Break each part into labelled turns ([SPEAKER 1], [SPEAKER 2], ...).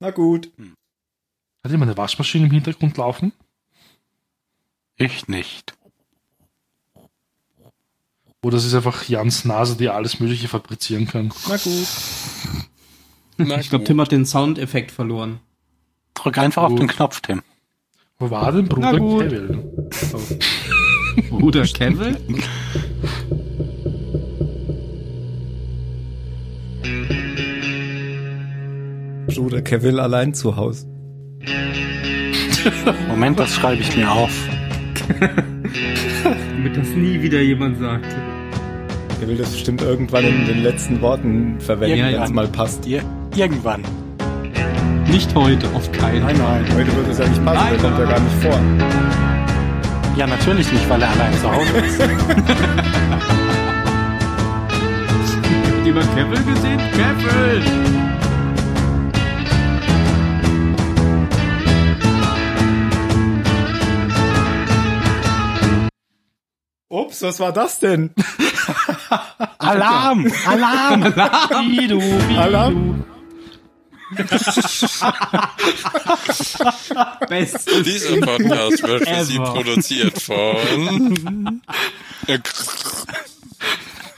[SPEAKER 1] Na gut.
[SPEAKER 2] Hat jemand eine Waschmaschine im Hintergrund laufen?
[SPEAKER 3] Ich nicht.
[SPEAKER 2] Oder es ist einfach Jans Nase, die alles Mögliche fabrizieren kann.
[SPEAKER 1] Na gut.
[SPEAKER 4] Na
[SPEAKER 5] Ich glaube,
[SPEAKER 4] gut.
[SPEAKER 5] Tim hat den Soundeffekt verloren.
[SPEAKER 3] Drück einfach auf
[SPEAKER 2] Gut.
[SPEAKER 3] den Knopf, Tim.
[SPEAKER 2] Wo war denn Bruder
[SPEAKER 5] Na gut.
[SPEAKER 2] Kevin?
[SPEAKER 5] Bruder Cavill?
[SPEAKER 1] Bruder Kevin allein zu Hause.
[SPEAKER 3] Moment, das schreibe ich mir auf.
[SPEAKER 5] Damit das nie wieder jemand sagt.
[SPEAKER 1] Er will das bestimmt irgendwann in den letzten Worten verwenden,
[SPEAKER 5] Ja,
[SPEAKER 1] wenn's
[SPEAKER 5] ja.
[SPEAKER 1] wenn es mal passt.
[SPEAKER 3] Ir irgendwann.
[SPEAKER 5] Nicht heute, auf keinen.
[SPEAKER 3] Nein, nein.
[SPEAKER 1] Heute wird es ja nicht passen,
[SPEAKER 5] Nein.
[SPEAKER 1] der kommt ja gar nicht vor.
[SPEAKER 3] Ja, natürlich nicht, weil er allein zu Hause ist.
[SPEAKER 5] Habt ihr mal Cavill gesehen? Cavill!
[SPEAKER 1] Ups, was war das denn?
[SPEAKER 3] Alarm! Alarm!
[SPEAKER 2] Bidu, Bidu.
[SPEAKER 1] Alarm?
[SPEAKER 5] Best.
[SPEAKER 6] Dieser Podcast wird für Sie
[SPEAKER 5] Ever.
[SPEAKER 6] produziert von.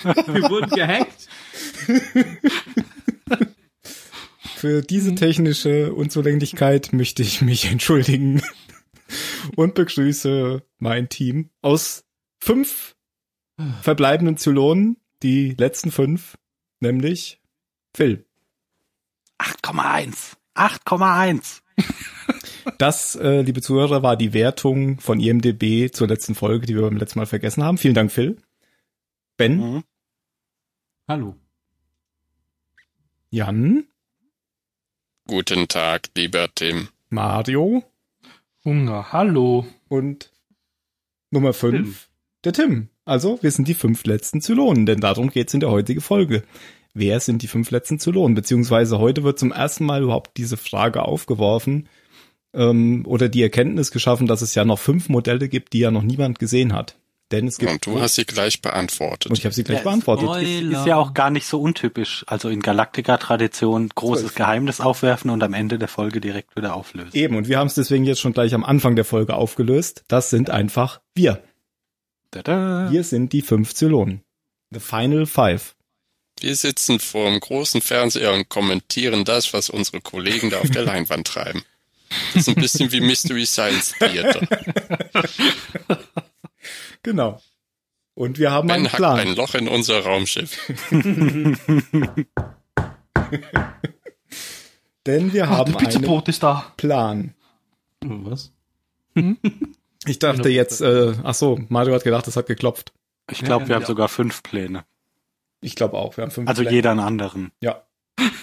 [SPEAKER 5] Wir wurden gehackt.
[SPEAKER 1] Für diese technische Unzulänglichkeit möchte ich mich entschuldigen und begrüße mein Team aus fünf verbleibenden Zylonen, die letzten fünf, nämlich Phil.
[SPEAKER 3] 8,1. 8,1.
[SPEAKER 1] Das, äh, liebe Zuhörer, war die Wertung von IMDB zur letzten Folge, die wir beim letzten Mal vergessen haben. Vielen Dank, Phil. Ben,
[SPEAKER 3] Mhm.
[SPEAKER 5] Hallo.
[SPEAKER 1] Jan,
[SPEAKER 6] Guten Tag, lieber Tim.
[SPEAKER 1] Mario
[SPEAKER 2] Hunger, hallo.
[SPEAKER 1] und Nummer fünf der Tim. Also, wir sind die fünf letzten Zylonen, denn darum geht's in der heutigen Folge. Wer sind die fünf letzten Zylonen? Beziehungsweise heute wird zum ersten Mal überhaupt diese Frage aufgeworfen ähm, oder die Erkenntnis geschaffen, dass es ja noch fünf Modelle gibt, die ja noch niemand gesehen hat. Denn es gibt
[SPEAKER 6] Und du hast sie gleich beantwortet.
[SPEAKER 1] und ich habe sie gleich
[SPEAKER 3] Ja,
[SPEAKER 1] beantwortet.
[SPEAKER 3] Ist ja auch gar nicht so untypisch. Also in Galactica-Tradition großes Geheimnis aufwerfen und am Ende der Folge direkt wieder auflösen.
[SPEAKER 1] Eben, und wir haben es deswegen jetzt schon gleich am Anfang der Folge aufgelöst. Das sind einfach wir.
[SPEAKER 3] Tada.
[SPEAKER 1] Wir sind die fünf Zylonen. The Final Five.
[SPEAKER 6] Wir sitzen vor dem großen Fernseher und kommentieren das, was unsere Kollegen da auf der Leinwand treiben. Das ist ein bisschen wie Mystery Science Theater.
[SPEAKER 1] Genau. Und wir haben einen
[SPEAKER 6] Ben hackt ein
[SPEAKER 1] Plan.
[SPEAKER 6] Loch in unser Raumschiff.
[SPEAKER 1] Denn wir
[SPEAKER 2] Ach, der
[SPEAKER 1] haben einen
[SPEAKER 2] Pizzabrot ist da.
[SPEAKER 1] Plan.
[SPEAKER 5] Was?
[SPEAKER 1] Ich dachte jetzt, äh, ach so, Mario hat gedacht, das hat geklopft.
[SPEAKER 3] Ich glaube,
[SPEAKER 5] Ja,
[SPEAKER 3] wir
[SPEAKER 5] ja.
[SPEAKER 3] haben sogar fünf Pläne.
[SPEAKER 1] Ich glaube auch, wir haben fünf
[SPEAKER 3] Also
[SPEAKER 1] Pläne.
[SPEAKER 3] jeder einen anderen.
[SPEAKER 1] Ja.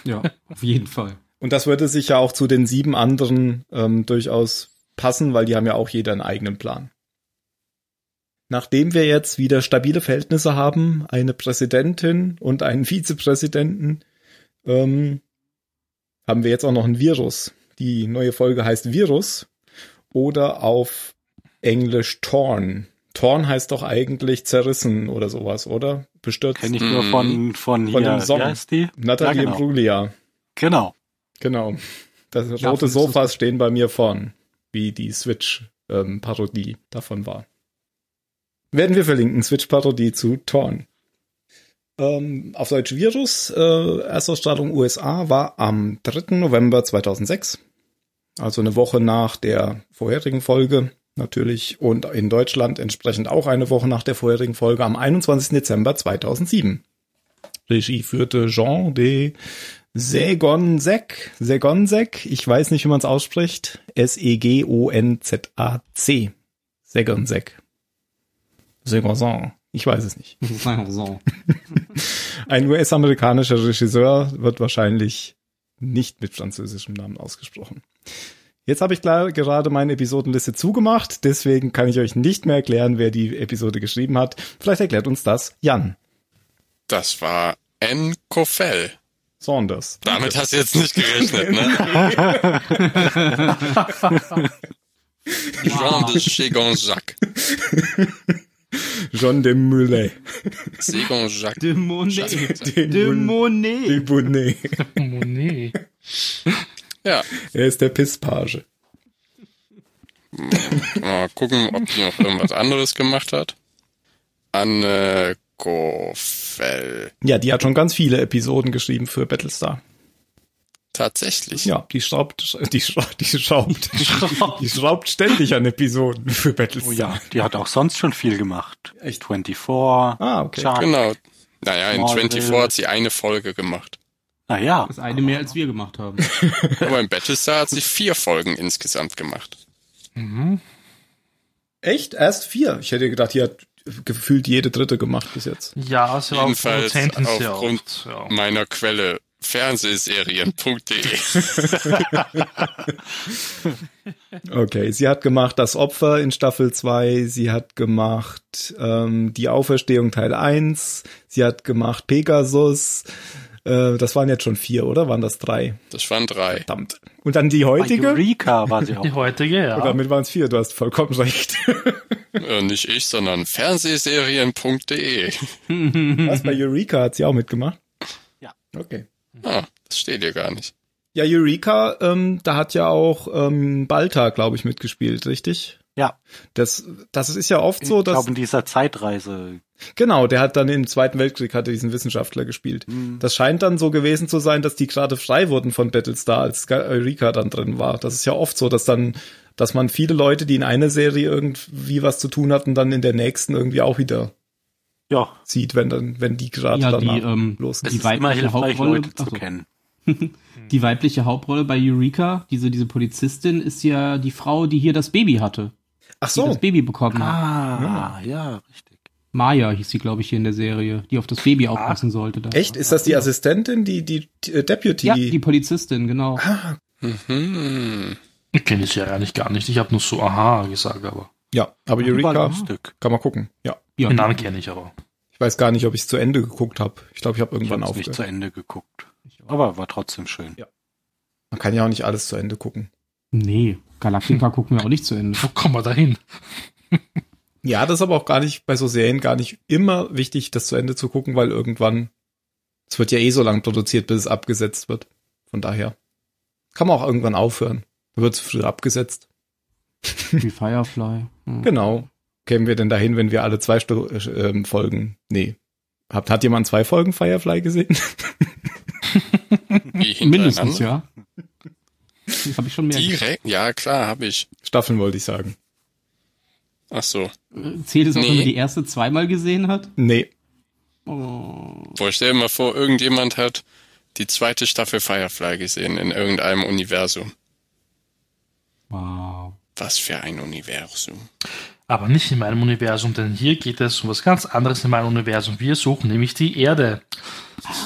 [SPEAKER 5] Ja, auf jeden Fall.
[SPEAKER 1] Und das würde sich ja auch zu den sieben anderen ähm, durchaus passen, weil die haben ja auch jeder einen eigenen Plan. Nachdem wir jetzt wieder stabile Verhältnisse haben, eine Präsidentin und einen Vizepräsidenten, ähm, haben wir jetzt auch noch ein Virus. Die neue Folge heißt Virus oder auf Englisch Torn. Torn heißt doch eigentlich zerrissen oder sowas, oder? Bestürzt.
[SPEAKER 3] Kenne ich nur von, von,
[SPEAKER 1] Von
[SPEAKER 3] hier.
[SPEAKER 1] dem Song.
[SPEAKER 3] Wie heißt die?
[SPEAKER 1] Natalie
[SPEAKER 3] Ja, genau.
[SPEAKER 1] Imbruglia.
[SPEAKER 3] Genau.
[SPEAKER 1] Genau. Das
[SPEAKER 5] Ja,
[SPEAKER 1] rote
[SPEAKER 5] findest du's
[SPEAKER 1] Sofas stehen bei mir vorn, wie die Switch-Parodie ähm, davon war. Werden wir verlinken, Switch-Parodie zu Torn. Ähm, auf Deutsch Virus, äh, Erstausstrahlung USA war am 3. November 2006, also eine Woche nach der vorherigen Folge natürlich und in Deutschland entsprechend auch eine Woche nach der vorherigen Folge am 21. Dezember 2007. Regie führte Jean de Segonsek, Segonsek, ich weiß nicht, wie man es ausspricht. E S-E-G-O-N-Z-A-C. Segonsek. Segonson, ich weiß es nicht.
[SPEAKER 5] Das ist einfach so.
[SPEAKER 1] Ein US-amerikanischer Regisseur wird wahrscheinlich nicht mit französischem Namen ausgesprochen. Jetzt habe ich klar, gerade meine Episodenliste zugemacht, deswegen kann ich euch nicht mehr erklären, wer die Episode geschrieben hat. Vielleicht erklärt uns das Jan
[SPEAKER 6] Das war N. Kofell.
[SPEAKER 1] Saunders.
[SPEAKER 6] Damit hast du jetzt nicht gerechnet, ne? Jean de Chegonzac.
[SPEAKER 1] Jean de Mullet.
[SPEAKER 6] Chegonzac.
[SPEAKER 5] Dämonet.
[SPEAKER 1] De
[SPEAKER 5] Dämonet.
[SPEAKER 1] Mullet. De Bonnet.
[SPEAKER 2] Oh, nee.
[SPEAKER 6] Ja.
[SPEAKER 1] Er ist der Pisspage.
[SPEAKER 6] Mal gucken, ob die noch irgendwas anderes gemacht hat. Anne Kofell.
[SPEAKER 1] Ja, die hat schon ganz viele Episoden geschrieben für Battlestar.
[SPEAKER 6] Tatsächlich.
[SPEAKER 1] Ja, die schraubt, die schraubt, die schraubt, die schraubt ständig an Episoden für Battlestar.
[SPEAKER 3] Oh ja, die hat auch sonst schon viel gemacht. Echt? 24. Ah,
[SPEAKER 1] okay.
[SPEAKER 3] Chuck.
[SPEAKER 6] Genau. Naja, in
[SPEAKER 3] Smallville.
[SPEAKER 6] 24 hat sie eine Folge gemacht.
[SPEAKER 3] Naja,
[SPEAKER 4] Das eine mehr als wir gemacht haben.
[SPEAKER 6] Aber in Battlestar hat sie vier Folgen insgesamt gemacht.
[SPEAKER 2] Mhm.
[SPEAKER 1] Echt? Erst vier? Ich hätte gedacht, die hat gefühlt jede dritte gemacht bis jetzt.
[SPEAKER 2] Ja, sie war auf
[SPEAKER 6] Jedenfalls
[SPEAKER 2] Produzenten sehr
[SPEAKER 6] aufgrund-
[SPEAKER 2] oft. Ja.
[SPEAKER 6] Meiner Quelle Fernsehserien.de.
[SPEAKER 1] Okay, sie hat gemacht Das Opfer in Staffel 2, sie hat gemacht ähm, Die Auferstehung Teil 1, sie hat gemacht Pegasus. Äh, das waren jetzt schon vier, oder? Waren das drei?
[SPEAKER 6] Das waren drei.
[SPEAKER 1] Verdammt. Und dann die
[SPEAKER 3] bei
[SPEAKER 1] heutige?
[SPEAKER 3] Eureka war sie auch.
[SPEAKER 2] Die heutige, ja.
[SPEAKER 1] Damit waren es vier, du hast vollkommen recht.
[SPEAKER 6] Äh, nicht ich, sondern Fernsehserien.de.
[SPEAKER 1] Was, bei Eureka hat sie auch mitgemacht?
[SPEAKER 3] Ja.
[SPEAKER 1] Okay.
[SPEAKER 6] Ah, das steht hier gar nicht.
[SPEAKER 1] Ja, Eureka, ähm, da hat ja auch ähm, Balta, glaube ich, mitgespielt, richtig?
[SPEAKER 3] Ja.
[SPEAKER 1] Das, das ist ja oft so,
[SPEAKER 3] ich
[SPEAKER 1] dass
[SPEAKER 3] glaube, in dieser Zeitreise.
[SPEAKER 1] Genau, der hat dann im Zweiten Weltkrieg hatte diesen Wissenschaftler gespielt.
[SPEAKER 3] Hm.
[SPEAKER 1] Das scheint dann so gewesen zu sein, dass die gerade frei wurden von Battlestar, als Ga- Eureka dann drin war. Das ist ja oft so, dass dann, dass man viele Leute, die in einer Serie irgendwie was zu tun hatten, dann in der nächsten irgendwie auch wieder
[SPEAKER 3] Ja,
[SPEAKER 1] sieht, wenn dann, wenn die gerade
[SPEAKER 4] ja, die,
[SPEAKER 1] danach
[SPEAKER 4] ähm,
[SPEAKER 1] losgeht.
[SPEAKER 3] es
[SPEAKER 4] die
[SPEAKER 3] ist immer
[SPEAKER 4] weibliche
[SPEAKER 3] hilfreich,
[SPEAKER 4] Hauptrolle.
[SPEAKER 3] Leute zu
[SPEAKER 4] Achso.
[SPEAKER 3] kennen.
[SPEAKER 4] die weibliche Hauptrolle bei Eureka, diese, diese Polizistin, ist ja die Frau, die hier das Baby hatte.
[SPEAKER 1] Ach
[SPEAKER 4] Die
[SPEAKER 1] so,
[SPEAKER 4] das Baby bekommen hat.
[SPEAKER 3] Ah, ja, richtig.
[SPEAKER 4] Maya hieß sie, glaube ich, hier in der Serie, die auf das Baby aufpassen
[SPEAKER 5] Ah.
[SPEAKER 4] sollte. Da.
[SPEAKER 1] echt? Ist das die Assistentin, die, die äh, Deputy?
[SPEAKER 4] Ja, die Polizistin, genau.
[SPEAKER 1] ah,
[SPEAKER 6] Mhm.
[SPEAKER 2] Ich kenne die Serie eigentlich gar nicht. Ich habe nur so Aha gesagt, aber
[SPEAKER 1] ja, aber
[SPEAKER 3] Überall
[SPEAKER 1] Eureka,
[SPEAKER 4] ne?
[SPEAKER 3] ein Stück.
[SPEAKER 1] kann man gucken. Ja.
[SPEAKER 4] Ja,
[SPEAKER 2] den Namen kenne ich aber.
[SPEAKER 1] Ich weiß gar nicht, ob ich es zu Ende geguckt habe. Ich glaube, ich habe
[SPEAKER 3] Ich
[SPEAKER 1] irgendwann
[SPEAKER 3] habe nicht
[SPEAKER 1] aufgehört.
[SPEAKER 3] zu Ende geguckt. Aber war trotzdem schön.
[SPEAKER 1] Man kann ja auch nicht alles zu Ende gucken.
[SPEAKER 4] Nee, Galactica gucken wir auch nicht zu Ende.
[SPEAKER 2] Wo kommen wir da hin?
[SPEAKER 1] Ja, das ist aber auch gar nicht bei so Serien gar nicht immer wichtig, das zu Ende zu gucken, weil irgendwann, es wird ja eh so lang produziert, bis es abgesetzt wird. Von daher kann man auch irgendwann aufhören. Dann wird es früher abgesetzt.
[SPEAKER 4] Wie Firefly. Hm.
[SPEAKER 1] Genau. Kämen wir denn dahin, wenn wir alle zwei Stu äh, Folgen? Nee. Hat, hat jemand zwei Folgen Firefly gesehen?
[SPEAKER 6] Wie
[SPEAKER 4] Mindestens,
[SPEAKER 6] hintereinander?
[SPEAKER 4] ja. Das habe ich schon mehr.
[SPEAKER 6] Direkt? Ja, klar, habe ich.
[SPEAKER 1] Staffeln wollte ich sagen.
[SPEAKER 6] Ach so.
[SPEAKER 4] Äh, Zählt es auch, wenn
[SPEAKER 6] Nee.
[SPEAKER 4] man die erste zweimal gesehen hat?
[SPEAKER 1] Nee.
[SPEAKER 4] Oh.
[SPEAKER 6] Boah, stell dir mal vor, irgendjemand hat die zweite Staffel Firefly gesehen in irgendeinem Universum.
[SPEAKER 4] Wow.
[SPEAKER 6] Was für ein Universum.
[SPEAKER 2] Aber nicht in meinem Universum, denn hier geht es um was ganz anderes in meinem Universum. Wir suchen nämlich die Erde.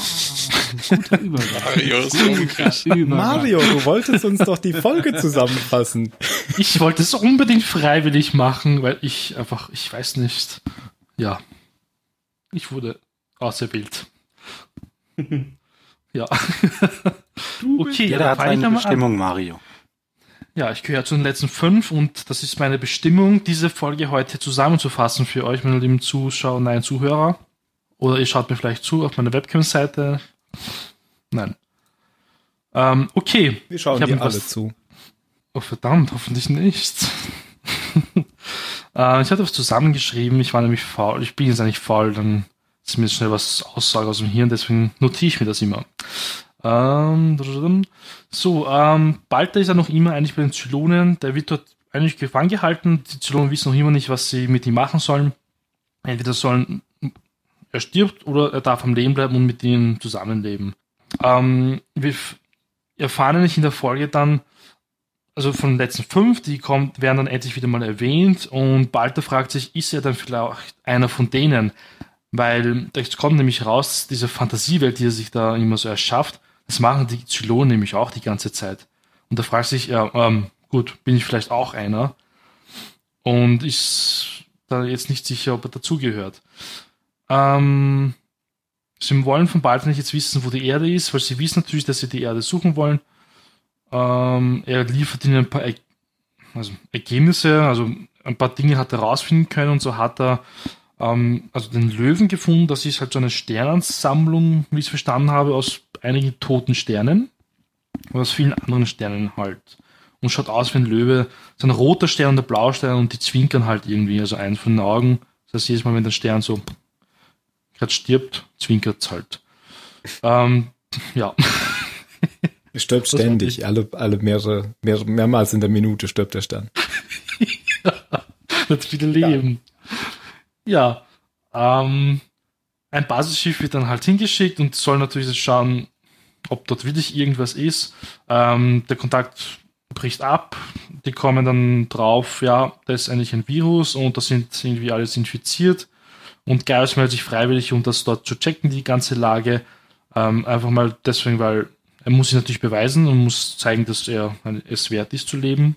[SPEAKER 4] Guter Übergang.
[SPEAKER 6] Mario ist hungrig.
[SPEAKER 4] Übergang.
[SPEAKER 1] Mario, du wolltest uns doch die Folge zusammenfassen.
[SPEAKER 2] Ich wollte es unbedingt freiwillig machen, weil ich einfach, ich weiß nicht. Ja. Ich wurde auserwählt. ja. okay, ja,
[SPEAKER 3] Jeder
[SPEAKER 2] dann
[SPEAKER 3] hat
[SPEAKER 2] fange ich
[SPEAKER 3] seine
[SPEAKER 2] nochmal an.
[SPEAKER 3] Bestimmung, Mario.
[SPEAKER 2] Ja, ich gehöre zu den letzten fünf und das ist meine Bestimmung, diese Folge heute zusammenzufassen für euch, meine lieben Zuschauer, nein, Zuhörer. Oder ihr schaut mir vielleicht zu auf meiner Webcam-Seite. Nein. Ähm, okay.
[SPEAKER 1] Wir
[SPEAKER 2] Ich
[SPEAKER 1] schauen
[SPEAKER 2] hab
[SPEAKER 1] dir
[SPEAKER 2] ihm was-
[SPEAKER 1] alle zu.
[SPEAKER 2] Oh, verdammt, hoffentlich nicht. äh, ich hatte was zusammengeschrieben, ich war nämlich faul. Ich bin jetzt eigentlich faul, dann ist mir schnell was Aussage aus dem Hirn, deswegen notiere ich mir das immer. Ähm, drududum. so, ähm, Balta ist ja noch immer eigentlich bei den Zylonen. Der wird dort eigentlich gefangen gehalten. Die Zylonen wissen noch immer nicht, was sie mit ihm machen sollen. Entweder sollen er stirbt oder er darf am Leben bleiben und mit ihnen zusammenleben. Ähm, wir f- erfahren nämlich in der Folge dann, also von den letzten fünf, die kommt, werden dann endlich wieder mal erwähnt und Balter fragt sich, ist er dann vielleicht einer von denen? Weil es kommt nämlich raus, diese Fantasiewelt, die er sich da immer so erschafft, das machen die Zylonen nämlich auch die ganze Zeit. Und da fragt sich, ja, ähm, gut, bin ich vielleicht auch einer? Und ist da jetzt nicht sicher, ob er dazugehört. Ähm, sie wollen von Balter nicht jetzt wissen, wo die Erde ist, weil sie wissen natürlich, dass sie die Erde suchen wollen. Ähm, er liefert ihnen ein paar er also Ergebnisse, also ein paar Dinge hat er rausfinden können und so hat er ähm, also den Löwen gefunden. Das ist halt so eine Sternansammlung, wie ich es verstanden habe, aus einigen toten Sternen. und aus vielen anderen Sternen halt. Und schaut aus wie ein Löwe. So ein roter Stern und ein blauer Stern und die zwinkern halt irgendwie, also eins von den Augen. Das heißt, jedes Mal, wenn der Stern so gerade stirbt, zwinkert's halt. Ähm, ja.
[SPEAKER 1] Er stirbt
[SPEAKER 2] Das
[SPEAKER 1] ständig, alle, alle mehrere, mehrere, mehrmals in der Minute stirbt der Stern.
[SPEAKER 2] das viele Leben. Ja. Ähm, ein Basisschiff wird dann halt hingeschickt und soll natürlich jetzt schauen, ob dort wirklich irgendwas ist. Ähm, der Kontakt bricht ab. Die kommen dann drauf, ja, da ist eigentlich ein Virus und da sind irgendwie alles infiziert. Und Gaius meldet sich freiwillig, um das dort zu checken, die ganze Lage. Ähm, einfach mal deswegen, weil er muss sich natürlich beweisen und muss zeigen, dass er es wert ist zu leben.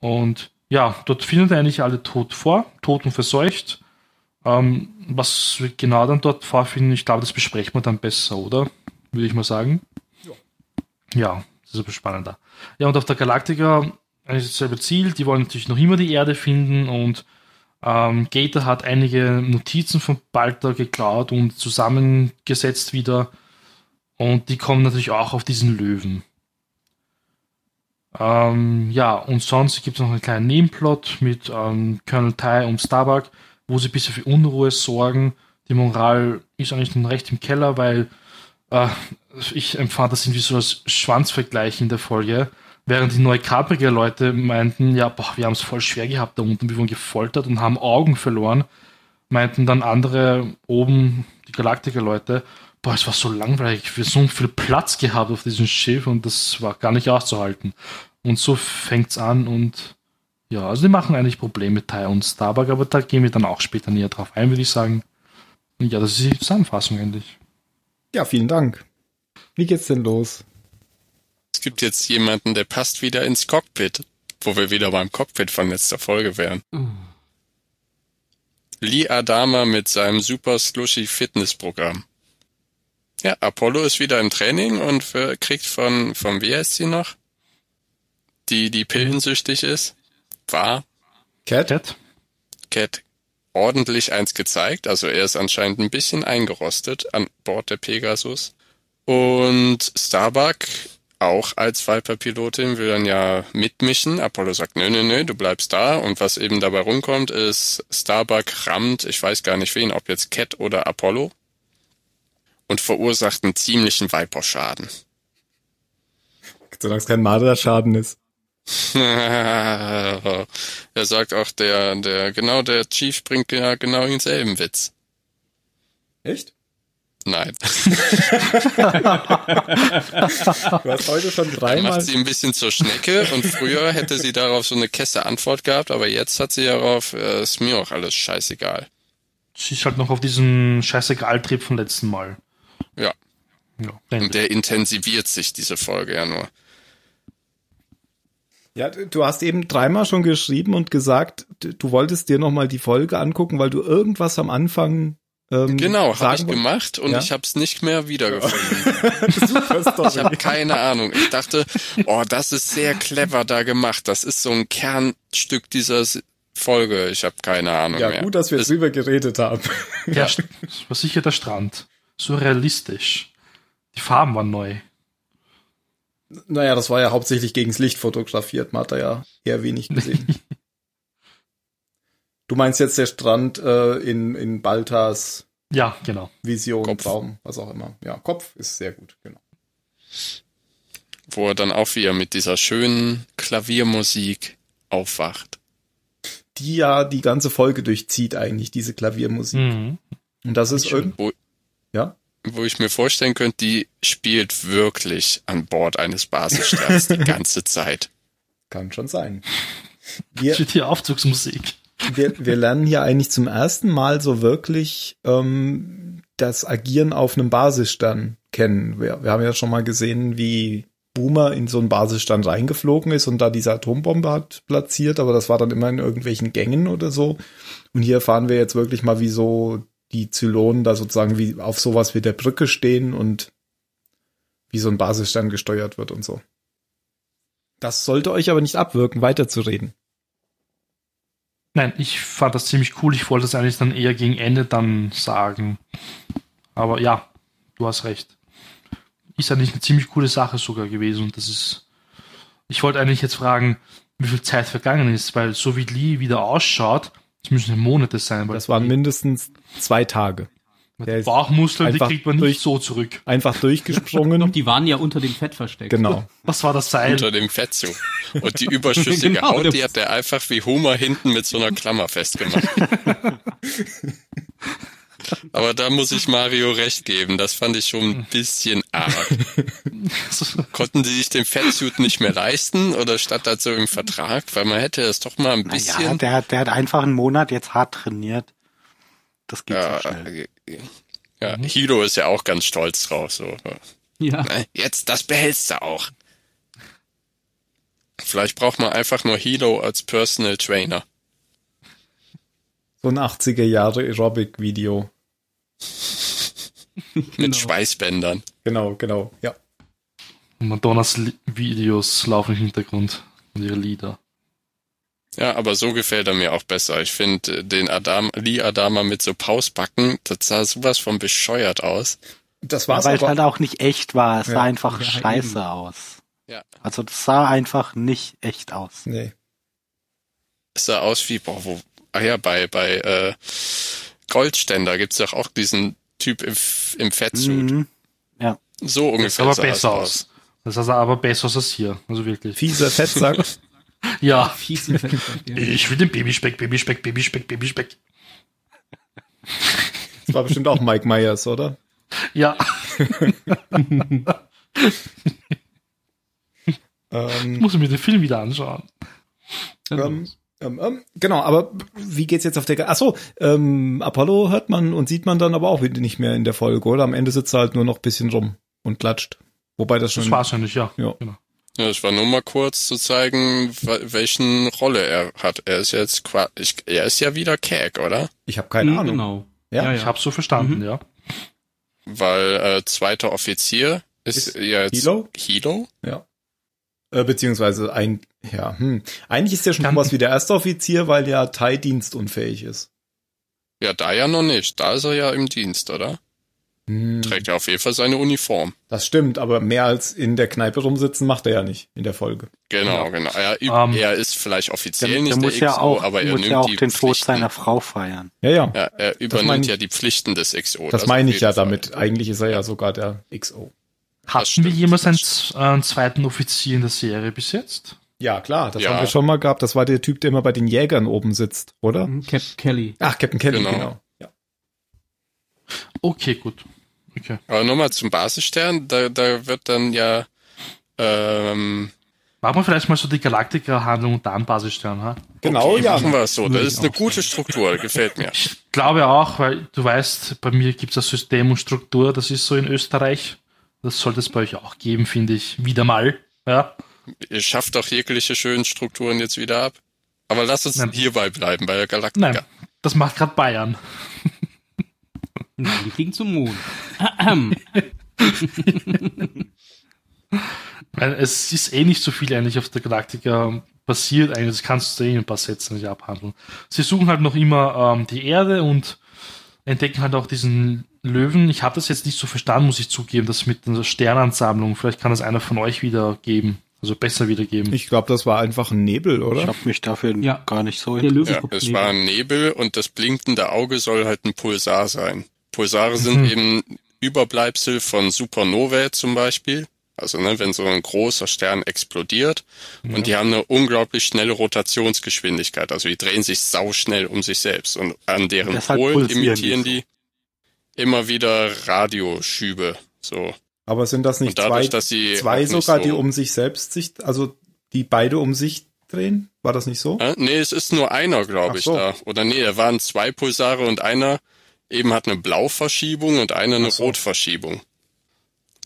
[SPEAKER 2] Und ja, dort findet er eigentlich alle tot vor, tot und verseucht. Ähm, was wir genau dann dort vorfinden, ich glaube, das besprechen wir dann besser, oder? Würde ich mal sagen. Ja. Ja, das ist aber spannender. Ja, und auf der Galactica eigentlich dasselbe Ziel. Die wollen natürlich noch immer die Erde finden und ähm, Gator hat einige Notizen von Balter geklaut und zusammengesetzt wieder. Und die kommen natürlich auch auf diesen Löwen. Ähm, ja, und sonst gibt es noch einen kleinen Nebenplot mit ähm, Colonel Tai und Starbuck, wo sie ein bisschen für Unruhe sorgen. Die Moral ist eigentlich nun recht im Keller, weil äh, ich empfand das irgendwie so als Schwanzvergleich in der Folge. Während die neukapriger Leute meinten, ja, boah, wir haben es voll schwer gehabt da unten, wir wurden gefoltert und haben Augen verloren, meinten dann andere oben, die galaktiker Leute, boah, es war so langweilig, wir haben so viel Platz gehabt auf diesem Schiff und das war gar nicht auszuhalten. Und so fängt's an und ja, also die machen eigentlich Probleme mit Ty und Starbuck, aber da gehen wir dann auch später näher drauf ein, würde ich sagen. Und ja, das ist die Zusammenfassung endlich.
[SPEAKER 1] Ja, vielen Dank. Wie geht's denn los?
[SPEAKER 6] Es gibt jetzt jemanden, der passt wieder ins Cockpit, wo wir wieder beim Cockpit von letzter Folge wären. Lee Adama mit seinem super slushy Fitnessprogramm. Ja, Apollo ist wieder im Training und äh, kriegt von, von wie heißt sie noch? Die, die pillensüchtig ist. War,
[SPEAKER 1] Cat?
[SPEAKER 2] Chat?
[SPEAKER 6] Cat ordentlich eins gezeigt. Also er ist anscheinend ein bisschen eingerostet an Bord der Pegasus. Und Starbuck auch als Viper-Pilotin will dann ja mitmischen. Apollo sagt, nö, nö, nö, du bleibst da. Und was eben dabei rumkommt, ist, Starbuck rammt, ich weiß gar nicht wen, ob jetzt Cat oder Apollo, und verursacht einen ziemlichen Viper-Schaden.
[SPEAKER 1] Solange es kein Marderschaden ist.
[SPEAKER 6] er sagt auch, der, der, genau, der Chief bringt ja genau denselben Witz.
[SPEAKER 1] Echt?
[SPEAKER 6] Nein,
[SPEAKER 1] Du hast heute schon dreimal.
[SPEAKER 6] macht sie ein bisschen zur Schnecke und früher hätte sie darauf so eine kesse Antwort gehabt, aber jetzt hat sie darauf, äh, ist mir auch alles scheißegal.
[SPEAKER 2] Sie ist halt noch auf diesem Scheißegal-Trip vom letzten Mal.
[SPEAKER 6] Ja.
[SPEAKER 2] Ja,
[SPEAKER 6] Und der intensiviert sich, diese Folge ja nur.
[SPEAKER 1] Ja, du du hast eben dreimal schon geschrieben und gesagt, du du wolltest dir nochmal die Folge angucken, weil du irgendwas am Anfang. Ähm,
[SPEAKER 6] Genau, habe
[SPEAKER 1] sagen
[SPEAKER 6] ich
[SPEAKER 1] woll-
[SPEAKER 6] gemacht und
[SPEAKER 1] Ja.
[SPEAKER 6] ich habe es nicht mehr wiedergefunden.
[SPEAKER 1] Super Story.
[SPEAKER 6] Ich habe keine Ahnung. Ich dachte, oh, das ist sehr clever da gemacht. Das ist so ein Kernstück dieser S- Folge. Ich habe keine Ahnung
[SPEAKER 1] Ja,
[SPEAKER 6] mehr.
[SPEAKER 1] gut, dass wir drüber geredet haben.
[SPEAKER 2] Der St- das war sicher der Strand. So realistisch. Die Farben waren neu.
[SPEAKER 1] Naja, das war ja hauptsächlich gegens Licht fotografiert. Man hat da ja eher wenig gesehen. du meinst jetzt der Strand äh, in, in Baltas
[SPEAKER 2] Ja, genau.
[SPEAKER 1] Vision,
[SPEAKER 6] Kopf.
[SPEAKER 1] Baum, was auch immer. Ja, Kopf ist sehr gut, genau.
[SPEAKER 6] Wo er dann auch wieder mit dieser schönen Klaviermusik aufwacht.
[SPEAKER 1] Die ja die ganze Folge durchzieht eigentlich, diese Klaviermusik.
[SPEAKER 2] Mhm.
[SPEAKER 1] Und das ist irgend
[SPEAKER 6] Wo-
[SPEAKER 1] Ja?
[SPEAKER 6] wo ich mir vorstellen könnte, die spielt wirklich an Bord eines Basissterns die ganze Zeit.
[SPEAKER 1] Kann schon sein.
[SPEAKER 2] Das
[SPEAKER 1] Wir,
[SPEAKER 2] wird hier Aufzugsmusik.
[SPEAKER 1] wir, wir lernen hier eigentlich zum ersten Mal so wirklich ähm, das Agieren auf einem Basisstern kennen. Wir, wir haben ja schon mal gesehen, wie Boomer in so einen Basisstern reingeflogen ist und da diese Atombombe hat platziert, aber das war dann immer in irgendwelchen Gängen oder so. Und hier erfahren wir jetzt wirklich mal, wie so die Zylonen da sozusagen wie auf sowas wie der Brücke stehen und wie so ein Basisstern gesteuert wird und so. Das sollte euch aber nicht abwirken, weiterzureden.
[SPEAKER 2] Nein, ich fand das ziemlich cool. Ich wollte es eigentlich dann eher gegen Ende dann sagen. Aber ja, du hast recht. ist eigentlich eine ziemlich coole Sache sogar gewesen. Und das ist. Ich wollte eigentlich jetzt fragen, wie viel Zeit vergangen ist, weil so wie Lee wieder ausschaut, das müssen ja Monate sein. Weil
[SPEAKER 1] Das waren mindestens zwei Tage. der
[SPEAKER 2] die
[SPEAKER 1] ist
[SPEAKER 2] Bauchmuskeln, die
[SPEAKER 1] einfach
[SPEAKER 2] kriegt man nicht
[SPEAKER 1] durch-
[SPEAKER 2] so zurück.
[SPEAKER 1] Einfach durchgesprungen.
[SPEAKER 4] Die waren ja unter dem Fett versteckt.
[SPEAKER 1] genau.
[SPEAKER 2] Was war das Seil?
[SPEAKER 6] unter dem Fettzug. Und die überschüssige
[SPEAKER 4] Genau,
[SPEAKER 6] Haut, die
[SPEAKER 4] das-
[SPEAKER 6] hat er einfach wie Homer hinten mit so einer Klammer festgemacht. Aber da muss ich Mario recht geben. Das fand ich schon ein bisschen arg. Konnten die sich den Fettsuit nicht mehr leisten oder statt dazu im Vertrag? Weil man hätte das doch mal ein
[SPEAKER 3] Naja,
[SPEAKER 6] bisschen.
[SPEAKER 3] der, hat- der hat einfach einen Monat jetzt hart trainiert. Das geht so
[SPEAKER 6] Ja, äh,
[SPEAKER 3] schnell.
[SPEAKER 6] ja,
[SPEAKER 2] Mhm.
[SPEAKER 6] Hilo ist ja auch ganz stolz drauf. So.
[SPEAKER 4] Ja.
[SPEAKER 6] Ne? Jetzt, das behältst du auch. Vielleicht braucht man einfach nur Hilo als Personal Trainer.
[SPEAKER 1] So ein 80er Jahre Aerobic-Video.
[SPEAKER 2] Genau.
[SPEAKER 6] Mit Schweißbändern.
[SPEAKER 1] Genau, genau. Ja.
[SPEAKER 2] Madonnas Li- Videos laufen im Hintergrund und ihre Lieder.
[SPEAKER 6] Ja, aber so gefällt er mir auch besser. Ich finde äh, den Adam, Lee Adama mit so Pausbacken, das sah sowas von bescheuert aus.
[SPEAKER 1] Das
[SPEAKER 3] Ja,
[SPEAKER 1] war's
[SPEAKER 3] weil es
[SPEAKER 1] aber.
[SPEAKER 3] halt auch nicht echt war. Es
[SPEAKER 1] Ja.
[SPEAKER 3] sah einfach
[SPEAKER 4] Ja,
[SPEAKER 3] scheiße aus.
[SPEAKER 6] Ja.
[SPEAKER 3] Also das sah einfach nicht echt aus.
[SPEAKER 1] nee.
[SPEAKER 6] Es sah aus wie, boah, wo, ah ja, bei, bei äh, Goldständer gibt's doch auch diesen Typ im, F- im Fettsuit.
[SPEAKER 3] Mhm.
[SPEAKER 6] So
[SPEAKER 2] Das sah
[SPEAKER 6] ungefähr
[SPEAKER 2] aber
[SPEAKER 6] sah es
[SPEAKER 2] besser aus. Das sah aber besser aus als hier. Also wirklich.
[SPEAKER 1] Fieser Fettsack.
[SPEAKER 2] Ja.
[SPEAKER 4] Fies im Fett versteckt. Ja.
[SPEAKER 2] Ich will den Babyspeck, Babyspeck, Babyspeck, Babyspeck.
[SPEAKER 1] Das war bestimmt auch Mike Myers, oder?
[SPEAKER 2] Ja. Ich
[SPEAKER 1] Ähm,
[SPEAKER 2] muss mir den Film wieder anschauen.
[SPEAKER 4] Also,
[SPEAKER 1] ähm, ähm, ähm, genau, aber wie geht's jetzt auf der. Ach so, ähm, Apollo hört man und sieht man dann aber auch wieder nicht mehr in der Folge, oder? Am Ende sitzt er halt nur noch ein bisschen rum und klatscht. Wobei das schon.
[SPEAKER 2] Das war's eigentlich, ja.
[SPEAKER 1] Ja.
[SPEAKER 2] Genau.
[SPEAKER 6] Ja, das war nur mal kurz zu zeigen, wel- welchen Rolle er hat. Er ist jetzt, qua- ich, er ist ja wieder Cag, oder?
[SPEAKER 1] Ich habe keine
[SPEAKER 4] Mhm,
[SPEAKER 1] Ahnung.
[SPEAKER 4] Genau.
[SPEAKER 1] Ja,
[SPEAKER 2] Ich hab's so verstanden,
[SPEAKER 4] Mhm.
[SPEAKER 2] ja.
[SPEAKER 6] Weil äh, zweiter Offizier ist,
[SPEAKER 1] Ist
[SPEAKER 6] ja jetzt
[SPEAKER 1] Hilo?
[SPEAKER 6] Hilo?
[SPEAKER 1] Äh, beziehungsweise ein, ja, hm. Eigentlich ist der schon
[SPEAKER 2] Kann-
[SPEAKER 1] sowas wie der erste Offizier, weil ja Tai dienstunfähig ist.
[SPEAKER 6] Ja, da ja noch nicht. Da ist er ja im Dienst, oder?
[SPEAKER 1] Hm,
[SPEAKER 6] Trägt er auf jeden Fall seine Uniform.
[SPEAKER 1] das stimmt, aber mehr als in der Kneipe rumsitzen macht er ja nicht in der Folge.
[SPEAKER 6] Genau, genau. Er, üb-
[SPEAKER 2] Ähm,
[SPEAKER 6] er ist vielleicht offiziell
[SPEAKER 3] Der,
[SPEAKER 6] nicht
[SPEAKER 3] der
[SPEAKER 6] der
[SPEAKER 3] muss ja
[SPEAKER 6] XO,
[SPEAKER 3] auch,
[SPEAKER 6] aber er
[SPEAKER 3] muss
[SPEAKER 6] nimmt
[SPEAKER 3] ja auch
[SPEAKER 6] die
[SPEAKER 3] den Tod
[SPEAKER 6] Pflichten.
[SPEAKER 3] seiner Frau feiern.
[SPEAKER 1] Ja, ja.
[SPEAKER 6] Ja, er
[SPEAKER 1] meine
[SPEAKER 6] übernimmt
[SPEAKER 1] ich.
[SPEAKER 6] ja die Pflichten des XO.
[SPEAKER 1] das
[SPEAKER 6] auf
[SPEAKER 1] meine ich
[SPEAKER 6] jeden
[SPEAKER 1] ja
[SPEAKER 6] Fall.
[SPEAKER 1] damit. Eigentlich ist er ja sogar der XO.
[SPEAKER 2] Hatten
[SPEAKER 6] stimmt,
[SPEAKER 2] wir jemals
[SPEAKER 6] das
[SPEAKER 2] einen, z- äh, einen zweiten Offizier in der Serie bis jetzt?
[SPEAKER 1] Ja, klar, das
[SPEAKER 6] Ja.
[SPEAKER 1] haben wir schon mal gehabt. Das war der Typ, der immer bei den Jägern oben sitzt, oder?
[SPEAKER 4] Mhm. Cap Kelly.
[SPEAKER 1] Ach, Captain Kelly,
[SPEAKER 6] Genau.
[SPEAKER 1] genau.
[SPEAKER 2] Okay, gut. Okay.
[SPEAKER 6] Aber nochmal zum Basisstern, da, da wird dann ja ähm,
[SPEAKER 2] Machen wir vielleicht mal so die Galaktiker-Handlung und dann Basisstern, ha?
[SPEAKER 1] Genau,
[SPEAKER 6] okay, machen
[SPEAKER 1] ja.
[SPEAKER 6] wir es so. Das
[SPEAKER 2] Würde
[SPEAKER 6] ist
[SPEAKER 2] ich
[SPEAKER 6] eine
[SPEAKER 2] auch
[SPEAKER 6] gute Struktur, gefällt mir.
[SPEAKER 2] Ich glaube auch, weil du weißt, bei mir gibt es das System und Struktur, das ist so in Österreich. Das sollte es bei euch auch geben, finde ich. Wieder mal. Ja.
[SPEAKER 6] Ihr schafft doch jegliche schönen Strukturen jetzt wieder ab. Aber lasst uns
[SPEAKER 2] Nein.
[SPEAKER 6] hierbei bleiben, bei der Galaktika.
[SPEAKER 2] Nein, das macht gerade Bayern.
[SPEAKER 4] Nein, die fliegen zum Mond. Ahem.
[SPEAKER 2] Weil es ist eh nicht so viel eigentlich auf der Galaktika passiert. Eigentlich das kannst du eh in ein paar Sätzen nicht abhandeln. Sie suchen halt noch immer ähm, die Erde und entdecken halt auch diesen Löwen. Ich habe das jetzt nicht so verstanden, muss ich zugeben, das mit der Sternansammlung. Vielleicht kann das einer von euch wiedergeben. Also besser wiedergeben.
[SPEAKER 1] Ich glaube, das war einfach ein Nebel,
[SPEAKER 3] Ich
[SPEAKER 1] oder?
[SPEAKER 3] habe mich dafür
[SPEAKER 4] Ja.
[SPEAKER 3] gar nicht so
[SPEAKER 4] Der Löwe
[SPEAKER 6] Ja,
[SPEAKER 4] guckt
[SPEAKER 6] es
[SPEAKER 4] neben.
[SPEAKER 6] war ein Nebel und das blinkende Auge soll halt ein Pulsar sein. Pulsare sind
[SPEAKER 3] Hm.
[SPEAKER 6] eben Überbleibsel von Supernovae zum Beispiel. Also ne, wenn so ein großer Stern explodiert und die haben eine unglaublich schnelle Rotationsgeschwindigkeit. Also die drehen sich sauschnell um sich selbst und an deren
[SPEAKER 3] Deshalb
[SPEAKER 6] Polen
[SPEAKER 3] pulsieren die
[SPEAKER 6] emittieren
[SPEAKER 3] so.
[SPEAKER 6] die immer wieder Radioschübe. So.
[SPEAKER 1] Aber sind das nicht
[SPEAKER 6] Und dadurch,
[SPEAKER 1] zwei,
[SPEAKER 6] dass sie auch
[SPEAKER 1] zwei
[SPEAKER 6] nicht
[SPEAKER 1] sogar,
[SPEAKER 6] so
[SPEAKER 1] die um sich selbst sich, also die beide um sich drehen? War das nicht so?
[SPEAKER 6] Äh, Nee, es ist nur einer,
[SPEAKER 1] Ach
[SPEAKER 6] glaube ich,
[SPEAKER 1] so.
[SPEAKER 6] da. Oder nee, da waren zwei Pulsare und einer eben hat eine Blauverschiebung und einer eine
[SPEAKER 1] Ach so.
[SPEAKER 6] Rotverschiebung.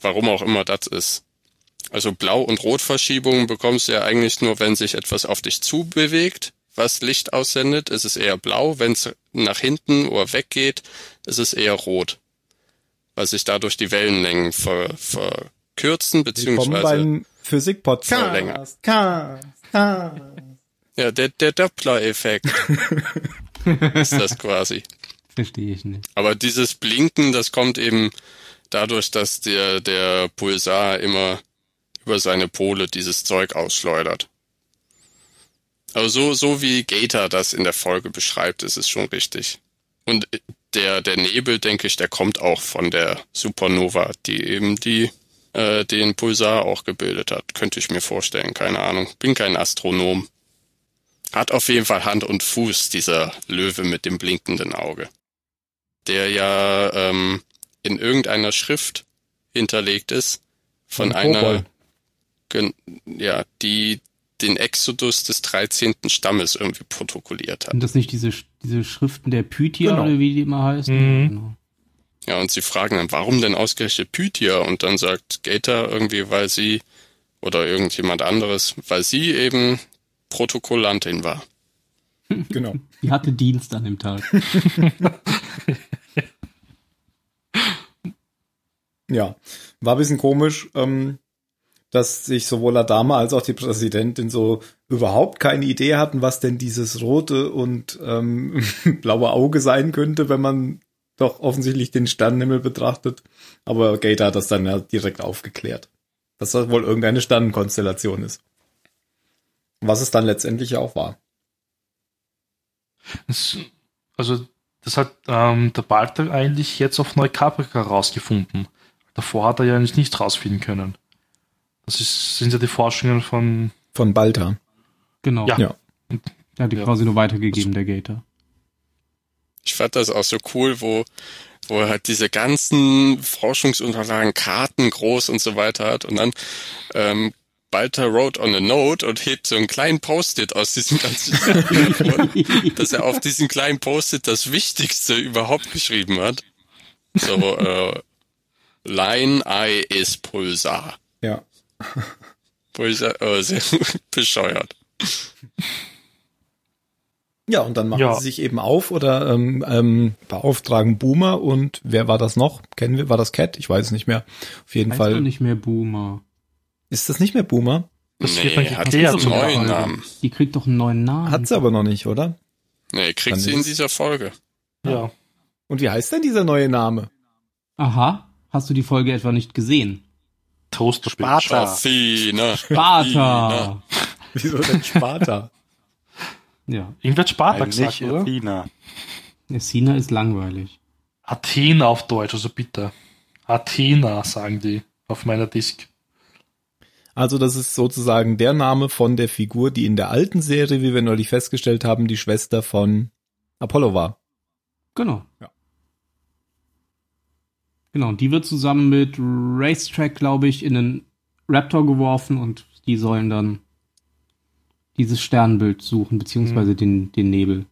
[SPEAKER 6] Warum auch immer das ist. Also Blau- und Rotverschiebung bekommst du ja eigentlich nur, wenn sich etwas auf dich zubewegt, was Licht aussendet, ist es eher blau. Wenn es nach hinten oder weggeht, ist es eher rot. Weil sich dadurch die Wellenlängen ver
[SPEAKER 1] Willkommen
[SPEAKER 6] verkürzen, beziehungsweise
[SPEAKER 1] beim Physik-Podcast.
[SPEAKER 6] Verlängert.
[SPEAKER 1] Cast, Cast.
[SPEAKER 6] ja, der, der Doppler-Effekt ist das quasi.
[SPEAKER 4] Verstehe ich nicht.
[SPEAKER 6] Aber dieses Blinken, das kommt eben, dadurch, dass der, der Pulsar immer über seine Pole dieses Zeug ausschleudert. Aber so, so wie Gator das in der Folge beschreibt, ist es schon richtig. Und der, der Nebel, denke ich, der kommt auch von der Supernova, die eben die, äh, den Pulsar auch gebildet hat. Könnte ich mir vorstellen, keine Ahnung. Bin kein Astronom. Hat auf jeden Fall Hand und Fuß, dieser Löwe mit dem blinkenden Auge. Der ja ähm, in irgendeiner Schrift hinterlegt ist von
[SPEAKER 1] Von
[SPEAKER 6] einer,
[SPEAKER 1] Kobold.
[SPEAKER 6] gen- ja, die den Exodus des 13. Stammes irgendwie protokolliert hat.
[SPEAKER 4] Sind das nicht diese, Sch- diese Schriften der Pythia
[SPEAKER 1] Genau.
[SPEAKER 4] oder wie die immer heißen?
[SPEAKER 2] Mhm.
[SPEAKER 4] Genau.
[SPEAKER 6] Ja, und sie fragen dann, warum denn ausgerechnet Pythia? Und dann sagt Gator irgendwie, weil sie oder irgendjemand anderes, weil sie eben Protokollantin war.
[SPEAKER 1] Genau.
[SPEAKER 4] Die hatte Dienst an dem Tag.
[SPEAKER 1] Ja, war ein bisschen komisch, ähm, dass sich sowohl Adama als auch die Präsidentin so überhaupt keine Idee hatten, was denn dieses rote und ähm, blaue Auge sein könnte, wenn man doch offensichtlich den Sternenhimmel betrachtet. Aber Gator hat das dann ja direkt aufgeklärt, dass das wohl irgendeine Sternenkonstellation ist. Was es dann letztendlich ja auch war.
[SPEAKER 2] Es, also, das hat ähm, der Balter eigentlich jetzt auf Neukaprika rausgefunden. Davor hat er ja eigentlich nicht rausfinden können. Das ist, sind ja die Forschungen von.
[SPEAKER 1] Von Balta.
[SPEAKER 4] Genau.
[SPEAKER 2] Ja.
[SPEAKER 1] Ja.
[SPEAKER 4] Der hat die
[SPEAKER 2] Ja.
[SPEAKER 4] quasi nur weitergegeben, der Gator.
[SPEAKER 6] Ich fand das auch so cool, wo, wo er halt diese ganzen Forschungsunterlagen, Karten groß und so weiter hat und dann ähm, Balter wrote on a note und hebt so einen kleinen Post-it aus diesem ganzen hervor, dass er auf diesen kleinen Post-it das Wichtigste überhaupt geschrieben hat. So, äh, Line Eye is Pulsar.
[SPEAKER 1] Ja.
[SPEAKER 6] Pulsar, äh, sehr bescheuert.
[SPEAKER 1] Ja, und dann machen
[SPEAKER 2] Ja.
[SPEAKER 1] sie sich eben auf oder ähm, ähm, beauftragen Boomer und wer war das noch? Kennen wir, war das Cat? Ich weiß es nicht mehr. Auf jeden
[SPEAKER 4] Heißt doch
[SPEAKER 1] Fall.
[SPEAKER 4] nicht mehr Boomer.
[SPEAKER 1] Ist das nicht mehr Boomer?
[SPEAKER 2] Das wird dann
[SPEAKER 6] hat
[SPEAKER 2] geklärt
[SPEAKER 6] einen
[SPEAKER 2] in der
[SPEAKER 6] neuen
[SPEAKER 2] Folge.
[SPEAKER 6] Namen.
[SPEAKER 4] Die kriegt doch einen neuen Namen.
[SPEAKER 1] Hat sie aber noch nicht, oder?
[SPEAKER 6] Nee, kriegt
[SPEAKER 1] Dann
[SPEAKER 6] sie
[SPEAKER 1] ist
[SPEAKER 6] in
[SPEAKER 1] es-
[SPEAKER 6] dieser Folge.
[SPEAKER 2] Ja.
[SPEAKER 1] Und wie heißt denn dieser neue Name?
[SPEAKER 4] Aha. Hast du die Folge etwa nicht gesehen?
[SPEAKER 2] Toaster
[SPEAKER 3] Sparta.
[SPEAKER 6] Athena.
[SPEAKER 4] Sparta!
[SPEAKER 1] Wieso denn Sparta?
[SPEAKER 4] ja.
[SPEAKER 2] Irgendwer hat Sparta
[SPEAKER 3] Nein,
[SPEAKER 2] gesagt,
[SPEAKER 3] nicht
[SPEAKER 2] oder?
[SPEAKER 3] Athena.
[SPEAKER 4] Essina ist langweilig.
[SPEAKER 2] Athena auf Deutsch, also bitte. Athena, sagen die auf meiner Disk.
[SPEAKER 1] also das ist sozusagen der Name von der Figur, die in der alten Serie, wie wir neulich festgestellt haben, die Schwester von Apollo war.
[SPEAKER 4] Genau.
[SPEAKER 1] Ja.
[SPEAKER 4] Genau, und die wird zusammen mit Racetrack, glaube ich, in den Raptor geworfen und die sollen dann dieses Sternbild suchen, beziehungsweise
[SPEAKER 1] Mhm.
[SPEAKER 4] den, den Nebel.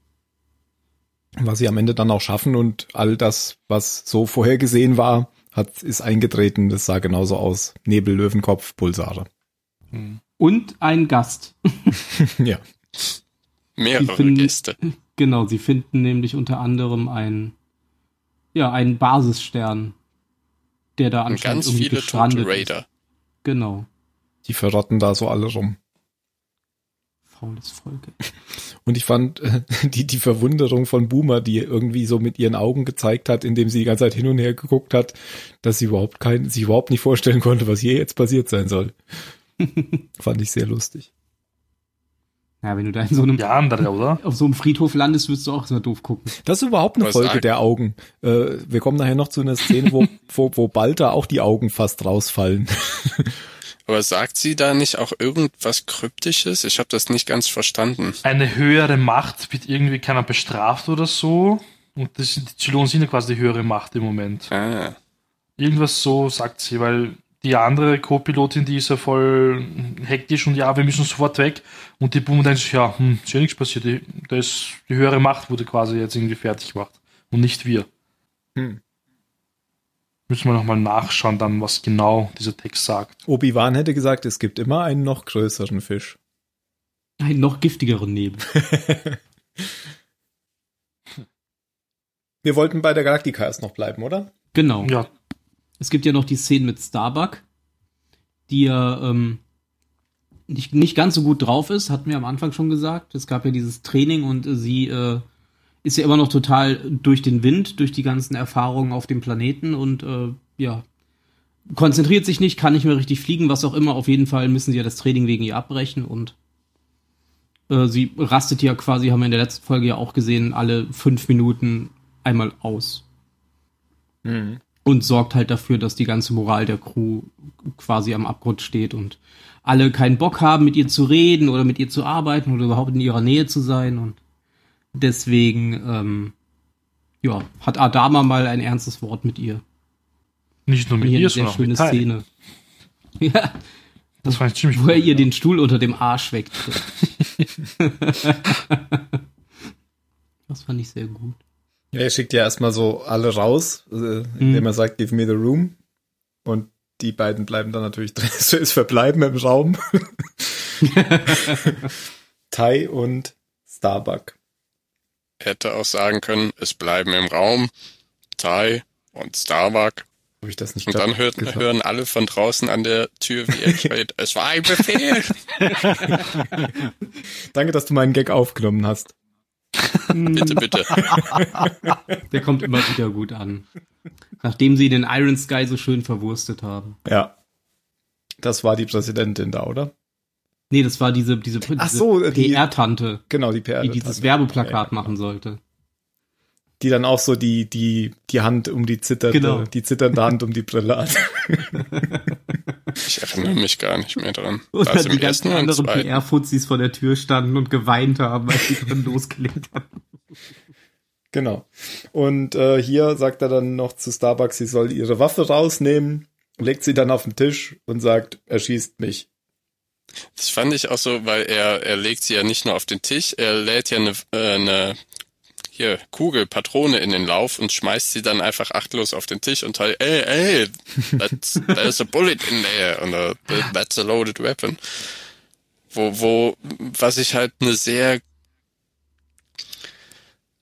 [SPEAKER 1] Was sie am Ende dann auch schaffen und all das, was so vorhergesehen war, hat, ist eingetreten. Das sah genauso aus. Nebel, Löwenkopf, Pulsare.
[SPEAKER 2] Hm.
[SPEAKER 4] Und ein Gast.
[SPEAKER 1] ja.
[SPEAKER 4] Ich
[SPEAKER 6] Mehrere
[SPEAKER 4] bin-
[SPEAKER 6] Gäste.
[SPEAKER 4] Genau, sie finden nämlich unter anderem einen, ja, einen Basisstern, der da
[SPEAKER 6] Und
[SPEAKER 4] anscheinend
[SPEAKER 6] ganz
[SPEAKER 4] irgendwie
[SPEAKER 6] viele tote
[SPEAKER 4] gestrandet
[SPEAKER 6] Raider.
[SPEAKER 4] ist. Genau,
[SPEAKER 1] Die verrotten da so alle rum.
[SPEAKER 4] faules Volk.
[SPEAKER 1] Und ich fand äh, die, die Verwunderung von Boomer, die irgendwie so mit ihren Augen gezeigt hat, indem sie die ganze Zeit hin und her geguckt hat, dass sie überhaupt kein, sich überhaupt nicht vorstellen konnte, was hier jetzt passiert sein soll. fand ich sehr lustig.
[SPEAKER 4] Ja, wenn du da in so einem,
[SPEAKER 2] Der andere, oder?
[SPEAKER 4] auf so einem Friedhof landest, wirst du auch erstmal doof gucken.
[SPEAKER 1] Das ist überhaupt eine
[SPEAKER 6] Was
[SPEAKER 1] Folge
[SPEAKER 6] sagen?
[SPEAKER 1] der Augen. Äh, wir kommen nachher noch zu einer Szene, wo, wo, wo Balta auch die Augen fast rausfallen.
[SPEAKER 6] Aber sagt sie da nicht auch irgendwas Kryptisches? Ich habe das nicht ganz verstanden.
[SPEAKER 2] Eine höhere Macht wird irgendwie keiner bestraft oder so. Und das, sind- die Zylonen sind ja quasi die höhere Macht im Moment.
[SPEAKER 6] Ah,
[SPEAKER 2] Irgendwas so sagt sie, weil die andere Co-Pilotin, die ist ja voll hektisch und ja, wir müssen sofort weg. Und die Boomer denkt sich, ja, hm, ist ja nichts passiert. Die, da ist, die höhere Macht wurde quasi jetzt irgendwie fertig gemacht. Und nicht wir.
[SPEAKER 1] Hm.
[SPEAKER 2] Müssen wir nochmal nachschauen, dann, was genau dieser Text sagt.
[SPEAKER 1] Obi-Wan hätte gesagt, es gibt immer einen noch größeren Fisch.
[SPEAKER 4] Einen noch giftigeren Nebel.
[SPEAKER 1] Wir wollten bei der Galactica erst noch bleiben, oder?
[SPEAKER 4] Genau.
[SPEAKER 2] Ja,
[SPEAKER 4] Es gibt ja noch die Szenen mit Starbuck, die ja ähm, nicht, nicht ganz so gut drauf ist, hatten wir am Anfang schon gesagt. Es gab ja dieses Training und äh, sie äh, ist ja immer noch total durch den Wind, durch die ganzen Erfahrungen auf dem Planeten und äh, ja, konzentriert sich nicht, kann nicht mehr richtig fliegen, was auch immer. Auf jeden Fall müssen sie ja das Training wegen ihr abbrechen und äh, sie rastet ja quasi, haben wir in der letzten Folge ja auch gesehen, alle fünf Minuten einmal aus
[SPEAKER 1] Mhm.
[SPEAKER 4] und sorgt halt dafür, dass die ganze Moral der Crew quasi am Abgrund steht und alle keinen Bock haben, mit ihr zu reden oder mit ihr zu arbeiten oder überhaupt in ihrer Nähe zu sein. Und deswegen, ähm, ja, hat Adama mal ein ernstes Wort mit ihr.
[SPEAKER 2] Nicht nur mit
[SPEAKER 4] Hier
[SPEAKER 2] ihr,
[SPEAKER 4] eine
[SPEAKER 2] sondern
[SPEAKER 4] sehr
[SPEAKER 2] auch mit
[SPEAKER 4] schöne
[SPEAKER 2] Teil.
[SPEAKER 4] Szene. Ja,
[SPEAKER 2] Das fand ich ziemlich
[SPEAKER 4] wo er
[SPEAKER 2] cool,
[SPEAKER 4] ihr
[SPEAKER 2] ja.
[SPEAKER 4] den Stuhl unter dem Arsch wegtritt. das fand ich sehr gut.
[SPEAKER 1] Ja, er schickt ja erstmal so alle raus, äh,
[SPEAKER 4] Mhm.
[SPEAKER 1] indem er sagt, give me the room. Und die beiden bleiben dann natürlich drin. Es verbleiben im Raum. Tai und Starbuck.
[SPEAKER 6] Hätte auch sagen können, es bleiben im Raum Tai und Starbuck.
[SPEAKER 1] Habe ich das nicht
[SPEAKER 6] Und dann hört,
[SPEAKER 1] gesagt?
[SPEAKER 6] hören alle von draußen an der Tür, wie er schreit, es war ein Befehl.
[SPEAKER 1] Danke, dass du meinen Gag aufgenommen hast.
[SPEAKER 2] Hm.
[SPEAKER 6] bitte, bitte.
[SPEAKER 4] Der kommt immer wieder gut an. Nachdem sie den Iron Sky so schön verwurstet haben.
[SPEAKER 1] Ja. Das war die Präsidentin da, oder?
[SPEAKER 4] Nee, das war diese, diese,
[SPEAKER 1] Ach
[SPEAKER 4] diese
[SPEAKER 1] so,
[SPEAKER 6] äh,
[SPEAKER 1] die-
[SPEAKER 4] PR-Tante,
[SPEAKER 1] Genau, die PR.
[SPEAKER 4] die dieses Werbeplakat machen sollte.
[SPEAKER 1] Die dann auch so die, die, die Hand um die zitternde,
[SPEAKER 4] Genau.
[SPEAKER 1] die zitternde Hand um die Brille hat.
[SPEAKER 6] Ich erinnere mich gar nicht mehr dran. War
[SPEAKER 4] Oder
[SPEAKER 6] es
[SPEAKER 4] die
[SPEAKER 6] im
[SPEAKER 4] ganzen
[SPEAKER 6] ersten oder im
[SPEAKER 4] anderen
[SPEAKER 6] zweiten?
[SPEAKER 4] PR-Fuzis vor der Tür standen und geweint haben, weil sie drin losgelegt haben.
[SPEAKER 1] Genau. Und äh, hier sagt er dann noch zu Starbucks, sie soll ihre Waffe rausnehmen, legt sie dann auf den Tisch und sagt, er schießt mich.
[SPEAKER 6] Das fand ich auch so, weil er, er legt sie ja nicht nur auf den Tisch, er lädt ja eine, äh, eine hier, Kugel, Patrone in den Lauf und schmeißt sie dann einfach achtlos auf den Tisch und teilt, ey, ey, that's, there's a bullet in there und äh, that's a loaded weapon. Wo, wo, was ich halt eine sehr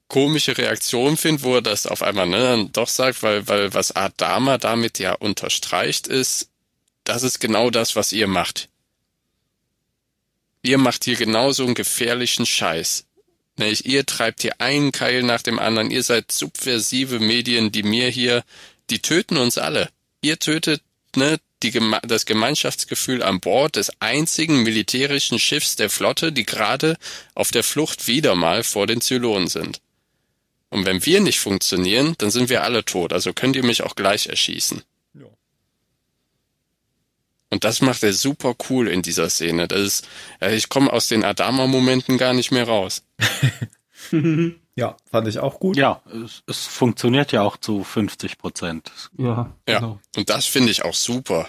[SPEAKER 6] komische Reaktion finde, wo er das auf einmal ne, dann doch sagt, weil, weil was Adama damit ja unterstreicht ist, das ist genau das, was ihr macht ihr macht hier genauso einen gefährlichen Scheiß. Nicht? Ihr treibt hier einen Keil nach dem anderen. Ihr seid subversive Medien, die mir hier, die töten uns alle. Ihr tötet ne, die, Geme- das Gemeinschaftsgefühl an Bord des einzigen militärischen Schiffs der Flotte, die gerade auf der Flucht wieder mal vor den Zylonen sind. Und wenn wir nicht funktionieren, dann sind wir alle tot. Also könnt ihr mich auch gleich erschießen.
[SPEAKER 1] Ja.
[SPEAKER 6] Und das macht er super cool in dieser Szene. Das ist, äh, ich komme aus den Adama-Momenten gar nicht mehr raus.
[SPEAKER 1] Ja, fand ich auch gut.
[SPEAKER 3] Ja, es, es funktioniert ja auch zu 50 Prozent.
[SPEAKER 4] Ja,
[SPEAKER 6] Ja.
[SPEAKER 4] genau.
[SPEAKER 6] Und das finde ich auch super.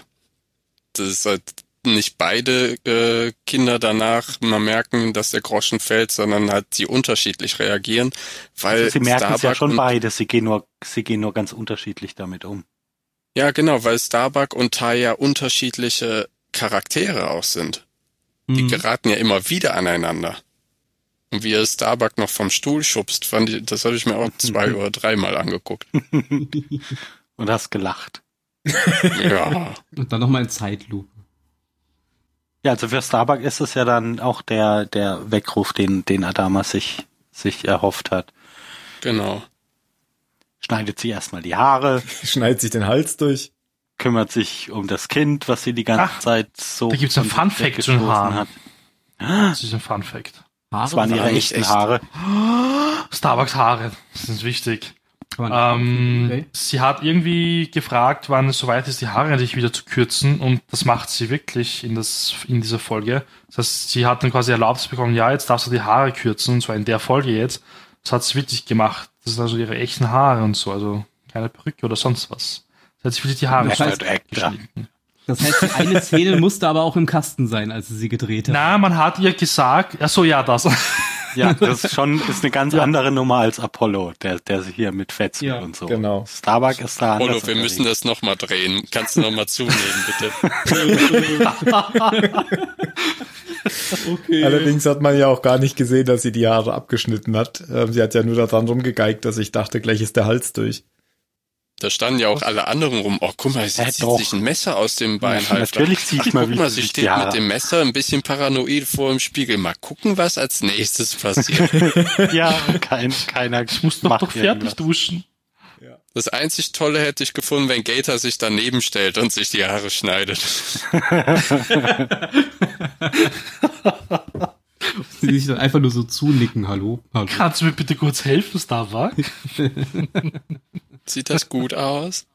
[SPEAKER 6] Das ist halt nicht beide äh, Kinder danach mal merken, dass der Groschen fällt, sondern halt sie unterschiedlich reagieren, weil
[SPEAKER 3] Also sie merken es ja
[SPEAKER 6] Starbuck
[SPEAKER 3] schon
[SPEAKER 6] und-
[SPEAKER 3] beide, sie gehen nur, sie gehen nur ganz unterschiedlich damit um.
[SPEAKER 6] Ja, genau, weil Starbuck und Tai ja unterschiedliche Charaktere auch sind.
[SPEAKER 4] Hm.
[SPEAKER 3] Mhm.
[SPEAKER 6] Die geraten ja immer wieder aneinander. Und wie er Starbuck noch vom Stuhl schubst, fand ich, das habe ich mir auch zwei oder dreimal angeguckt.
[SPEAKER 3] Und hast gelacht.
[SPEAKER 6] Ja.
[SPEAKER 4] Und dann nochmal in Zeitlupe.
[SPEAKER 3] Ja, also für Starbuck ist es ja dann auch der, der Weckruf, den, den Adama sich, sich erhofft hat.
[SPEAKER 6] Genau.
[SPEAKER 3] Schneidet sie erstmal die Haare,
[SPEAKER 1] Schneidet sich den Hals durch.
[SPEAKER 3] kümmert sich um das Kind, was sie die ganze
[SPEAKER 2] Ach,
[SPEAKER 3] Zeit so.
[SPEAKER 2] da gibt's einen
[SPEAKER 3] von sich
[SPEAKER 2] Funfact zu den
[SPEAKER 3] weggestoßen
[SPEAKER 2] Haaren.
[SPEAKER 3] hat.
[SPEAKER 2] Das ist ein Fun Fact.
[SPEAKER 4] Haare
[SPEAKER 3] Das waren
[SPEAKER 4] kann
[SPEAKER 3] ihre
[SPEAKER 6] eigentlich
[SPEAKER 3] echten
[SPEAKER 6] echt.
[SPEAKER 3] Haare.
[SPEAKER 2] Starbucks Haare, das ist wichtig. Ähm,
[SPEAKER 4] man nicht kaufen, okay.
[SPEAKER 2] Sie hat irgendwie gefragt, wann es soweit ist, die Haare endlich wieder zu kürzen und das macht sie wirklich in, das, in dieser Folge. Das heißt, sie hat dann quasi Erlaubnis bekommen, ja, jetzt darfst du die Haare kürzen und zwar in der Folge jetzt. Das hat sie wirklich gemacht. Das sind also ihre echten Haare und so, also keine Perücke oder sonst was. Sie hat sich wirklich die Haare
[SPEAKER 4] Das heißt,
[SPEAKER 2] geschnitten.
[SPEAKER 4] Das heißt, die eine Szene musste aber auch im Kasten sein, als sie sie gedreht hat.
[SPEAKER 2] Na, man hat ihr gesagt, ach so, ja, das.
[SPEAKER 3] Ja, das ist schon ist eine ganz andere Nummer als Apollo, der, der sich hier mit Fetz
[SPEAKER 4] Ja,
[SPEAKER 3] und so.
[SPEAKER 1] genau.
[SPEAKER 3] Starbuck ist da anders.
[SPEAKER 6] Olof, wir müssen das nochmal drehen. Kannst du nochmal zunehmen, bitte?
[SPEAKER 4] Okay.
[SPEAKER 1] Allerdings hat man ja auch gar nicht gesehen, dass sie die Haare abgeschnitten hat. Ähm, sie hat ja nur daran rumgegeigt, dass ich dachte, gleich ist der Hals durch.
[SPEAKER 6] Da standen ja auch alle anderen rum. Oh, guck mal, sie
[SPEAKER 3] Äh,
[SPEAKER 6] zieht
[SPEAKER 3] doch.
[SPEAKER 6] sich ein Messer aus dem Bein.
[SPEAKER 3] Ja,
[SPEAKER 6] halt.
[SPEAKER 3] natürlich sieht
[SPEAKER 6] Ach,
[SPEAKER 3] man,
[SPEAKER 6] guck
[SPEAKER 3] wie
[SPEAKER 6] mal,
[SPEAKER 3] sie
[SPEAKER 6] sie
[SPEAKER 3] sich
[SPEAKER 6] steht
[SPEAKER 3] die Haare-
[SPEAKER 6] mit dem Messer ein bisschen paranoid vor dem Spiegel. Mal gucken, was als nächstes passiert.
[SPEAKER 3] das. Ja, kein, keiner
[SPEAKER 2] Ich muss doch,
[SPEAKER 3] macht
[SPEAKER 2] doch fertig
[SPEAKER 3] irgendwas.
[SPEAKER 2] duschen.
[SPEAKER 6] Das einzig Tolle hätte ich gefunden, wenn Gator sich daneben stellt und sich die Haare schneidet.
[SPEAKER 4] Die sich dann einfach nur so zunicken, hallo, hallo.
[SPEAKER 2] Kannst du mir bitte kurz helfen, Starbuck?
[SPEAKER 6] Sieht das gut aus?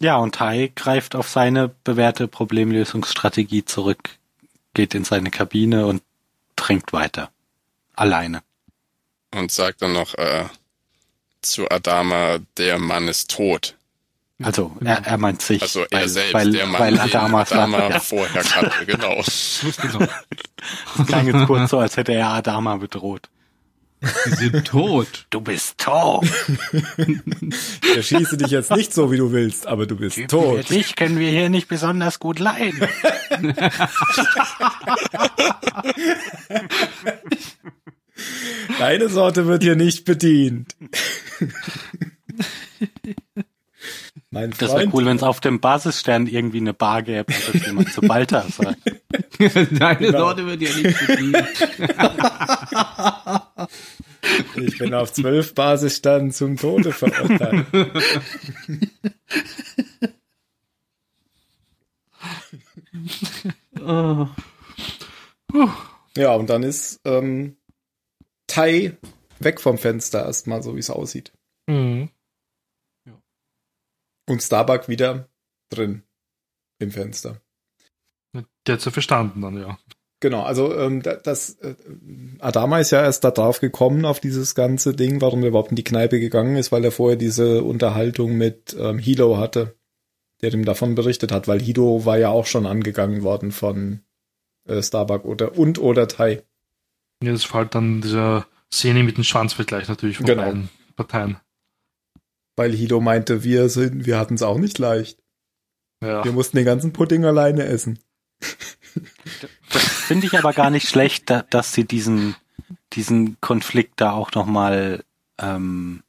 [SPEAKER 3] Ja, und Tai greift auf seine bewährte Problemlösungsstrategie zurück, geht in seine Kabine und trinkt weiter. Alleine.
[SPEAKER 6] Und sagt dann noch äh, zu Adama, der Mann ist tot.
[SPEAKER 3] Also er, er meint sich.
[SPEAKER 6] Also er
[SPEAKER 3] weil,
[SPEAKER 6] selbst,
[SPEAKER 3] weil,
[SPEAKER 6] der Mann,
[SPEAKER 3] weil
[SPEAKER 6] den
[SPEAKER 3] Adama,
[SPEAKER 6] Adama
[SPEAKER 3] sagt, ja,
[SPEAKER 6] vorher kannte, genau.
[SPEAKER 4] Genau.
[SPEAKER 3] es klang jetzt kurz so, als hätte er Adama bedroht.
[SPEAKER 4] Sie sind tot.
[SPEAKER 3] Du bist tot.
[SPEAKER 1] Ich erschieße dich jetzt nicht so, wie du willst, aber du bist
[SPEAKER 3] Ohne
[SPEAKER 1] tot.
[SPEAKER 3] Dich können wir hier nicht besonders gut leiden.
[SPEAKER 1] Deine Sorte wird hier nicht bedient. mein
[SPEAKER 3] Das wäre
[SPEAKER 1] Freund,
[SPEAKER 3] cool, wenn es auf dem Basisstern irgendwie eine Bar gäbe, dass jemand zu Balta sagt.
[SPEAKER 4] Deine Sorte wird ja nicht bedient.
[SPEAKER 1] ich bin auf zwölf Basisstanden zum Tode verurteilt.
[SPEAKER 4] Oh.
[SPEAKER 1] Ja, und dann ist ähm, Tai weg vom Fenster erstmal, so wie es aussieht.
[SPEAKER 2] Mhm.
[SPEAKER 1] Und Starbuck wieder drin im Fenster.
[SPEAKER 2] Der hat's ja verstanden dann, ja.
[SPEAKER 1] Genau, also ähm, da- das äh, Adama ist ja erst da drauf gekommen auf dieses ganze Ding, warum er überhaupt in die Kneipe gegangen ist, weil er vorher diese Unterhaltung mit ähm, Hilo hatte, der ihm davon berichtet hat, weil Hilo war ja auch schon angegangen worden von äh, Starbuck oder und oder Tai.
[SPEAKER 2] Ja, das war halt dann dieser Szene mit dem Schwanzvergleich natürlich von
[SPEAKER 1] Genau.
[SPEAKER 2] beiden Parteien.
[SPEAKER 1] Weil Hilo meinte, wir sind, wir hatten es auch nicht leicht.
[SPEAKER 2] Ja.
[SPEAKER 1] Wir mussten den ganzen Pudding alleine essen.
[SPEAKER 3] Das finde ich aber gar nicht schlecht, da, dass sie diesen, diesen Konflikt da auch nochmal ähm,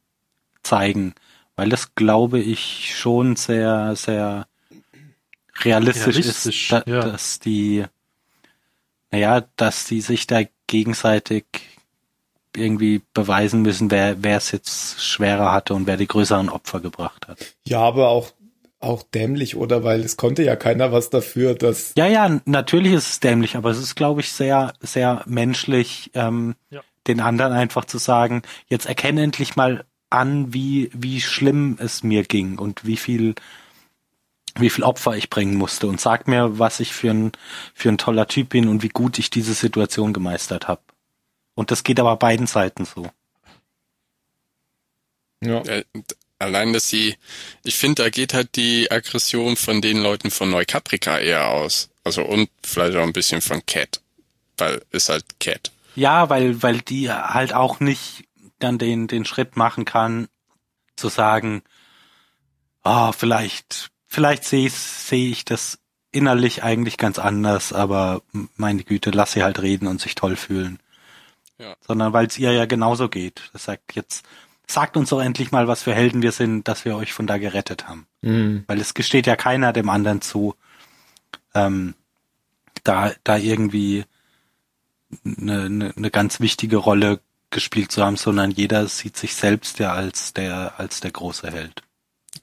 [SPEAKER 3] zeigen. Weil das, glaube ich, schon sehr, sehr realistisch,
[SPEAKER 2] Realistisch,
[SPEAKER 3] ist, da,
[SPEAKER 2] ja.
[SPEAKER 3] dass die, naja, dass die sich da gegenseitig irgendwie beweisen müssen, wer wer es jetzt schwerer hatte und wer die größeren Opfer gebracht hat.
[SPEAKER 1] Ja, aber auch auch dämlich, oder? Weil es konnte ja keiner was dafür, dass
[SPEAKER 3] Ja, ja, natürlich ist es dämlich, aber es ist, glaube ich, sehr, sehr menschlich, ähm,
[SPEAKER 2] Ja.
[SPEAKER 3] den anderen einfach zu sagen, jetzt erkenne endlich mal an, wie, wie schlimm es mir ging und wie viel, wie viel Opfer ich bringen musste und sag mir, was ich für ein, für ein toller Typ bin und wie gut ich diese Situation gemeistert habe. Und das geht aber beiden Seiten so.
[SPEAKER 1] ja.
[SPEAKER 6] Ja, und Äh, Allein, dass sie, ich finde, da geht halt die Aggression von den Leuten von Neukaprika eher aus. Also und vielleicht auch ein bisschen von Cat. Weil ist halt Cat.
[SPEAKER 3] Ja, weil, weil die halt auch nicht dann den, den Schritt machen kann, zu sagen, ah, vielleicht, vielleicht sehe ich, sehe ich das innerlich eigentlich ganz anders, aber m- meine Güte, lass sie halt reden und sich toll fühlen.
[SPEAKER 6] Ja.
[SPEAKER 3] Sondern weil es ihr ja genauso geht. Das sagt jetzt, sagt uns doch endlich mal, was für Helden wir sind, dass wir euch von da gerettet haben.
[SPEAKER 1] Mhm.
[SPEAKER 3] Weil es gesteht ja keiner dem anderen zu, ähm, da, da irgendwie eine, eine, eine ganz wichtige Rolle gespielt zu haben, sondern jeder sieht sich selbst ja als der, als der große Held.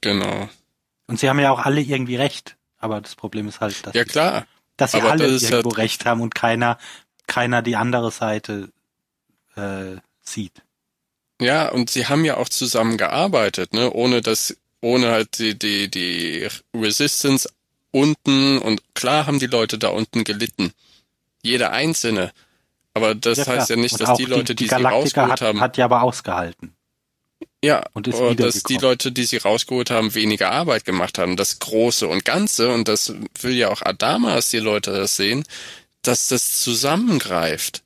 [SPEAKER 6] Genau.
[SPEAKER 3] Und sie haben ja auch alle irgendwie recht. Aber das Problem ist halt, dass,
[SPEAKER 6] Ja klar.
[SPEAKER 3] dass sie
[SPEAKER 6] aber
[SPEAKER 3] alle
[SPEAKER 6] das ist
[SPEAKER 3] irgendwo
[SPEAKER 6] halt-
[SPEAKER 3] recht haben und keiner, keiner die andere Seite äh, sieht.
[SPEAKER 6] Ja, und sie haben ja auch zusammen gearbeitet, ne? Ohne das, ohne halt die, die, die Resistance unten und klar haben die Leute da unten gelitten. Jeder Einzelne. Aber das
[SPEAKER 3] klar.
[SPEAKER 6] heißt ja nicht,
[SPEAKER 3] Und
[SPEAKER 6] dass
[SPEAKER 3] auch
[SPEAKER 6] die Leute, die, sie
[SPEAKER 3] Galaktiker
[SPEAKER 6] rausgeholt
[SPEAKER 3] hat,
[SPEAKER 6] haben,
[SPEAKER 3] hat ja aber ausgehalten.
[SPEAKER 6] ja,
[SPEAKER 3] und ist
[SPEAKER 6] aber dass die
[SPEAKER 3] wiedergekommen.
[SPEAKER 6] Leute, die sie rausgeholt haben, weniger Arbeit gemacht haben. Das Große und Ganze, und das will ja auch Adama, dass die Leute das sehen, dass das zusammengreift.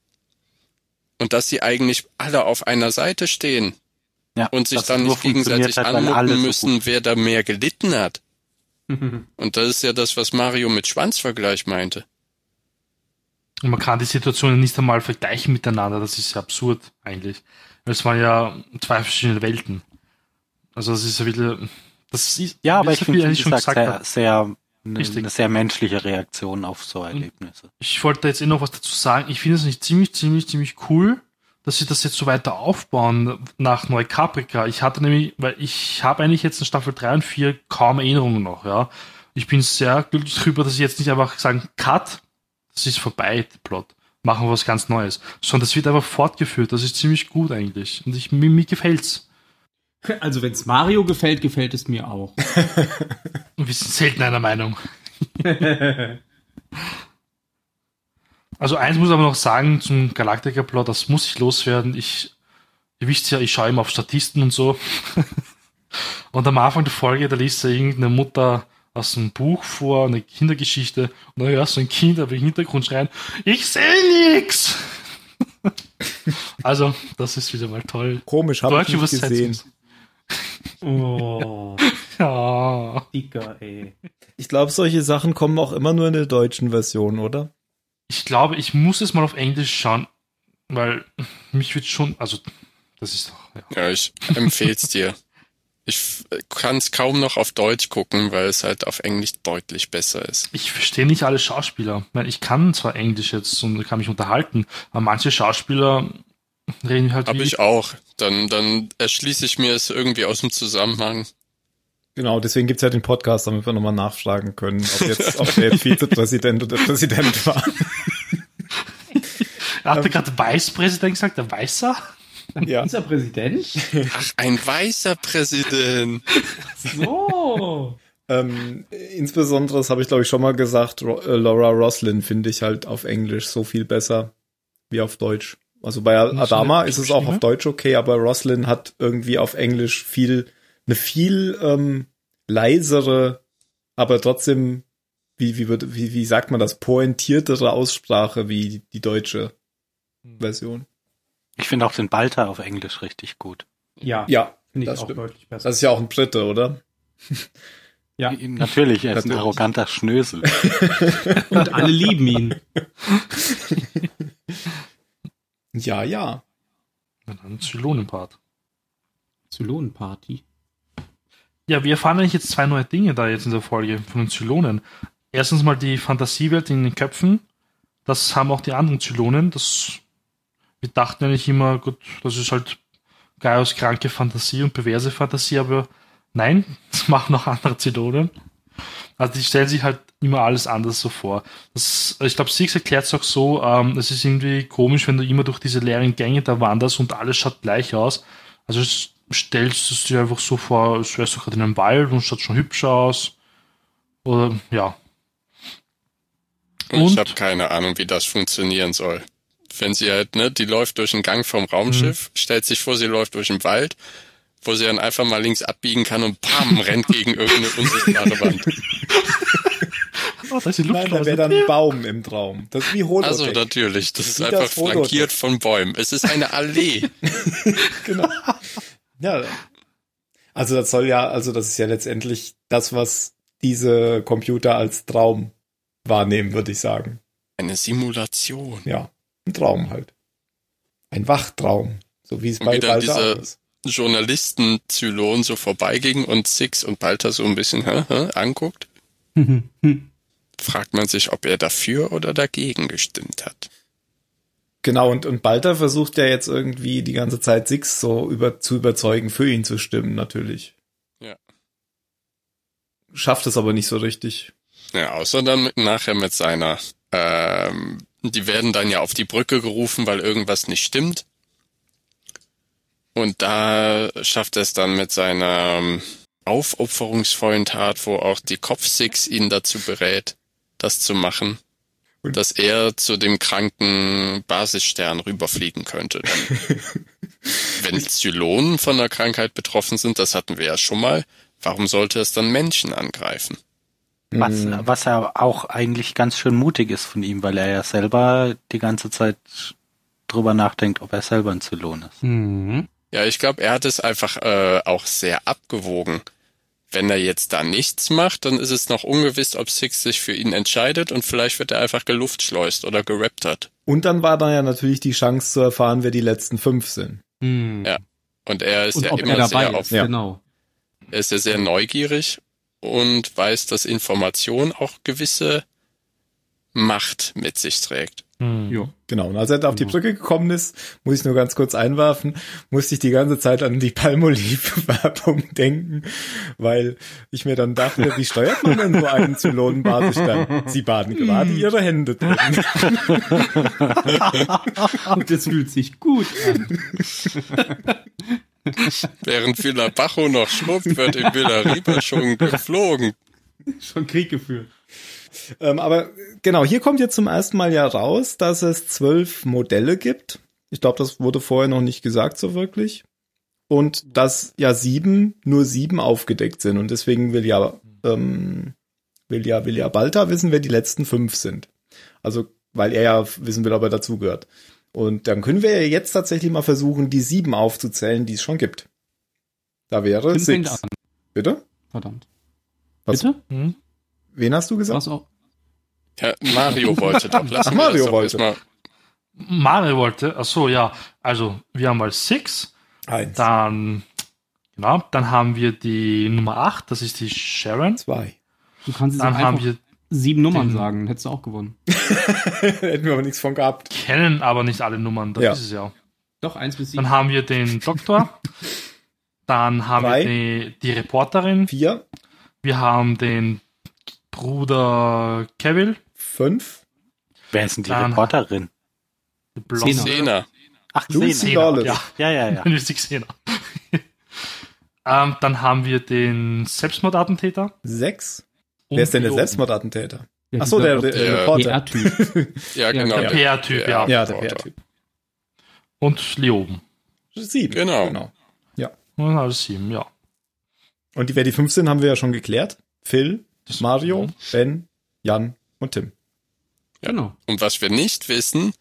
[SPEAKER 6] Und dass sie eigentlich alle auf einer Seite stehen.
[SPEAKER 3] Ja,
[SPEAKER 6] und sich
[SPEAKER 3] dass es
[SPEAKER 6] dann
[SPEAKER 3] nur
[SPEAKER 6] nicht gegenseitig
[SPEAKER 3] funktioniert hat, weil alle
[SPEAKER 6] anmucken
[SPEAKER 3] so
[SPEAKER 6] müssen,
[SPEAKER 3] gut-
[SPEAKER 6] wer da mehr gelitten hat. Und das ist ja das, was Mario mit Schwanzvergleich meinte.
[SPEAKER 2] Und man kann die Situationen nicht einmal vergleichen miteinander, das ist ja absurd eigentlich. Weil Es waren ja zwei verschiedene Welten. Also das ist ja wieder. Das ist
[SPEAKER 3] Ja, aber
[SPEAKER 2] wie
[SPEAKER 3] ich
[SPEAKER 2] Sophie
[SPEAKER 3] finde, wie
[SPEAKER 2] eigentlich schon
[SPEAKER 3] gesagt,
[SPEAKER 2] gesagt
[SPEAKER 3] sehr, sehr,
[SPEAKER 2] hat.
[SPEAKER 3] ne, eine,
[SPEAKER 2] Richtig.
[SPEAKER 3] eine sehr menschliche Reaktion auf so Erlebnisse.
[SPEAKER 2] Ich wollte jetzt eh noch was dazu sagen. Ich finde es nicht ziemlich, ziemlich, ziemlich cool, dass sie das jetzt so weiter aufbauen nach Neukaprika. Ich hatte nämlich, weil ich habe eigentlich jetzt in Staffel 3 und 4 kaum Erinnerungen noch, ja. Ich bin sehr glücklich darüber, dass sie jetzt nicht einfach sagen, cut, das ist vorbei, der Plot. Machen wir was ganz Neues. Sondern das wird einfach fortgeführt. Das ist ziemlich gut eigentlich. Und ich, mir, mir gefällt's.
[SPEAKER 4] Also wenn es Mario gefällt, gefällt es mir auch.
[SPEAKER 2] Und wir sind selten einer Meinung. also eins muss ich aber noch sagen zum Galactica-Plot, das muss ich loswerden. Ich, ihr wisst ja, ich schaue immer auf Statisten und so. und am Anfang der Folge, da liest ja irgendeine Mutter aus einem Buch vor, eine Kindergeschichte, und dann hörst du ein Kind aber im Hintergrund schreien, ich sehe nichts. Also, das ist wieder mal toll.
[SPEAKER 1] Komisch, habe ich
[SPEAKER 2] Deutsche
[SPEAKER 1] nicht gesehen.
[SPEAKER 2] Übersetzung.
[SPEAKER 4] Oh,
[SPEAKER 2] Ja.
[SPEAKER 4] dicker, ey.
[SPEAKER 1] Ich glaube, solche Sachen kommen auch immer nur in der deutschen Version, oder?
[SPEAKER 2] Ich glaube, ich muss es mal auf Englisch schauen, weil mich wird schon, also das ist doch, ja.
[SPEAKER 6] Ja, ich empfehl's dir. Ich kann es kaum noch auf Deutsch gucken, weil es halt auf Englisch deutlich besser ist.
[SPEAKER 2] Ich verstehe nicht alle Schauspieler. Ich, meine, ich kann zwar Englisch jetzt und kann mich unterhalten, aber manche Schauspieler reden halt
[SPEAKER 6] Habe
[SPEAKER 2] wie
[SPEAKER 6] ich auch. Dann, dann erschließe ich mir es irgendwie aus dem Zusammenhang.
[SPEAKER 1] Genau, deswegen gibt's ja den Podcast, damit wir nochmal nachfragen können, ob, jetzt, ob der jetzt Vizepräsident oder Präsident war.
[SPEAKER 2] Hat er gerade Weißpräsident gesagt, der Weißer?
[SPEAKER 1] Ja.
[SPEAKER 4] Unser Präsident?
[SPEAKER 6] Ach, ein weißer Präsident.
[SPEAKER 4] So.
[SPEAKER 1] Ähm, insbesondere, das habe ich glaube ich schon mal gesagt, Ro äh, Laura Roslin finde ich halt auf Englisch so viel besser wie auf Deutsch. Also bei
[SPEAKER 2] eine
[SPEAKER 1] Adama ist es auch
[SPEAKER 2] Stimme?
[SPEAKER 1] auf Deutsch okay, aber Roslin hat irgendwie auf Englisch viel, eine viel ähm, leisere, aber trotzdem, wie, wie, wird, wie, wie sagt man das, pointiertere Aussprache wie die deutsche
[SPEAKER 4] Hm.
[SPEAKER 1] Version.
[SPEAKER 3] Ich finde auch den Balter auf Englisch richtig gut.
[SPEAKER 4] Ja,
[SPEAKER 1] Ja,
[SPEAKER 4] finde ich
[SPEAKER 1] das
[SPEAKER 4] auch
[SPEAKER 1] stimmt.
[SPEAKER 4] deutlich besser.
[SPEAKER 1] das ist ja auch ein Brite, oder?
[SPEAKER 4] Ja.
[SPEAKER 3] Natürlich, er ist ein
[SPEAKER 1] Natürlich.
[SPEAKER 3] arroganter Schnösel.
[SPEAKER 4] Und alle lieben ihn.
[SPEAKER 1] Ja, ja.
[SPEAKER 2] Na dann Zylonenpart.
[SPEAKER 4] Zylonenparty.
[SPEAKER 2] Ja, wir erfahren eigentlich jetzt zwei neue Dinge da jetzt in der Folge von den Zylonen. Erstens mal die Fantasiewelt in den Köpfen. Das haben auch die anderen Zylonen. Das, wir dachten eigentlich immer, gut, das ist halt Gaius kranke Fantasie und perverse Fantasie, aber nein, das machen auch andere Zylonen. Also die stellen sich halt immer alles anders so vor. Das, ich glaube, Six erklärt es auch so, ähm, es ist irgendwie komisch, wenn du immer durch diese leeren Gänge da wanderst und alles schaut gleich aus. Also s- stellst du es dir einfach so vor, als wärst du gerade in einem Wald und schaut schon hübsch aus. Oder ja.
[SPEAKER 6] Und ich
[SPEAKER 2] Und?
[SPEAKER 6] habe keine Ahnung, wie das funktionieren soll. Wenn sie halt, ne, die läuft durch den Gang vom Raumschiff,
[SPEAKER 1] Mhm.
[SPEAKER 6] stellt sich vor, sie läuft durch den Wald, wo sie dann einfach mal links abbiegen kann und bam, rennt gegen irgendeine unsichtbare Wand.
[SPEAKER 2] Oh, da ist die
[SPEAKER 1] Nein, da wäre
[SPEAKER 2] Luftblase.
[SPEAKER 1] dann ein Baum im Traum. Das ist wie Holodeck.
[SPEAKER 6] Also natürlich, das ist
[SPEAKER 1] Wie
[SPEAKER 6] einfach
[SPEAKER 1] das Foto.
[SPEAKER 6] flankiert von Bäumen. Es ist eine Allee.
[SPEAKER 1] genau. Ja. Also das soll ja, also das ist ja letztendlich das, was diese Computer als Traum wahrnehmen, würde ich sagen.
[SPEAKER 6] Eine Simulation.
[SPEAKER 1] Ja, ein Traum halt. Ein Wachtraum, so wie es
[SPEAKER 6] Und
[SPEAKER 1] bei
[SPEAKER 6] wieder
[SPEAKER 1] Walter
[SPEAKER 6] diese-
[SPEAKER 1] auch ist.
[SPEAKER 6] Journalisten Zylon so vorbeigingen und Six und Balta so ein bisschen hä, hä, anguckt, fragt man sich, ob er dafür oder dagegen gestimmt hat.
[SPEAKER 1] Genau, und, und Balter versucht ja jetzt irgendwie die ganze Zeit Six so über, zu überzeugen, für ihn zu stimmen, natürlich.
[SPEAKER 6] Ja.
[SPEAKER 1] Schafft es aber nicht so richtig.
[SPEAKER 6] Ja, außer dann mit- nachher mit seiner. Ähm, die werden dann ja auf die Brücke gerufen, weil irgendwas nicht stimmt. Und da schafft er es dann mit seiner ähm, aufopferungsvollen Tat, wo auch die Kopfsix ihn dazu berät, das zu machen,
[SPEAKER 1] Und-
[SPEAKER 6] dass er zu dem kranken Basisstern rüberfliegen könnte. Dann, wenn Zylonen von der Krankheit betroffen sind, das hatten wir ja schon mal, warum sollte es dann Menschen angreifen?
[SPEAKER 3] Was,
[SPEAKER 1] Hm.
[SPEAKER 3] was ja auch eigentlich ganz schön mutig ist von ihm, weil er ja selber die ganze Zeit drüber nachdenkt, ob er selber ein Zylon ist.
[SPEAKER 4] Mhm.
[SPEAKER 6] Ja, ich glaube, er hat es einfach äh, auch sehr abgewogen. Wenn er jetzt da nichts macht, dann ist es noch ungewiss, ob Six sich für ihn entscheidet und vielleicht wird er einfach geluftschleust oder gerappt hat.
[SPEAKER 1] Und dann war da ja natürlich die Chance zu erfahren, wer die letzten fünf sind.
[SPEAKER 4] Mhm.
[SPEAKER 6] Ja, Und er ist
[SPEAKER 4] Und
[SPEAKER 6] ja
[SPEAKER 4] ob
[SPEAKER 6] immer
[SPEAKER 4] er dabei
[SPEAKER 6] sehr
[SPEAKER 4] ist,
[SPEAKER 6] auf,
[SPEAKER 1] Ja.
[SPEAKER 4] genau.
[SPEAKER 6] er ist ja sehr neugierig und weiß, dass Information auch gewisse Macht mit sich trägt.
[SPEAKER 2] Hm.
[SPEAKER 1] Jo, genau. Und als er da auf die Brücke gekommen ist, muss ich nur ganz kurz einwerfen, musste ich die ganze Zeit an die Palmolive-Werbung denken, weil ich mir dann dachte, wie steuert man denn so einen Zylonenbasis dann? Sie baden gerade ihre Hände drin.
[SPEAKER 4] Und das fühlt sich gut an.
[SPEAKER 6] Während Villa Bajo noch schmuckt, wird in Villa Riba schon geflogen.
[SPEAKER 4] Schon Krieg geführt.
[SPEAKER 1] Ähm, aber genau, hier kommt jetzt zum ersten Mal ja raus, dass es zwölf Modelle gibt. Ich glaube, das wurde vorher noch nicht gesagt so wirklich. Und dass ja sieben, nur sieben aufgedeckt sind. Und deswegen will ja, ähm, will ja, will ja Balta wissen, wer die letzten fünf sind. Also, weil er ja wissen will, ob er dazugehört. Und dann können wir ja jetzt tatsächlich mal versuchen, die sieben aufzuzählen, die es schon gibt. Da wäre
[SPEAKER 4] Tim fängt
[SPEAKER 1] sechs.
[SPEAKER 4] an.
[SPEAKER 1] Bitte?
[SPEAKER 4] Verdammt.
[SPEAKER 1] Was?
[SPEAKER 4] Bitte?
[SPEAKER 2] Hm?
[SPEAKER 1] Wen hast du gesagt?
[SPEAKER 4] Was auch?
[SPEAKER 6] Ja, Mario wollte doch. Lass
[SPEAKER 1] Ach, Mario wollte.
[SPEAKER 6] Mal.
[SPEAKER 2] Mario wollte, ach so, ja, also wir haben mal Six,
[SPEAKER 1] Eins,
[SPEAKER 2] dann, genau, dann haben wir die Nummer 8, das ist die Sharon.
[SPEAKER 1] zwei.
[SPEAKER 4] Du kannst jetzt
[SPEAKER 2] Dann
[SPEAKER 4] einfach
[SPEAKER 2] haben wir
[SPEAKER 4] sieben Nummern
[SPEAKER 2] den-
[SPEAKER 4] sagen, hättest du auch gewonnen.
[SPEAKER 1] Hätten wir aber nichts von gehabt.
[SPEAKER 2] kennen aber nicht alle Nummern, das
[SPEAKER 1] Ja.
[SPEAKER 2] ist es ja.
[SPEAKER 4] Doch, eins bis
[SPEAKER 2] Dann
[SPEAKER 4] sieben.
[SPEAKER 2] haben wir den Doktor, dann haben
[SPEAKER 1] Drei.
[SPEAKER 2] wir die, die Reporterin,
[SPEAKER 1] Vier,
[SPEAKER 2] wir haben den Bruder Kevil,
[SPEAKER 1] fünf,
[SPEAKER 3] Wer ist denn die
[SPEAKER 2] Dann-
[SPEAKER 3] Reporterin?
[SPEAKER 2] die Blonde.
[SPEAKER 4] Zehner.
[SPEAKER 6] Zehner.
[SPEAKER 3] Ach,
[SPEAKER 1] Lucy
[SPEAKER 3] Xena.
[SPEAKER 1] Lawless.
[SPEAKER 2] Ja,
[SPEAKER 3] Ja, ja, ja.
[SPEAKER 2] richtig Zehner. ähm, dann haben wir den Selbstmordattentäter.
[SPEAKER 1] Sechs.
[SPEAKER 2] und
[SPEAKER 1] Wer ist denn der
[SPEAKER 2] die-
[SPEAKER 1] Selbstmordattentäter?
[SPEAKER 4] Ja,
[SPEAKER 1] Ach so, der,
[SPEAKER 4] dieser äh,
[SPEAKER 1] der,
[SPEAKER 6] der
[SPEAKER 1] Reporter.
[SPEAKER 4] PR-Typ.
[SPEAKER 6] Ja,
[SPEAKER 4] Ja,
[SPEAKER 6] genau.
[SPEAKER 2] Der PR-Typ, ja.
[SPEAKER 1] Ja, der
[SPEAKER 6] Reporter.
[SPEAKER 1] PR-Typ.
[SPEAKER 2] Und Leoben.
[SPEAKER 1] Sieben.
[SPEAKER 6] Genau.
[SPEAKER 2] Und alles sieben, ja.
[SPEAKER 1] Und die, wer die fünf sind, haben wir ja schon geklärt. Phil,
[SPEAKER 2] Das-
[SPEAKER 1] Mario, Ben, Jan und Tim.
[SPEAKER 4] Genau.
[SPEAKER 6] Und was wir nicht wissen,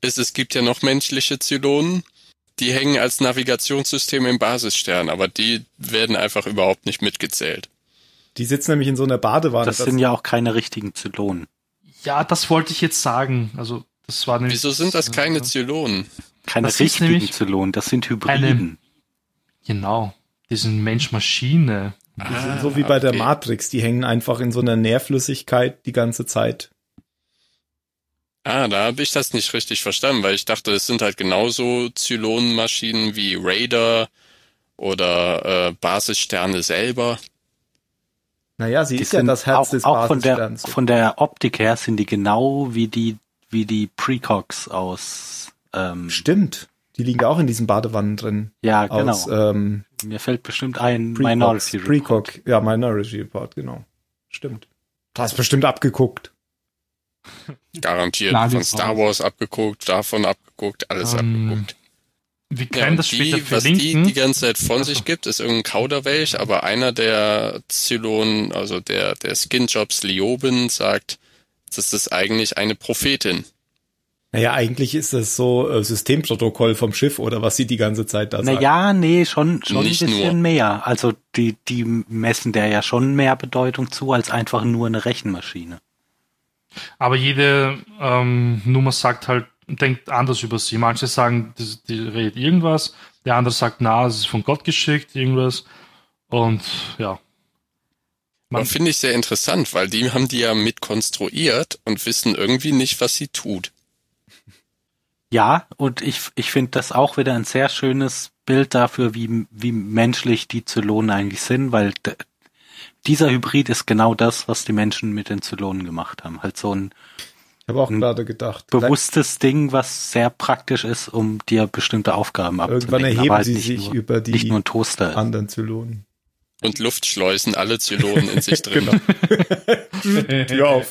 [SPEAKER 6] ist, es gibt ja noch menschliche Zylonen, die hängen als Navigationssystem im Basisstern, aber die werden einfach überhaupt nicht mitgezählt.
[SPEAKER 1] Die sitzen nämlich in so einer Badewanne.
[SPEAKER 3] Das sind ja auch keine richtigen Zylonen.
[SPEAKER 2] Ja, das wollte ich jetzt sagen. Also, das war nämlich.
[SPEAKER 6] Wieso sind das keine Zylonen?
[SPEAKER 3] Keine
[SPEAKER 2] Das ist
[SPEAKER 3] richtigen
[SPEAKER 2] nämlich
[SPEAKER 3] Zylonen, das sind
[SPEAKER 2] eine-
[SPEAKER 3] Hybriden.
[SPEAKER 2] Genau. Die sind Mensch-Maschine.
[SPEAKER 1] die sind
[SPEAKER 3] Ah,
[SPEAKER 1] so wie bei der
[SPEAKER 6] okay.
[SPEAKER 1] Matrix. Die hängen einfach in so einer Nährflüssigkeit die ganze Zeit.
[SPEAKER 6] Ah, da habe ich das nicht richtig verstanden, weil ich dachte, es sind halt genauso Zylonenmaschinen wie Raider oder äh, Basissterne selber.
[SPEAKER 1] Naja, sie
[SPEAKER 3] Die
[SPEAKER 1] ist ja
[SPEAKER 3] sind
[SPEAKER 1] das Herz
[SPEAKER 3] auch,
[SPEAKER 1] des
[SPEAKER 3] auch von der,
[SPEAKER 1] Basissterns.
[SPEAKER 3] von der Optik her sind die genau wie die, wie die Precox aus, ähm,
[SPEAKER 1] Stimmt. Die liegen ja auch in diesen Badewannen drin.
[SPEAKER 3] ja, genau.
[SPEAKER 1] Aus ähm,
[SPEAKER 3] Mir fällt bestimmt ein
[SPEAKER 1] Precox.
[SPEAKER 3] Minority Report.
[SPEAKER 1] Precox. Ja, Minority Report, genau. Stimmt. Da ist bestimmt abgeguckt.
[SPEAKER 6] Garantiert
[SPEAKER 4] Klar, die
[SPEAKER 6] von Star
[SPEAKER 4] Frauen.
[SPEAKER 6] Wars abgeguckt, davon abgeguckt, alles
[SPEAKER 2] Ähm,
[SPEAKER 6] abgeguckt.
[SPEAKER 2] Wir
[SPEAKER 6] Ja,
[SPEAKER 2] können
[SPEAKER 6] und
[SPEAKER 2] das später
[SPEAKER 6] die, was die
[SPEAKER 2] verlinken. Also.
[SPEAKER 6] die ganze Zeit von
[SPEAKER 2] Achso.
[SPEAKER 6] sich gibt, ist irgendein Kauderwelsch, aber einer der Zylonen, also der, der Skinjobs Lioben, sagt, das ist eigentlich eine Prophetin.
[SPEAKER 1] Naja, eigentlich ist das so äh, Systemprotokoll vom Schiff oder was sie die ganze Zeit da sagt.
[SPEAKER 3] Naja, nee, schon, schon
[SPEAKER 6] Nicht
[SPEAKER 3] ein bisschen
[SPEAKER 6] nur.
[SPEAKER 3] mehr. Also die, die messen der ja schon mehr Bedeutung zu, als einfach nur eine Rechenmaschine.
[SPEAKER 2] Aber jede ähm, Nummer sagt halt, denkt anders über sie. Manche sagen, die, die redet irgendwas. Der andere sagt, na, es ist von Gott geschickt, irgendwas. Und ja. Man-
[SPEAKER 6] Man finde ich sehr interessant, weil die haben die ja mitkonstruiert und wissen irgendwie nicht, was sie tut.
[SPEAKER 3] Ja, und ich, ich finde das auch wieder ein sehr schönes Bild dafür, wie, wie menschlich die Zylonen eigentlich sind, weil d- dieser Hybrid ist genau das, was die Menschen mit den Zylonen gemacht haben. Halt so ein
[SPEAKER 1] Ich habe auch
[SPEAKER 3] Hm.
[SPEAKER 1] gerade gedacht.
[SPEAKER 3] bewusstes Ding, was sehr praktisch ist, um dir bestimmte Aufgaben
[SPEAKER 1] Vielleicht- Irgendwann
[SPEAKER 3] abzunehmen.
[SPEAKER 1] erheben sie
[SPEAKER 3] nicht
[SPEAKER 1] sich
[SPEAKER 3] nur,
[SPEAKER 1] über
[SPEAKER 3] nicht nur
[SPEAKER 1] die
[SPEAKER 3] ein Toaster. ist.
[SPEAKER 1] anderen Zylonen.
[SPEAKER 6] Und Luftschleusen alle Zylonen in sich drin.
[SPEAKER 2] Genau.
[SPEAKER 1] Tür auf.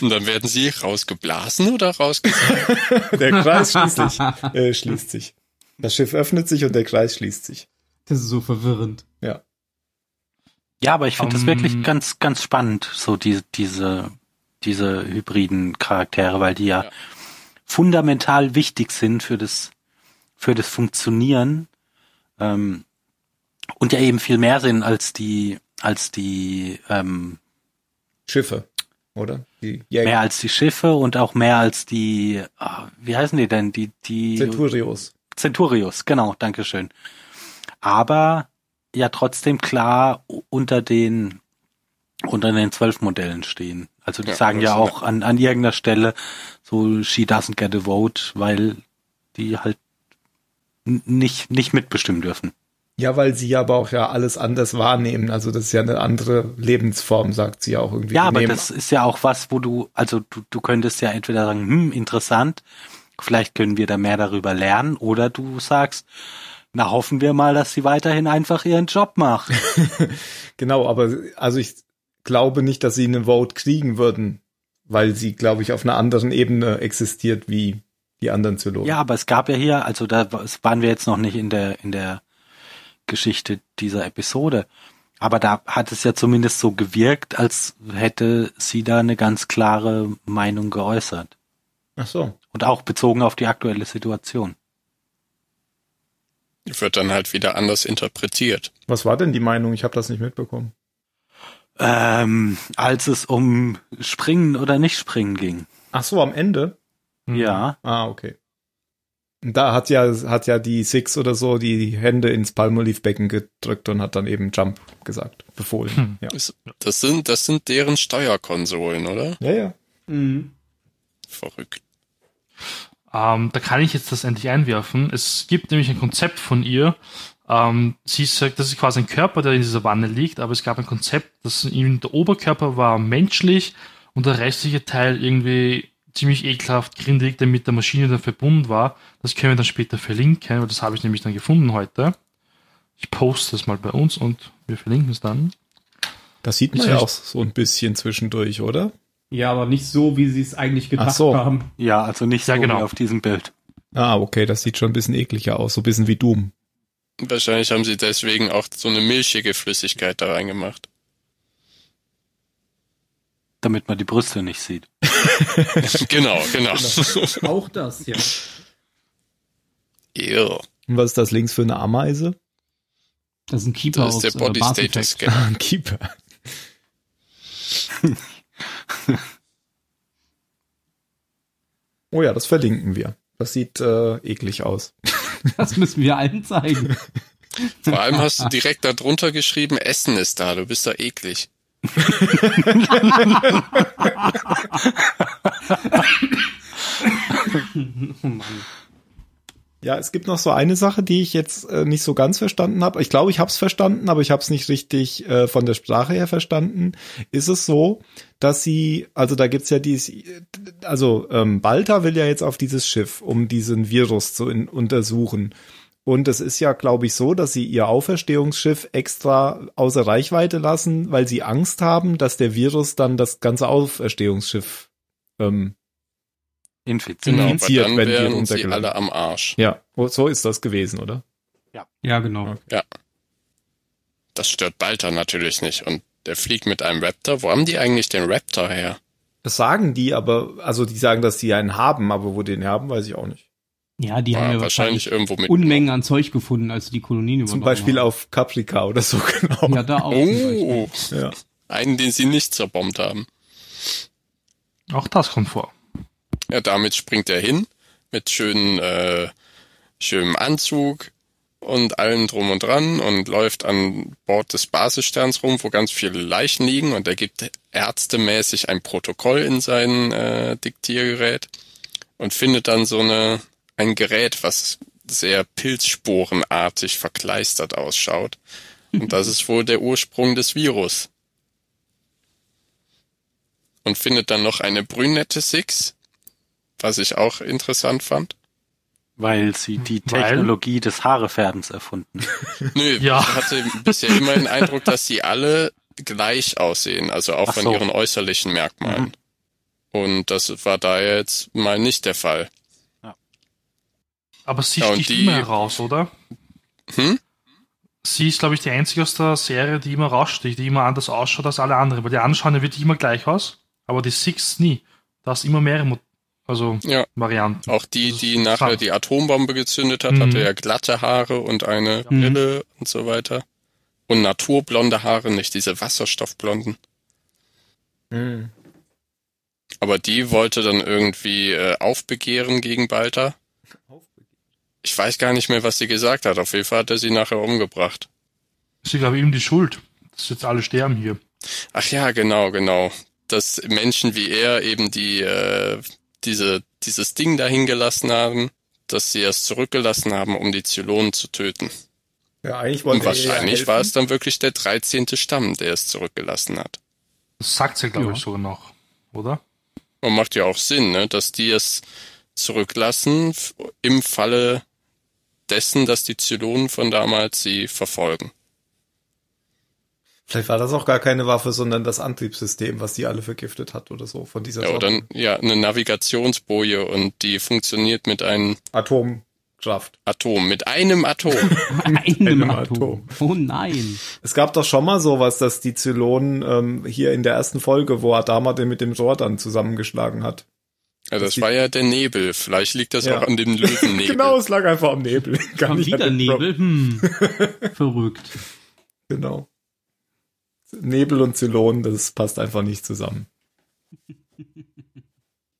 [SPEAKER 6] Und dann werden sie rausgeblasen oder rausgesaugt.
[SPEAKER 1] Der Kreis schließlich, äh, schließt sich. Das Schiff öffnet sich und der Kreis schließt sich.
[SPEAKER 4] Das ist so verwirrend.
[SPEAKER 3] Ja, aber ich finde das
[SPEAKER 2] Ähm,
[SPEAKER 3] wirklich ganz, ganz spannend, so diese, diese, diese hybriden Charaktere, weil die ja,
[SPEAKER 6] Ja.
[SPEAKER 3] fundamental wichtig sind für das, für das Funktionieren, ähm, und ja eben viel mehr sind als die, als die, ähm,
[SPEAKER 1] Schiffe, oder? Die Jäger.
[SPEAKER 3] mehr als die Schiffe und auch mehr als die, ah, wie heißen die denn? Die, die
[SPEAKER 1] Centurios.
[SPEAKER 3] Centurios, genau, Dankeschön. Aber ja trotzdem klar u- unter den unter den zwölf Modellen stehen. Also die
[SPEAKER 6] Ja,
[SPEAKER 3] sagen ja
[SPEAKER 6] das-
[SPEAKER 3] auch an, an irgendeiner Stelle so, she doesn't get a vote, weil die halt n- nicht, nicht mitbestimmen dürfen.
[SPEAKER 1] Ja, weil sie aber auch ja alles anders wahrnehmen. Also das ist ja eine andere Lebensform, sagt sie ja auch irgendwie.
[SPEAKER 3] ja,
[SPEAKER 1] Wir
[SPEAKER 3] aber
[SPEAKER 1] nehmen-
[SPEAKER 3] das ist ja auch was, wo du, also du, du könntest ja entweder sagen, hm, interessant, vielleicht können wir da mehr darüber lernen, oder du sagst, na hoffen wir mal, dass sie weiterhin einfach ihren Job macht.
[SPEAKER 1] Genau, aber also ich glaube nicht, dass sie eine Vote kriegen würden, weil sie, glaube ich, auf einer anderen Ebene existiert wie die anderen Zylonen.
[SPEAKER 3] Ja, aber es gab ja hier, also da wa- es waren wir jetzt noch nicht in der, in der Geschichte dieser Episode. Aber da hat es ja zumindest so gewirkt, als hätte sie da eine ganz klare Meinung geäußert.
[SPEAKER 1] Ach so.
[SPEAKER 3] Und auch bezogen auf die aktuelle Situation.
[SPEAKER 6] Wird dann halt wieder anders interpretiert.
[SPEAKER 1] Was war denn die Meinung? Ich habe das nicht mitbekommen.
[SPEAKER 3] Ähm, als es um Springen oder nicht Springen ging.
[SPEAKER 1] Ach so, am Ende?
[SPEAKER 2] Hm.
[SPEAKER 3] Ja.
[SPEAKER 1] Ah, okay. Und Da hat ja, hat ja die Six oder so die Hände ins Palmolive-Becken gedrückt und hat dann eben Jump gesagt, befohlen.
[SPEAKER 2] Hm.
[SPEAKER 1] Ja.
[SPEAKER 6] Das sind, das sind deren Steuerkonsolen, oder?
[SPEAKER 1] ja, ja.
[SPEAKER 4] Mhm.
[SPEAKER 6] Verrückt.
[SPEAKER 2] Ähm, da kann ich jetzt das endlich einwerfen. Es gibt nämlich ein Konzept von ihr. Ähm, sie sagt, das ist quasi ein Körper, der in dieser Wanne liegt, aber es gab ein Konzept, dass ihm der Oberkörper war menschlich und der restliche Teil irgendwie ziemlich ekelhaft grindig, der mit der Maschine dann verbunden war. Das können wir dann später verlinken, weil das habe ich nämlich dann gefunden heute. Ich poste es mal bei uns und wir verlinken es dann.
[SPEAKER 1] Das sieht man
[SPEAKER 2] Ist
[SPEAKER 1] ja
[SPEAKER 2] echt-
[SPEAKER 1] auch so ein bisschen zwischendurch, oder?
[SPEAKER 4] Ja, aber nicht so, wie sie es eigentlich
[SPEAKER 1] Ach
[SPEAKER 4] gedacht
[SPEAKER 1] so.
[SPEAKER 4] haben.
[SPEAKER 3] Ja, also nicht so
[SPEAKER 2] Ja, genau.
[SPEAKER 3] wie auf diesem Bild.
[SPEAKER 1] Ah, okay, das sieht schon ein bisschen ekliger aus, so ein bisschen wie Doom.
[SPEAKER 6] Wahrscheinlich haben sie deswegen auch so eine milchige Flüssigkeit da reingemacht.
[SPEAKER 3] Damit man die Brüste nicht sieht.
[SPEAKER 6] genau, genau.
[SPEAKER 4] Auch das, ja.
[SPEAKER 6] Ew.
[SPEAKER 1] Und was ist das links für eine Ameise?
[SPEAKER 4] Das ist ein Keeper
[SPEAKER 6] Das ist der
[SPEAKER 4] aus äh,
[SPEAKER 6] Body
[SPEAKER 4] Bars
[SPEAKER 6] Status
[SPEAKER 4] Effect.
[SPEAKER 6] Gap.
[SPEAKER 1] Ein Keeper. oh ja, das verlinken wir. Das sieht äh, eklig aus.
[SPEAKER 4] Das müssen wir allen zeigen.
[SPEAKER 6] Vor allem hast du direkt darunter geschrieben, Essen ist da, du bist da eklig.
[SPEAKER 4] oh Mann.
[SPEAKER 1] Ja, es gibt noch so eine Sache, die ich jetzt äh, nicht so ganz verstanden habe. Ich glaube, ich habe es verstanden, aber ich habe es nicht richtig äh, von der Sprache her verstanden. Ist es so, dass sie, also da gibt's ja dieses, also ähm, Balta will ja jetzt auf dieses Schiff, um diesen Virus zu in, untersuchen. Und es ist ja, glaube ich, so, dass sie ihr Auferstehungsschiff extra außer Reichweite lassen, weil sie Angst haben, dass der Virus dann das ganze Auferstehungsschiff ähm,
[SPEAKER 3] Infiziert.
[SPEAKER 6] Genau, weil
[SPEAKER 1] Infiziert,
[SPEAKER 6] dann
[SPEAKER 1] wenn wir
[SPEAKER 6] wären sie
[SPEAKER 1] untergelangen.
[SPEAKER 6] alle am Arsch.
[SPEAKER 1] ja, so ist das gewesen, oder?
[SPEAKER 4] Ja, genau.
[SPEAKER 6] Das stört Balta natürlich nicht. Und der fliegt mit einem Raptor. Wo haben die eigentlich den Raptor her?
[SPEAKER 1] Das sagen die, aber, also die sagen, dass die einen haben, aber wo die den haben, weiß ich auch nicht.
[SPEAKER 4] Ja, die haben
[SPEAKER 6] ja,
[SPEAKER 4] ja
[SPEAKER 6] wahrscheinlich
[SPEAKER 4] wahrscheinlich
[SPEAKER 6] irgendwo mit.
[SPEAKER 4] Unmengen an Zeug gefunden, als sie die Kolonien
[SPEAKER 1] Zum
[SPEAKER 4] übernommen
[SPEAKER 1] Beispiel
[SPEAKER 4] haben.
[SPEAKER 1] auf Caprica oder so, genau.
[SPEAKER 4] Ja, da auch. zum Beispiel.
[SPEAKER 6] Oh,
[SPEAKER 1] Ja.
[SPEAKER 6] einen, den sie nicht zerbombt haben.
[SPEAKER 2] Auch das kommt vor.
[SPEAKER 6] Ja, damit springt er hin. Mit schönen, äh, schönem Anzug und allem drum und dran und läuft an Bord des Basissterns rum, wo ganz viele Leichen liegen und er gibt ärztemäßig ein Protokoll in sein äh, Diktiergerät und findet dann so eine ein Gerät, was sehr pilzsporenartig verkleistert ausschaut. Und das ist wohl der Ursprung des Virus. Und findet dann noch eine brünette Six, was ich auch interessant fand.
[SPEAKER 3] Mhm. Weil sie die
[SPEAKER 2] Weil?
[SPEAKER 3] Technologie des Haarefärbens erfunden.
[SPEAKER 6] Nö,
[SPEAKER 2] Ja.
[SPEAKER 6] ich hatte bisher immer den Eindruck, dass sie alle gleich aussehen, also auch
[SPEAKER 3] Ach
[SPEAKER 6] von
[SPEAKER 3] so.
[SPEAKER 6] ihren äußerlichen
[SPEAKER 2] Mhm.
[SPEAKER 6] Merkmalen. Und das war da jetzt mal nicht der Fall.
[SPEAKER 2] Aber sie
[SPEAKER 6] Ja, und
[SPEAKER 2] sticht
[SPEAKER 6] die-
[SPEAKER 2] immer raus, oder?
[SPEAKER 6] Hm?
[SPEAKER 2] Sie ist, glaube ich, die einzige aus der Serie, die immer raussticht, die immer anders ausschaut als alle anderen. Weil die anderen schauen ja wirklich immer gleich aus, aber die Six nie. Da ist immer mehrere Mo also
[SPEAKER 6] Ja.
[SPEAKER 2] Varianten.
[SPEAKER 6] Auch die,
[SPEAKER 2] Das ist
[SPEAKER 6] die nachher
[SPEAKER 2] spannend.
[SPEAKER 6] die Atombombe gezündet hat,
[SPEAKER 2] Mhm.
[SPEAKER 6] hatte ja glatte Haare und eine
[SPEAKER 4] Mhm.
[SPEAKER 6] Brille und so weiter. Und naturblonde Haare, nicht diese Wasserstoffblonden.
[SPEAKER 1] Mhm.
[SPEAKER 6] Aber die wollte dann irgendwie äh, aufbegehren gegen Balta. Ich weiß gar nicht mehr, was sie gesagt hat. Auf jeden Fall hat er sie nachher umgebracht.
[SPEAKER 2] Sie, glaube ich, ihm die Schuld, dass jetzt alle sterben hier.
[SPEAKER 6] Ach ja, genau, genau. dass Menschen wie er eben die äh, diese dieses Ding dahin gelassen haben, dass sie es zurückgelassen haben, um die Zylonen zu töten.
[SPEAKER 1] Ja, eigentlich
[SPEAKER 6] Und
[SPEAKER 1] wollte er ihr
[SPEAKER 6] wahrscheinlich
[SPEAKER 1] helfen.
[SPEAKER 6] war es dann wirklich der 13. Stamm, der es zurückgelassen hat.
[SPEAKER 2] Das sagt sie, glaube
[SPEAKER 4] Ja.
[SPEAKER 2] ich, sogar noch, oder?
[SPEAKER 6] Und macht ja auch Sinn, ne? dass die es zurücklassen f- im Falle dessen, dass die Zylonen von damals sie verfolgen.
[SPEAKER 1] Vielleicht war das auch gar keine Waffe, sondern das Antriebssystem, was die alle vergiftet hat oder so von dieser
[SPEAKER 6] Ja, oder n- ja, eine Navigationsboje und die funktioniert mit einem
[SPEAKER 1] Atomkraft.
[SPEAKER 6] Atom, mit einem Atom.
[SPEAKER 4] Einem
[SPEAKER 1] Einem
[SPEAKER 4] Atom.
[SPEAKER 1] Atom.
[SPEAKER 4] Oh nein.
[SPEAKER 1] Es gab doch schon mal sowas, dass die Zylonen ähm, hier in der ersten Folge, wo Adama den mit dem Jordan zusammengeschlagen hat.
[SPEAKER 6] Ja,
[SPEAKER 1] Das
[SPEAKER 6] das
[SPEAKER 1] sieht-
[SPEAKER 6] war ja der Nebel. Vielleicht liegt das
[SPEAKER 1] Ja.
[SPEAKER 6] auch an dem Löwennebel.
[SPEAKER 1] Genau, es lag einfach am Nebel. Gar
[SPEAKER 4] Kam
[SPEAKER 1] nicht an
[SPEAKER 4] wieder
[SPEAKER 1] dem Pro-
[SPEAKER 4] Nebel. Hm. Verrückt.
[SPEAKER 1] Genau. Nebel und Zylonen, das passt einfach nicht zusammen.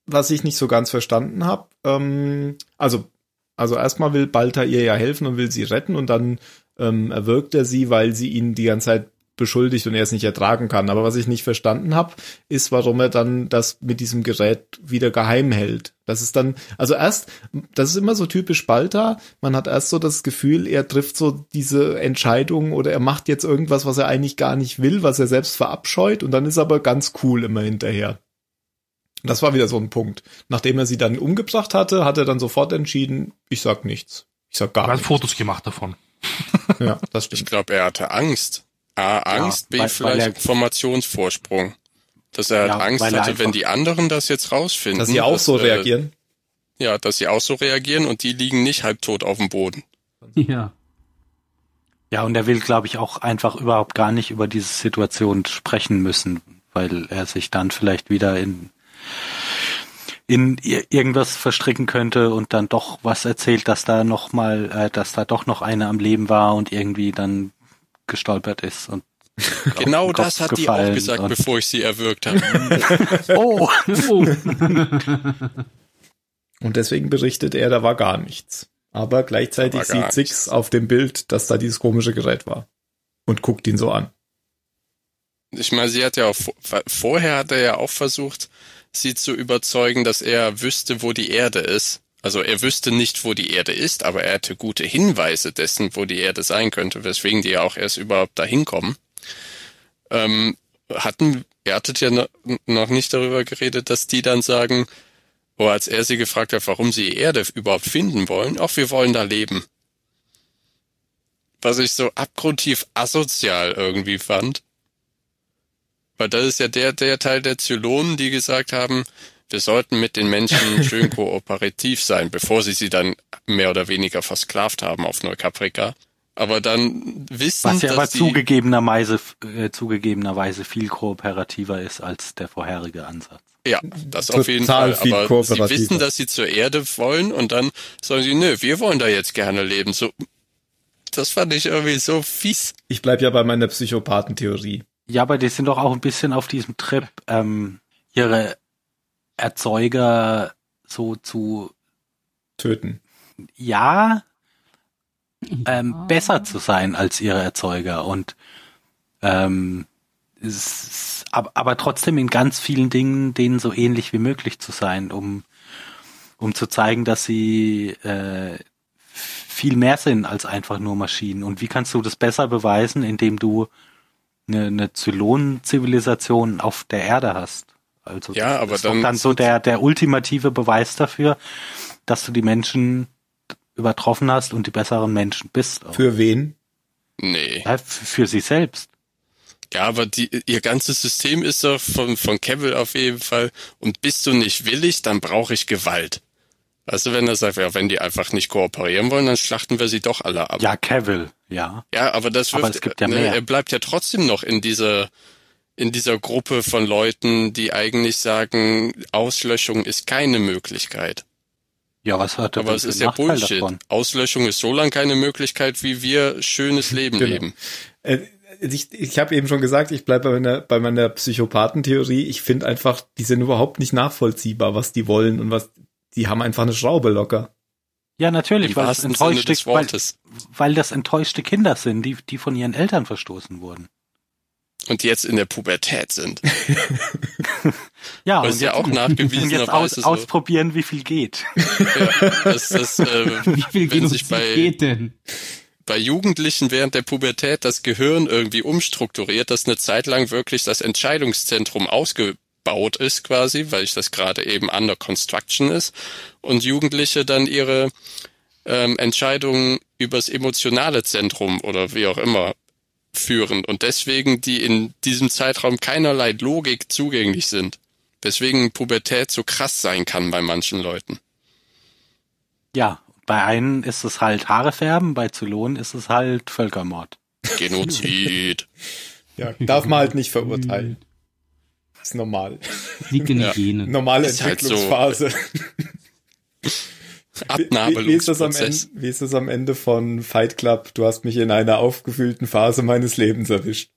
[SPEAKER 1] Was ich nicht so ganz verstanden habe, ähm, also, also erstmal will Balta ihr ja helfen und will sie retten und dann ähm, erwürgt er sie, weil sie ihn die ganze Zeit beschuldigt und er es nicht ertragen kann. Aber was ich nicht verstanden habe, ist, warum er dann das mit diesem Gerät wieder geheim hält. Das ist dann, also erst, das ist immer so typisch Balta, man hat erst so das Gefühl, er trifft so diese Entscheidung oder er macht jetzt irgendwas, was er eigentlich gar nicht will, was er selbst verabscheut und dann ist er aber ganz cool immer hinterher. Und Das war wieder so ein Punkt. Nachdem er sie dann umgebracht hatte, hat er dann sofort entschieden, ich sag nichts. Ich sag
[SPEAKER 6] Ah,
[SPEAKER 2] Er
[SPEAKER 1] gar
[SPEAKER 2] hat
[SPEAKER 1] nichts.
[SPEAKER 2] Fotos gemacht davon.
[SPEAKER 1] Ja, das
[SPEAKER 6] Ich
[SPEAKER 1] stimmt.
[SPEAKER 6] glaube, er hatte Angst. A, Angst, B,
[SPEAKER 3] weil- weil
[SPEAKER 6] vielleicht
[SPEAKER 3] er-
[SPEAKER 6] Informationsvorsprung. Dass er
[SPEAKER 3] Ja,
[SPEAKER 6] halt Angst
[SPEAKER 3] weil er
[SPEAKER 6] hatte, wenn
[SPEAKER 3] einfach-
[SPEAKER 6] die anderen das jetzt rausfinden.
[SPEAKER 1] Dass sie auch so
[SPEAKER 6] äh,
[SPEAKER 1] reagieren.
[SPEAKER 6] Ja, dass sie auch so reagieren und die liegen nicht halbtot auf dem Boden.
[SPEAKER 4] Ja.
[SPEAKER 3] Ja, und er will, glaube ich, auch einfach überhaupt gar nicht über diese Situation sprechen müssen, weil er sich dann vielleicht wieder in, in ir- irgendwas verstricken könnte und dann doch was erzählt, dass da noch mal, äh, dass da doch noch eine am Leben war und irgendwie dann gestolpert ist und auf den
[SPEAKER 6] Genau
[SPEAKER 3] Kopf
[SPEAKER 6] das hat die auch
[SPEAKER 3] gefallen
[SPEAKER 6] gesagt,
[SPEAKER 3] und-
[SPEAKER 6] bevor ich sie erwürgt habe.
[SPEAKER 3] Oh,
[SPEAKER 4] Oh.
[SPEAKER 1] Und deswegen berichtet er, da war gar nichts. Aber gleichzeitig
[SPEAKER 6] Da war gar
[SPEAKER 1] sieht Six auf dem Bild, dass da dieses komische Gerät war. Und guckt ihn so an.
[SPEAKER 6] ich meine, sie hat ja auch, vo- ver- vorher hat er ja auch versucht, sie zu überzeugen, dass er wüsste, wo die Erde ist. Also er wüsste nicht, wo die Erde ist, aber er hätte gute Hinweise dessen, wo die Erde sein könnte, weswegen die ja auch erst überhaupt dahin kommen. Ähm, hatten, er hatte ja no- noch nicht darüber geredet, dass die dann sagen, oh, als er sie gefragt hat, warum sie die Erde überhaupt finden wollen, auch wir wollen da leben. Was ich so abgrundtief asozial irgendwie fand. Weil das ist ja der, der Teil der Zylonen, die gesagt haben, wir sollten mit den Menschen schön kooperativ sein, bevor sie sie dann mehr oder weniger versklavt haben auf Neukaprika. Aber dann wissen,
[SPEAKER 3] was ja
[SPEAKER 6] dass
[SPEAKER 3] aber
[SPEAKER 6] die,
[SPEAKER 3] zugegebenerweise, äh, zugegebenerweise viel kooperativer ist als der vorherige Ansatz.
[SPEAKER 6] ja, das auf
[SPEAKER 1] Äh, total
[SPEAKER 6] jeden Fall.
[SPEAKER 1] viel
[SPEAKER 6] Aber sie
[SPEAKER 1] kooperativer.
[SPEAKER 6] wissen, dass sie zur Erde wollen und dann sagen sie, nö, wir wollen da jetzt gerne leben. So, das fand ich irgendwie so fies.
[SPEAKER 1] Ich bleib ja bei meiner Psychopathentheorie.
[SPEAKER 3] Ja, aber die sind doch auch ein bisschen auf diesem Trip, ähm, ihre Erzeuger so zu,
[SPEAKER 1] Töten.
[SPEAKER 3] ja, ähm, besser zu sein als ihre Erzeuger und ähm, es, aber, aber trotzdem in ganz vielen Dingen denen so ähnlich wie möglich zu sein, um, um zu zeigen, dass sie äh, viel mehr sind als einfach nur Maschinen. Und wie kannst du das besser beweisen, indem du eine, eine Zylon-Zivilisation auf der Erde hast? Also
[SPEAKER 6] Ja, aber
[SPEAKER 3] das ist doch
[SPEAKER 6] dann-
[SPEAKER 3] dann so der, der ultimative Beweis dafür, dass du die Menschen übertroffen hast und die besseren Menschen bist. auch.
[SPEAKER 1] Für wen?
[SPEAKER 6] Nee.
[SPEAKER 3] Ja, f- für sie selbst.
[SPEAKER 6] Ja, aber die, ihr ganzes System ist doch von, von Cavill auf jeden Fall. Und bist du nicht willig, dann brauche ich Gewalt. Weißt du, wenn er sagt, ja, wenn die einfach nicht kooperieren wollen, dann schlachten wir sie doch alle ab.
[SPEAKER 3] Ja, Cavill, ja.
[SPEAKER 6] Ja, aber das
[SPEAKER 3] Aber
[SPEAKER 6] wirft,
[SPEAKER 3] es gibt ja
[SPEAKER 6] ne,
[SPEAKER 3] mehr.
[SPEAKER 6] er bleibt ja trotzdem noch in dieser, in dieser Gruppe von Leuten, die eigentlich sagen, Auslöschung ist keine Möglichkeit.
[SPEAKER 3] Ja, was hat er
[SPEAKER 6] aber
[SPEAKER 3] denn
[SPEAKER 6] es
[SPEAKER 3] für
[SPEAKER 6] ist
[SPEAKER 3] einen
[SPEAKER 6] ja
[SPEAKER 3] Nachteil
[SPEAKER 6] Bullshit.
[SPEAKER 3] davon?
[SPEAKER 6] Auslöschung ist so lange keine Möglichkeit, wie wir schönes Leben
[SPEAKER 1] Genau.
[SPEAKER 6] leben.
[SPEAKER 1] Äh, Ich, ich habe eben schon gesagt, ich bleibe bei meiner, bei meiner Psychopathentheorie. Ich finde einfach, die sind überhaupt nicht nachvollziehbar, was die wollen und was, die haben einfach eine Schraube locker.
[SPEAKER 3] Ja, natürlich,
[SPEAKER 6] Im
[SPEAKER 3] weil, das
[SPEAKER 6] wahrsten Sinne
[SPEAKER 3] enttäuschte,
[SPEAKER 6] des
[SPEAKER 3] weil,
[SPEAKER 6] Wortes.
[SPEAKER 3] weil das enttäuschte Kinder sind, die, die von ihren Eltern verstoßen wurden.
[SPEAKER 6] und jetzt in der Pubertät sind.
[SPEAKER 3] Ja,
[SPEAKER 6] Weil es ja auch
[SPEAKER 3] und jetzt aus,
[SPEAKER 6] nachgewiesenerweise so,
[SPEAKER 3] ausprobieren, wie viel geht.
[SPEAKER 6] dass das, äh,
[SPEAKER 4] Wie viel
[SPEAKER 6] wenn
[SPEAKER 4] Genozid
[SPEAKER 6] sich bei,
[SPEAKER 4] geht denn?
[SPEAKER 6] bei Jugendlichen während der Pubertät das Gehirn irgendwie umstrukturiert, dass eine Zeit lang wirklich das Entscheidungszentrum ausgebaut ist quasi, weil ich das gerade eben under construction ist und Jugendliche dann ihre ähm, Entscheidungen übers emotionale Zentrum oder wie auch immer führen und deswegen die in diesem Zeitraum keinerlei Logik zugänglich sind. Weswegen Pubertät so krass sein kann bei manchen Leuten.
[SPEAKER 3] Ja, bei einen ist es halt Haare färben, bei Zulon ist es halt Völkermord.
[SPEAKER 6] Genozid.
[SPEAKER 1] Ja, darf man halt nicht
[SPEAKER 4] Mhm.
[SPEAKER 1] verurteilen. Ist normal.
[SPEAKER 4] Liegt in
[SPEAKER 6] Ja.
[SPEAKER 4] den Genen.
[SPEAKER 1] Normale
[SPEAKER 6] Ist halt so.
[SPEAKER 1] Entwicklungsphase. Wie, wie, ist das am Ende,
[SPEAKER 6] Abnabelungsprozess.
[SPEAKER 1] wie ist das am Ende von Fight Club? Du hast mich in einer aufgefühlten Phase meines Lebens erwischt.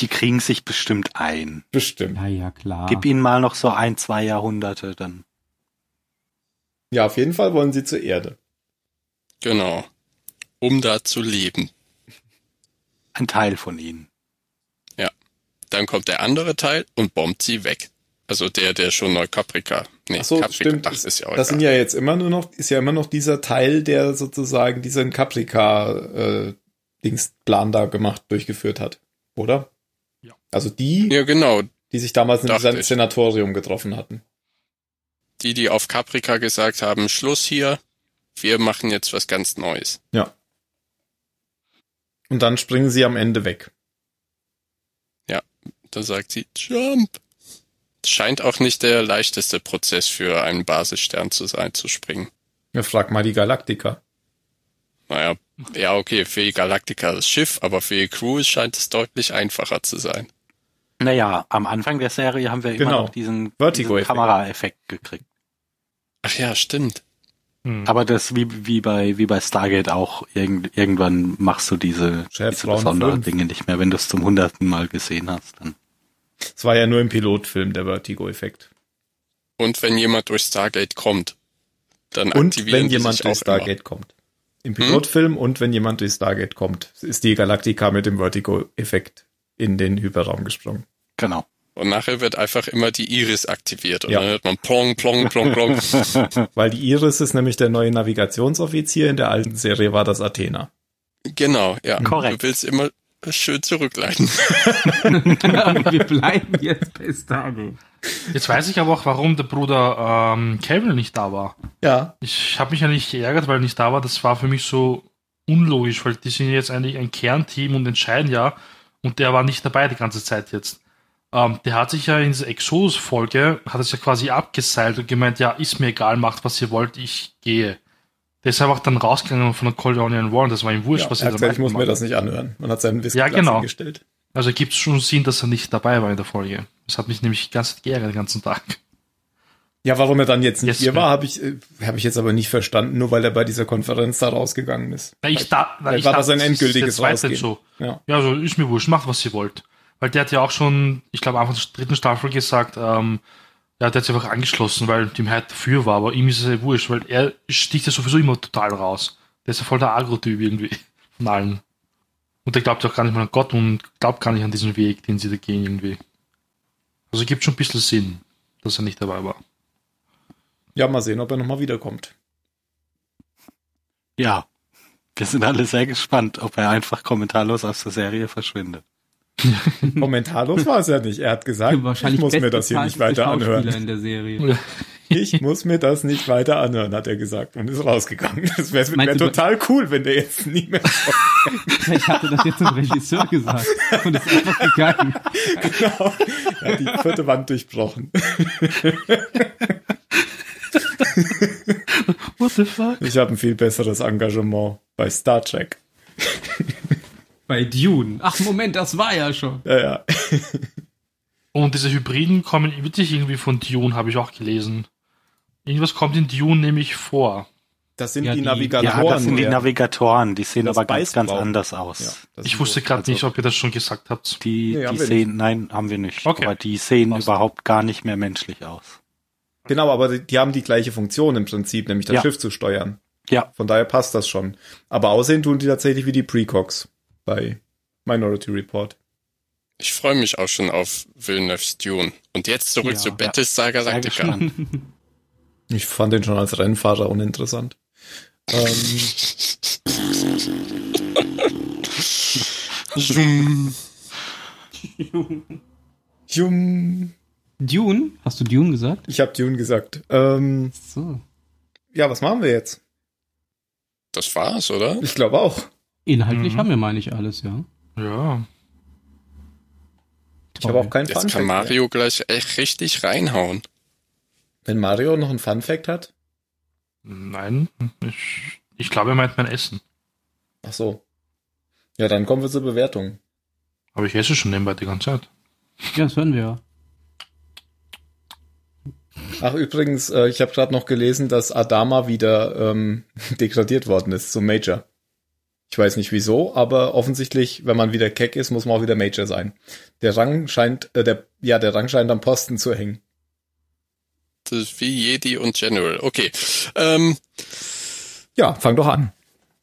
[SPEAKER 3] Die kriegen sich bestimmt ein.
[SPEAKER 1] Bestimmt.
[SPEAKER 4] Ja, ja, klar.
[SPEAKER 3] Gib ihnen mal noch so ein, zwei Jahrhunderte, dann
[SPEAKER 1] Ja, auf jeden Fall wollen sie zur Erde.
[SPEAKER 6] Genau. Um da zu leben.
[SPEAKER 3] ein Teil von ihnen.
[SPEAKER 6] Dann kommt der andere Teil und bombt sie weg. Also der, der schon Neukaprika. Nee,
[SPEAKER 1] Ach so,
[SPEAKER 6] Caprica,
[SPEAKER 1] stimmt.
[SPEAKER 6] das ist ja auch
[SPEAKER 1] Das sind
[SPEAKER 6] egal.
[SPEAKER 1] ja jetzt immer nur noch, ist ja immer noch dieser Teil, der sozusagen diesen Caprica-Dingsplan da gemacht, durchgeführt hat. Oder?
[SPEAKER 2] Ja.
[SPEAKER 1] Also die,
[SPEAKER 6] ja, genau.
[SPEAKER 1] die sich damals in
[SPEAKER 6] Dachte
[SPEAKER 1] diesem
[SPEAKER 6] ich.
[SPEAKER 1] Senatorium getroffen hatten.
[SPEAKER 6] Die, die auf Caprica gesagt haben, Schluss hier, wir machen jetzt was ganz Neues.
[SPEAKER 1] Und dann springen sie am Ende weg.
[SPEAKER 6] Da sagt sie, Jump. Scheint auch nicht der leichteste Prozess für einen Basisstern zu sein, zu springen.
[SPEAKER 1] Ja, frag mal die Galaktiker.
[SPEAKER 6] Naja, ja, okay, für die Galaktika das Schiff, aber für die Crew scheint es deutlich einfacher zu sein.
[SPEAKER 3] Naja, am Anfang der Serie haben wir immer
[SPEAKER 1] Genau.
[SPEAKER 3] noch diesen, diesen
[SPEAKER 1] Vertigo-Effekt.
[SPEAKER 3] Kameraeffekt gekriegt.
[SPEAKER 6] Ach ja, stimmt.
[SPEAKER 2] Hm.
[SPEAKER 3] Aber das wie, wie bei wie bei Stargate auch, irgend, irgendwann machst du diese,
[SPEAKER 1] Chef,
[SPEAKER 3] diese
[SPEAKER 1] Raum
[SPEAKER 3] besonderen
[SPEAKER 1] fünf.
[SPEAKER 3] Dinge nicht mehr, wenn du es zum hundertsten Mal gesehen hast. Dann.
[SPEAKER 1] Es war ja nur im Pilotfilm der Vertigo-Effekt.
[SPEAKER 6] Und wenn jemand durch Stargate kommt, dann
[SPEAKER 1] Und
[SPEAKER 6] aktivieren
[SPEAKER 1] wenn
[SPEAKER 6] die
[SPEAKER 1] jemand
[SPEAKER 6] sich
[SPEAKER 1] durch
[SPEAKER 6] auch immer.
[SPEAKER 1] Stargate kommt. Im Pilotfilm und wenn jemand durch Stargate kommt, ist die Galaktika mit dem Vertigo-Effekt in den Hyperraum gesprungen.
[SPEAKER 3] Genau.
[SPEAKER 6] Und nachher wird einfach immer die Iris aktiviert und
[SPEAKER 1] Ja.
[SPEAKER 6] dann hört man plong, plong, plong, plong.
[SPEAKER 1] Weil die Iris ist nämlich der neue Navigationsoffizier. In der alten Serie war das Athena.
[SPEAKER 6] genau, ja.
[SPEAKER 3] Korrekt.
[SPEAKER 6] Du willst immer schön zurückleiten.
[SPEAKER 4] Wir bleiben jetzt bei Stargate.
[SPEAKER 2] Jetzt weiß ich aber auch, warum der Bruder ähm, Kevin nicht da war.
[SPEAKER 1] Ja.
[SPEAKER 2] Ich habe mich ja nicht geärgert, weil er nicht da war. Das war für mich so unlogisch, weil die sind jetzt eigentlich ein Kernteam und entscheiden ja. Und der war nicht dabei die ganze Zeit jetzt. Ähm, der hat sich ja in dieser Exodus-Folge, hat es ja quasi abgeseilt und gemeint, ja, ist mir egal, macht was ihr wollt, ich gehe. Der ist einfach dann rausgegangen von der Colonial War und das war ihm wurscht,
[SPEAKER 1] ja
[SPEAKER 2] was
[SPEAKER 1] er
[SPEAKER 2] er
[SPEAKER 1] hat gesagt,
[SPEAKER 2] damit
[SPEAKER 1] ich muss mir
[SPEAKER 2] gemacht
[SPEAKER 1] das nicht anhören. Man hat seinen Whisky
[SPEAKER 2] Ja, genau.
[SPEAKER 1] gestellt.
[SPEAKER 2] hat. Also gibt es schon Sinn, dass er nicht dabei war in der Folge. Das hat mich nämlich die ganze Zeit geärgert, den ganzen Tag.
[SPEAKER 1] Ja, warum er dann jetzt nicht
[SPEAKER 2] Yes,
[SPEAKER 1] hier
[SPEAKER 2] man.
[SPEAKER 1] war, habe ich, äh, hab ich jetzt aber nicht verstanden, nur weil er bei dieser Konferenz da rausgegangen ist.
[SPEAKER 2] Na, ich da, na,
[SPEAKER 1] Weil
[SPEAKER 2] ich
[SPEAKER 1] war
[SPEAKER 2] dachte,
[SPEAKER 1] das ein
[SPEAKER 2] es ist
[SPEAKER 1] endgültiges
[SPEAKER 2] jetzt weiterhin
[SPEAKER 1] Rausgehen?
[SPEAKER 2] So.
[SPEAKER 1] Ja.
[SPEAKER 2] Ja, so ist mir wurscht, macht was ihr wollt. Weil der hat ja auch schon, ich glaube, Anfang der dritten Staffel gesagt, ähm, ja, der hat sich einfach angeschlossen, weil die Mehrheit dafür war, aber ihm ist es ja wurscht, weil er sticht ja sowieso immer total raus. Der ist ja voll der Agro-Typ irgendwie von allen. Und der glaubt ja auch gar nicht mal an Gott und glaubt gar nicht an diesen Weg, den sie da gehen irgendwie. Also gibt schon ein bisschen Sinn, dass er nicht dabei war.
[SPEAKER 1] Ja, mal sehen, ob er nochmal wiederkommt.
[SPEAKER 3] Ja. Wir sind alle sehr gespannt, ob er einfach kommentarlos aus der Serie verschwindet.
[SPEAKER 1] Kommentarlos war es ja nicht. Er hat gesagt, ich muss mir das hier nicht weiter
[SPEAKER 4] bestbezahlteste Schauspieler
[SPEAKER 1] anhören.
[SPEAKER 4] in der Serie.
[SPEAKER 1] Ich muss mir das nicht weiter anhören, hat er gesagt und ist rausgegangen. Das wäre wär
[SPEAKER 4] Meinst du-
[SPEAKER 1] total cool, wenn der jetzt nie mehr
[SPEAKER 4] Ich hatte das jetzt dem Regisseur gesagt und ist einfach gegangen.
[SPEAKER 1] genau. Er hat die vierte Wand durchbrochen.
[SPEAKER 2] What the fuck?
[SPEAKER 1] Ich habe ein viel besseres Engagement bei Star Trek.
[SPEAKER 4] Bei Dune. Ach Moment, das war ja schon.
[SPEAKER 1] Ja, ja.
[SPEAKER 2] Und diese Hybriden kommen wirklich irgendwie von Dune, habe ich auch gelesen. Irgendwas kommt in Dune nämlich vor.
[SPEAKER 1] Das sind
[SPEAKER 4] Ja,
[SPEAKER 1] die,
[SPEAKER 4] die-
[SPEAKER 1] Navigatoren.
[SPEAKER 3] Ja, das sind die
[SPEAKER 1] der-
[SPEAKER 3] Navigatoren, die sehen
[SPEAKER 1] Das
[SPEAKER 3] aber ganz, ganz
[SPEAKER 1] Beißblau.
[SPEAKER 3] anders
[SPEAKER 1] Ja,
[SPEAKER 3] aus.
[SPEAKER 1] das
[SPEAKER 2] Ich
[SPEAKER 1] sind
[SPEAKER 2] wusste
[SPEAKER 1] so-
[SPEAKER 2] gerade
[SPEAKER 1] also-
[SPEAKER 2] nicht, ob ihr das schon gesagt habt.
[SPEAKER 3] Die,
[SPEAKER 1] Nee, haben
[SPEAKER 3] die
[SPEAKER 1] wir
[SPEAKER 3] sehen, nein, haben wir nicht.
[SPEAKER 2] Okay.
[SPEAKER 3] Aber die sehen
[SPEAKER 2] Passt.
[SPEAKER 3] überhaupt gar nicht mehr menschlich aus.
[SPEAKER 1] Genau, aber die, die haben die gleiche Funktion im Prinzip, nämlich das
[SPEAKER 3] Ja.
[SPEAKER 1] Schiff zu steuern.
[SPEAKER 3] Ja.
[SPEAKER 1] Von daher passt das schon. Aber aussehen tun die tatsächlich wie die Precox bei Minority Report.
[SPEAKER 6] Ich freue mich auch schon auf Villeneuve's Dune. Und jetzt zurück
[SPEAKER 3] Ja,
[SPEAKER 6] zu
[SPEAKER 3] ja.
[SPEAKER 6] Battlestar
[SPEAKER 1] Also
[SPEAKER 3] Sehr
[SPEAKER 6] Galactica.
[SPEAKER 3] gespannt.
[SPEAKER 1] Ich fand den schon als Rennfahrer uninteressant. Ähm, Jum.
[SPEAKER 4] Dune? Hast du Dune gesagt?
[SPEAKER 1] Ich habe Dune gesagt. Ähm,
[SPEAKER 4] So.
[SPEAKER 1] ja, was machen wir jetzt?
[SPEAKER 6] Das war's, oder?
[SPEAKER 1] Ich glaube auch.
[SPEAKER 4] Inhaltlich
[SPEAKER 2] Mhm.
[SPEAKER 4] haben wir, meine ich, alles, ja.
[SPEAKER 2] Ja.
[SPEAKER 1] Ich habe auch keinen
[SPEAKER 6] Jetzt kann
[SPEAKER 1] Funfact. mehr.
[SPEAKER 6] Mario gleich echt richtig reinhauen.
[SPEAKER 1] Wenn Mario noch einen Funfact hat.
[SPEAKER 2] Nein, ich, ich glaube, er meint mein Essen.
[SPEAKER 1] Ach so. Ja, dann kommen wir zur Bewertung.
[SPEAKER 2] Aber ich esse schon nebenbei die ganze Zeit.
[SPEAKER 4] Ja, das hören wir ja.
[SPEAKER 1] Ach übrigens, äh, ich habe gerade noch gelesen, dass Adama wieder ähm, degradiert worden ist zum Major. Ich weiß nicht wieso, aber offensichtlich, wenn man wieder keck ist, muss man auch wieder Major sein. Der Rang scheint, äh, der ja, der Rang scheint am Posten zu hängen.
[SPEAKER 6] Das ist wie Jedi und General. Okay. Ähm,
[SPEAKER 1] Ja, fang doch an.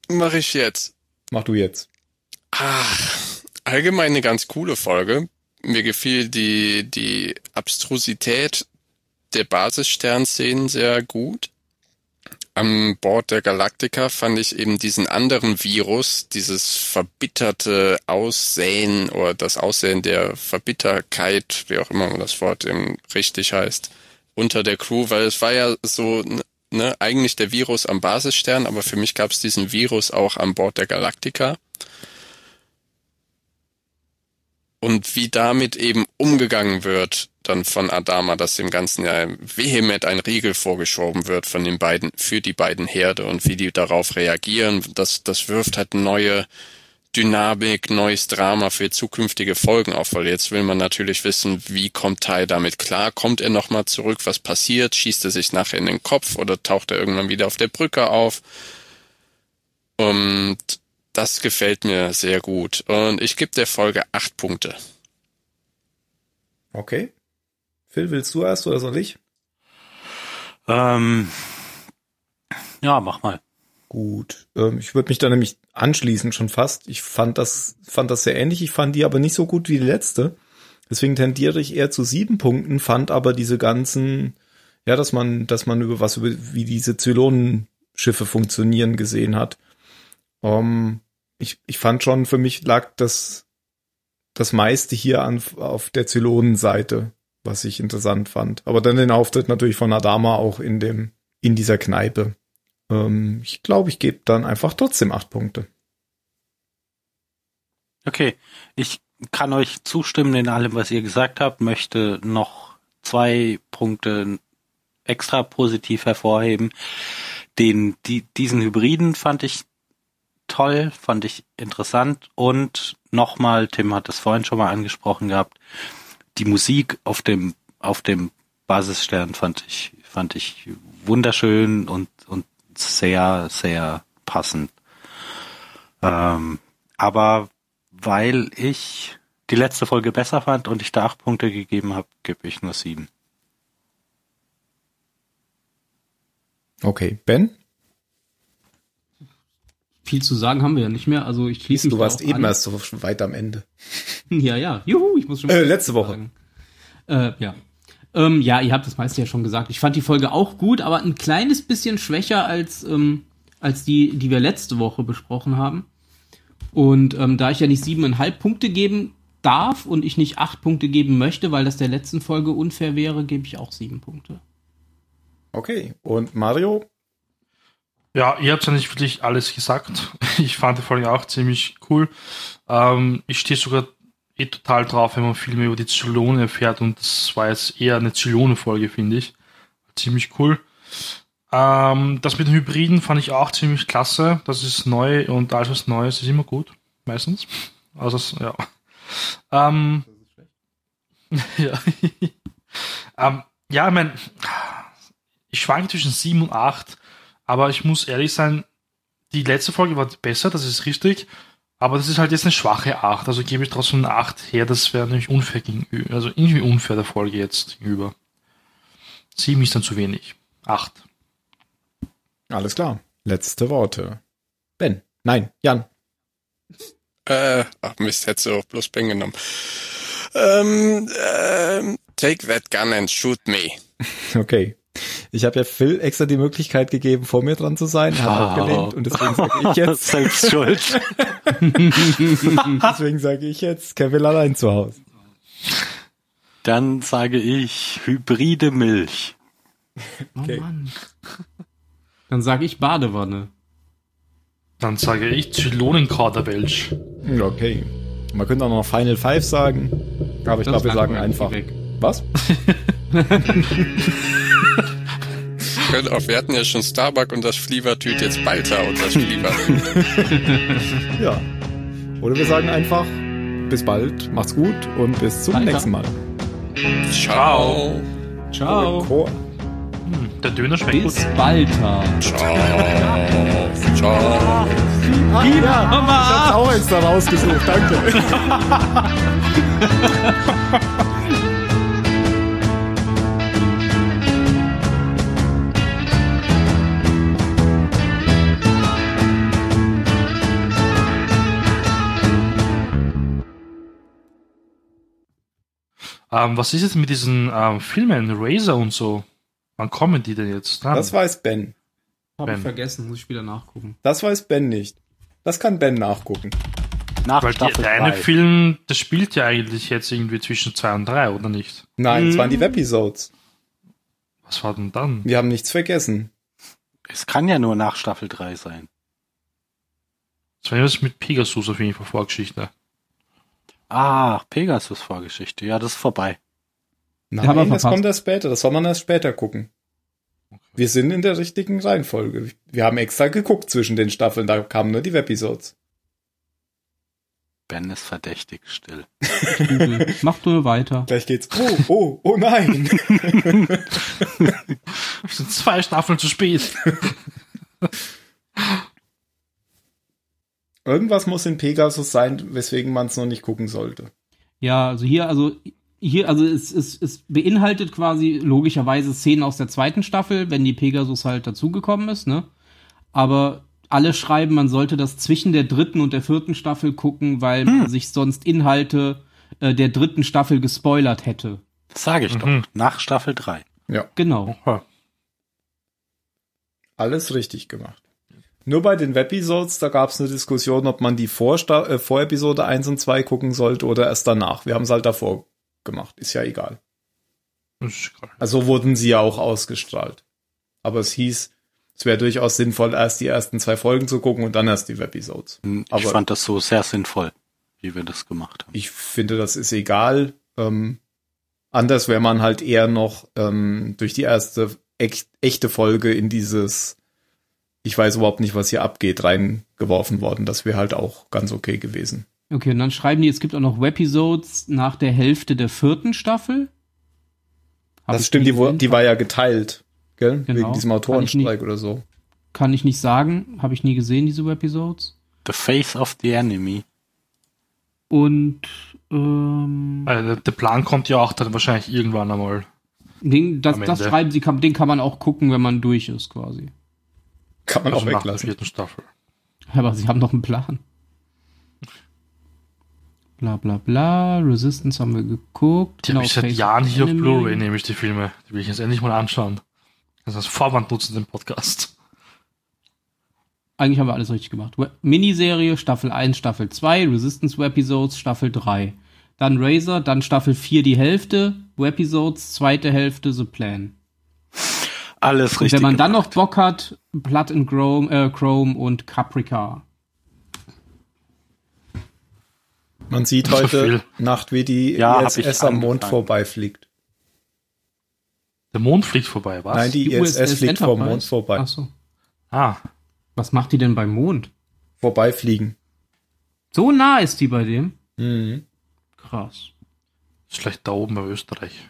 [SPEAKER 6] mache ich jetzt.
[SPEAKER 1] Mach du jetzt.
[SPEAKER 6] Ah, allgemein eine ganz coole Folge. Mir gefiel die, die Abstrusität der Basissternszenen sehr gut. An Bord der Galactica fand ich eben diesen anderen Virus, dieses verbitterte Aussehen oder das Aussehen der Verbitterkeit, wie auch immer man das Wort eben richtig heißt, unter der Crew, weil es war ja so, ne, eigentlich der Virus am Basisstern, aber für mich gab es diesen Virus auch an Bord der Galactica und wie damit eben umgegangen wird, dann von Adama, dass dem Ganzen ja vehement ein Riegel vorgeschoben wird von den beiden, für die beiden Herde und wie die darauf reagieren, das, das wirft halt neue Dynamik, neues Drama für zukünftige Folgen auf, weil jetzt will man natürlich wissen, wie kommt Tai damit klar? Kommt er nochmal zurück? Was passiert? Schießt er sich nachher in den Kopf oder taucht er irgendwann wieder auf der Brücke auf? Und das gefällt mir sehr gut. Und ich gebe der Folge acht Punkte.
[SPEAKER 1] Okay. Phil, willst du erst oder soll ich?
[SPEAKER 3] Ähm, ja, mach mal.
[SPEAKER 1] Gut. Ähm, ich würde mich da nämlich anschließen schon fast. Ich fand das, fand das sehr ähnlich. Ich fand die aber nicht so gut wie die letzte. Deswegen tendiere ich eher zu sieben Punkten, fand aber diese ganzen, ja, dass man, dass man über was, über, wie diese Zylonenschiffe funktionieren gesehen hat. Ähm, ich, ich fand schon, für mich lag das, das meiste hier an, auf der Zylonenseite, was ich interessant fand. Aber dann den Auftritt natürlich von Adama auch in dem, in dieser Kneipe. Ähm, ich glaube, ich gebe dann einfach trotzdem acht Punkte.
[SPEAKER 3] Okay, ich kann euch zustimmen in allem, was ihr gesagt habt, möchte noch zwei Punkte extra positiv hervorheben. Den, die, diesen Hybriden fand ich toll, fand ich interessant und nochmal, Tim hat es vorhin schon mal angesprochen gehabt, die Musik auf dem, auf dem Basisstern fand ich, fand ich wunderschön und, und sehr, sehr passend. Ähm, aber weil ich die letzte Folge besser fand und ich da acht Punkte gegeben habe, gebe ich nur sieben.
[SPEAKER 1] Okay, Ben,
[SPEAKER 4] Viel zu sagen haben wir ja nicht mehr, also ich schließe mich
[SPEAKER 1] du
[SPEAKER 4] da
[SPEAKER 1] warst
[SPEAKER 4] auch
[SPEAKER 1] eben
[SPEAKER 4] an.
[SPEAKER 1] erst so weit am Ende.
[SPEAKER 4] Ja, ja. Juhu, ich muss schon
[SPEAKER 1] Äh, letzte Woche.
[SPEAKER 4] sagen. Äh, ja. Ähm, ja, ihr habt das meiste ja schon gesagt. Ich fand die Folge auch gut, aber ein kleines bisschen schwächer als, ähm, als die, die wir letzte Woche besprochen haben. Und ähm, da ich ja nicht siebeneinhalb Punkte geben darf und ich nicht acht Punkte geben möchte, weil das der letzten Folge unfair wäre, gebe ich auch sieben Punkte.
[SPEAKER 1] Okay, und Mario?
[SPEAKER 2] Ja, ihr habt ja nicht wirklich alles gesagt. Ich fand die Folge auch ziemlich cool. Ähm, ich stehe sogar eh total drauf, wenn man viel mehr über die Zylone erfährt und das war jetzt eher eine Zylone-Folge, finde ich. Ziemlich cool. Ähm, das mit den Hybriden fand ich auch ziemlich klasse. Das ist neu und alles was Neues ist immer gut. Meistens. Also, das- ja. Ähm, ja. ähm, ja, ich mein, ich schwank zwischen 7 und 8. Aber ich muss ehrlich sein, die letzte Folge war besser, das ist richtig. Aber das ist halt jetzt eine schwache 8. Also gebe ich trotzdem eine 8 her, das wäre nämlich unfair gegenüber. Also irgendwie unfair der Folge jetzt gegenüber. 7 ist dann zu wenig. 8.
[SPEAKER 1] Alles klar. Letzte Worte. Ben. Nein, Jan.
[SPEAKER 6] Äh, ach Mist, hättest du auch bloß Ben genommen. Ähm, ähm, take that gun and shoot me.
[SPEAKER 1] Okay. Ich habe ja Phil extra die Möglichkeit gegeben, vor mir dran zu sein, hat
[SPEAKER 4] Ah.
[SPEAKER 1] abgelehnt und deswegen sage ich jetzt,
[SPEAKER 3] Selbst schuld.
[SPEAKER 1] deswegen sage ich jetzt, Kevin allein zu Hause.
[SPEAKER 3] Dann sage ich hybride Milch.
[SPEAKER 4] Oh
[SPEAKER 1] Okay.
[SPEAKER 4] Mann. Dann sage ich Badewanne.
[SPEAKER 2] Dann sage ich Zylonenkauderwelsch.
[SPEAKER 1] Ja, Okay. Man könnte auch noch Final Five sagen, aber ich
[SPEAKER 4] Das
[SPEAKER 1] glaube, wir sagen
[SPEAKER 4] langweilt mich
[SPEAKER 1] einfach.
[SPEAKER 4] weg.
[SPEAKER 1] Was?
[SPEAKER 6] Könnt auch, wir hatten ja schon Starbuck und das Flievertüt, jetzt Balta und das Flievertüt.
[SPEAKER 1] Ja. Oder wir sagen einfach, bis bald, macht's gut und bis zum
[SPEAKER 4] Alter.
[SPEAKER 1] nächsten Mal.
[SPEAKER 6] Ciao.
[SPEAKER 4] Ciao.
[SPEAKER 1] Chor.
[SPEAKER 2] Hm, der Döner schmeckt gut.
[SPEAKER 4] Bis bald. Ciao.
[SPEAKER 6] Ciao. Ciao.
[SPEAKER 1] Ich hab's auch jetzt da rausgesucht, danke.
[SPEAKER 2] Ähm, was ist jetzt mit diesen ähm, Filmen, Razer und so? Wann kommen die denn jetzt? dran?
[SPEAKER 1] Das weiß Ben.
[SPEAKER 4] Hab
[SPEAKER 2] Ben.
[SPEAKER 4] ich vergessen, muss ich wieder nachgucken.
[SPEAKER 1] Das weiß Ben nicht. Das kann Ben nachgucken.
[SPEAKER 3] Nach
[SPEAKER 2] Weil die,
[SPEAKER 3] Staffel
[SPEAKER 2] der eine
[SPEAKER 3] drei.
[SPEAKER 2] Film, das spielt ja eigentlich jetzt irgendwie zwischen zwei und drei, oder nicht?
[SPEAKER 1] Nein, es
[SPEAKER 4] Mhm.
[SPEAKER 1] waren die Webisodes.
[SPEAKER 2] Was war denn dann?
[SPEAKER 1] Wir haben nichts vergessen.
[SPEAKER 3] Es kann ja nur nach Staffel 3 sein.
[SPEAKER 2] Das war irgendwas mit Pegasus auf jeden Fall Vorgeschichte.
[SPEAKER 3] Ah, Pegasus Vorgeschichte. Ja, das ist vorbei.
[SPEAKER 1] Nein,
[SPEAKER 4] haben wir
[SPEAKER 1] das
[SPEAKER 4] verpasst.
[SPEAKER 1] kommt erst später. Das soll man erst später gucken. Wir sind in der richtigen Reihenfolge. Wir haben extra geguckt zwischen den Staffeln. Da kamen nur die Webisodes.
[SPEAKER 3] Ben ist verdächtig still.
[SPEAKER 4] Übel. Mach nur weiter.
[SPEAKER 1] Gleich geht's. Oh, oh, oh nein.
[SPEAKER 2] Wir sind zwei Staffeln zu spät.
[SPEAKER 1] Irgendwas muss in Pegasus sein, weswegen man es noch nicht gucken sollte.
[SPEAKER 4] Ja, also hier, also hier, also es, es, es beinhaltet quasi logischerweise Szenen aus der zweiten Staffel, wenn die Pegasus halt dazugekommen ist, ne? Aber alle schreiben, man sollte das zwischen der dritten und der vierten Staffel gucken, weil man sich sonst Inhalte äh, der dritten Staffel gespoilert hätte.
[SPEAKER 3] Das sage ich
[SPEAKER 2] Mhm.
[SPEAKER 3] doch. Nach Staffel 3.
[SPEAKER 4] Genau.
[SPEAKER 2] Oha.
[SPEAKER 1] Alles richtig gemacht. Nur bei den Webisodes, da gab es eine Diskussion, ob man die vor, Sta- äh, vor Episode 1 und 2 gucken sollte oder erst danach. Wir haben es halt davor gemacht. Ist ja egal.
[SPEAKER 2] Das ist egal.
[SPEAKER 1] Also so wurden sie ja auch ausgestrahlt. Aber es hieß, es wäre durchaus sinnvoll, erst die ersten zwei Folgen zu gucken und dann erst die Webisodes.
[SPEAKER 3] Ich
[SPEAKER 1] Aber-
[SPEAKER 3] fand das so sehr sinnvoll, wie wir das gemacht haben.
[SPEAKER 1] Ich finde, das ist egal. Ähm, anders wäre man halt eher noch ähm, durch die erste echt, echte Folge in dieses ich weiß überhaupt nicht, was hier abgeht, reingeworfen worden. Das wäre halt auch ganz okay gewesen.
[SPEAKER 4] Okay, und dann schreiben die, es gibt auch noch Webisodes nach der Hälfte der vierten Staffel. Hab
[SPEAKER 1] das
[SPEAKER 4] ich
[SPEAKER 1] stimmt,
[SPEAKER 4] nie
[SPEAKER 1] die, wo-
[SPEAKER 4] gesehen,
[SPEAKER 1] die war ja geteilt, gell?
[SPEAKER 4] Genau.
[SPEAKER 1] Wegen diesem
[SPEAKER 4] Kann ich nie-
[SPEAKER 1] Autorenstreik oder so.
[SPEAKER 4] Kann ich nicht sagen, habe ich nie gesehen, diese Webisodes.
[SPEAKER 3] The Face of the Enemy.
[SPEAKER 4] Und ähm,
[SPEAKER 2] Äh, der- der Plan kommt ja auch dann wahrscheinlich irgendwann einmal.
[SPEAKER 4] Den, das,
[SPEAKER 2] Am
[SPEAKER 4] das
[SPEAKER 2] Ende.
[SPEAKER 4] schreiben sie, kann, den kann man auch gucken, wenn man durch ist, quasi.
[SPEAKER 1] Kann man
[SPEAKER 2] Also
[SPEAKER 1] auch
[SPEAKER 2] nach der
[SPEAKER 1] weglassen.
[SPEAKER 2] vierten Staffel.
[SPEAKER 4] Aber sie haben doch einen Plan. Bla bla bla, Resistance haben wir geguckt. Genau,
[SPEAKER 2] Die habe ich seit
[SPEAKER 4] Face
[SPEAKER 2] Jahren
[SPEAKER 4] of
[SPEAKER 2] hier auf
[SPEAKER 4] Enemy.
[SPEAKER 2] Blu-ray, nämlich die Filme. Die will ich jetzt endlich mal anschauen. Also als Vorwand nutzen den Podcast.
[SPEAKER 4] Eigentlich haben wir alles richtig gemacht. We- Miniserie, Staffel 1, Staffel 2, Resistance Webisodes, Staffel 3. Dann Razor, dann Staffel 4 die Hälfte, Webisodes, zweite Hälfte, The Plan.
[SPEAKER 3] Alles
[SPEAKER 4] Und
[SPEAKER 3] richtig.
[SPEAKER 4] wenn man dann
[SPEAKER 3] gemacht.
[SPEAKER 4] noch Bock hat, Blood and Chrome, äh, Chrome und Caprica.
[SPEAKER 1] Man sieht
[SPEAKER 2] So
[SPEAKER 1] heute
[SPEAKER 2] viel.
[SPEAKER 1] Nacht, wie die
[SPEAKER 3] Ja, hab ich
[SPEAKER 1] ISS am Mond
[SPEAKER 3] angefangen.
[SPEAKER 1] vorbeifliegt.
[SPEAKER 2] Der Mond fliegt vorbei, was?
[SPEAKER 1] Nein, die, ISS fliegt vom Mond vorbei.
[SPEAKER 4] Achso.
[SPEAKER 2] Ah,
[SPEAKER 4] Was macht die denn beim Mond?
[SPEAKER 1] Vorbeifliegen.
[SPEAKER 4] So nah ist die bei dem.
[SPEAKER 1] Mhm.
[SPEAKER 4] Krass.
[SPEAKER 2] ist vielleicht da oben bei Österreich.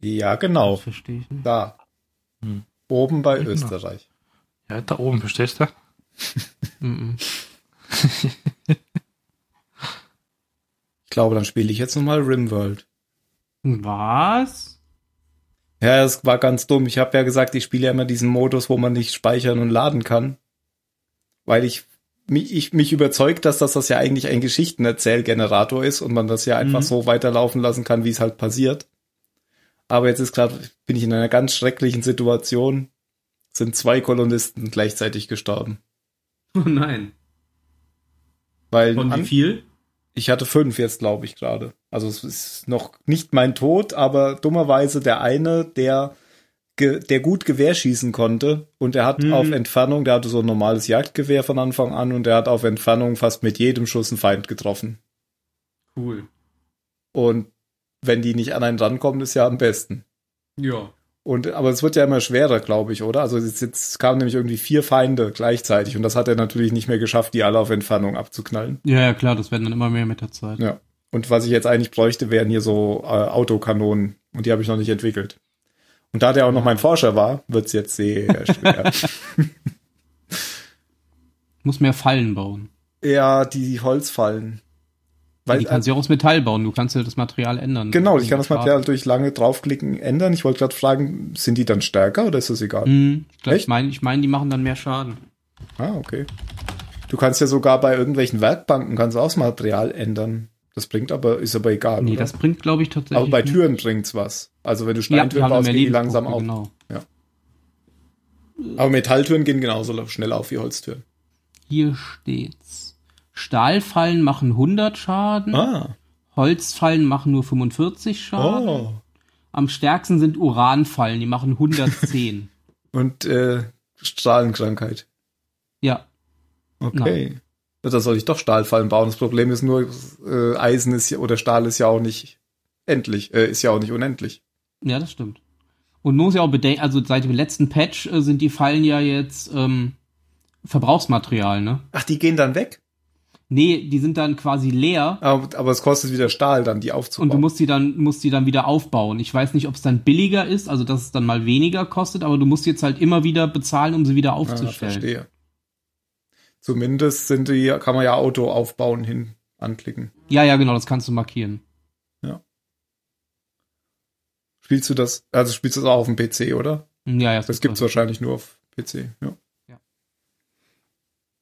[SPEAKER 1] Ja, genau.
[SPEAKER 4] Verstehe ich nicht.
[SPEAKER 1] Da.
[SPEAKER 2] Hm.
[SPEAKER 1] Oben bei Österreich.
[SPEAKER 2] Ja, da oben, verstehst du?
[SPEAKER 4] Mhm.
[SPEAKER 1] Ich glaube, dann spiele ich jetzt nochmal Rimworld.
[SPEAKER 4] Was?
[SPEAKER 1] Ja, das war ganz dumm. Ich habe ja gesagt, ich spiele ja immer diesen Modus, wo man nicht speichern und laden kann. Weil ich mich, ich, mich überzeugt, dass das, das ja eigentlich ein Geschichtenerzählgenerator ist und man das ja einfach
[SPEAKER 2] Mhm.
[SPEAKER 1] so weiterlaufen lassen kann, wie es halt passiert. Aber jetzt ist gerade, bin ich in einer ganz schrecklichen Situation. Sind zwei Kolonisten gleichzeitig gestorben.
[SPEAKER 4] Oh nein.
[SPEAKER 1] Weil
[SPEAKER 4] Von wie
[SPEAKER 1] an,
[SPEAKER 4] viel?
[SPEAKER 1] ich hatte fünf jetzt, glaube ich, gerade. Also es ist noch nicht mein Tod, aber dummerweise der eine, der, ge, der gut Gewehr schießen konnte und der hat
[SPEAKER 4] Mhm.
[SPEAKER 1] auf Entfernung, der hatte so ein normales Jagdgewehr von Anfang an und der hat auf Entfernung fast mit jedem Schuss einen Feind getroffen.
[SPEAKER 4] Cool.
[SPEAKER 1] Und wenn die nicht an einen rankommen, ist ja am besten.
[SPEAKER 4] Ja.
[SPEAKER 1] Und, aber es wird ja immer schwerer, glaube ich, oder? Also jetzt, jetzt kamen nämlich irgendwie vier Feinde gleichzeitig und das hat er natürlich nicht mehr geschafft, die alle auf Entfernung abzuknallen.
[SPEAKER 4] Ja, ja, klar, das werden dann immer mehr mit der Zeit.
[SPEAKER 1] Ja. Und was ich jetzt eigentlich bräuchte, wären hier so äh, Autokanonen. Und die habe ich noch nicht entwickelt. Und da der auch noch mein Forscher war, wird's jetzt sehr schwer.
[SPEAKER 4] Muss mehr Fallen bauen.
[SPEAKER 1] ja, die Holzfallen. Weil, äh,
[SPEAKER 4] die kannst du ja auch aus Metall bauen. Du kannst ja das Material ändern. Also
[SPEAKER 1] genau, ich kann das
[SPEAKER 4] Schaden.
[SPEAKER 1] Material durch lange draufklicken ändern. Ich wollte gerade fragen, sind die dann stärker oder ist das egal?
[SPEAKER 4] Hm, ich glaub,
[SPEAKER 1] Echt?
[SPEAKER 4] ich meine, ich mein, die machen dann mehr Schaden.
[SPEAKER 1] Ah, okay. Du kannst ja sogar bei irgendwelchen Werkbanken kannst du auch das Material ändern. Das bringt aber, ist aber egal.
[SPEAKER 4] Nee,
[SPEAKER 1] oder?
[SPEAKER 4] das bringt, glaube ich, tatsächlich.
[SPEAKER 1] Also aber bei
[SPEAKER 4] nicht.
[SPEAKER 1] Türen bringt's was. Also wenn du
[SPEAKER 4] ja, die
[SPEAKER 1] Steintüren
[SPEAKER 4] haben
[SPEAKER 1] baust,
[SPEAKER 4] mehr
[SPEAKER 1] gehen die langsam auf.
[SPEAKER 4] Lebenspunkte, Genau.
[SPEAKER 1] Aber Metalltüren gehen genauso schnell auf wie Holztüren.
[SPEAKER 4] Hier steht's. Stahlfallen machen 100 Schaden.
[SPEAKER 1] Ah.
[SPEAKER 4] Holzfallen machen nur 45 Schaden.
[SPEAKER 1] Oh.
[SPEAKER 4] Am stärksten sind Uranfallen, die machen 110.
[SPEAKER 1] Und äh, Strahlenkrankheit.
[SPEAKER 4] ja,
[SPEAKER 1] Okay. Also Da soll ich doch Stahlfallen bauen. Das Problem ist nur, äh, Eisen ist ja, oder Stahl ist ja auch nicht endlich, äh, ist ja auch nicht unendlich.
[SPEAKER 4] ja, das stimmt. Und man muss ja auch bedenken, also seit dem letzten Patch äh, sind die Fallen ja jetzt ähm, Verbrauchsmaterial, ne?
[SPEAKER 1] Ach, die gehen dann weg?
[SPEAKER 4] Nee, die sind dann quasi leer
[SPEAKER 1] Aber, aber es kostet wieder Stahl, dann die aufzubauen.
[SPEAKER 4] und du musst die dann musst die dann wieder aufbauen. Ich weiß nicht, ob es dann billiger ist, also dass es dann mal weniger kostet, aber du musst jetzt halt immer wieder bezahlen, um sie wieder
[SPEAKER 1] ah,
[SPEAKER 4] aufzustellen.
[SPEAKER 1] verstehe. Zumindest sind die, kann man ja Auto aufbauen hin anklicken.
[SPEAKER 4] ja, ja, genau, das kannst du markieren.
[SPEAKER 1] Spielst du das, also spielst du das auch auf dem PC, oder?
[SPEAKER 4] Ja, ja,
[SPEAKER 1] Das gibt's
[SPEAKER 4] also.
[SPEAKER 1] wahrscheinlich nur auf PC, ja.
[SPEAKER 4] Ja.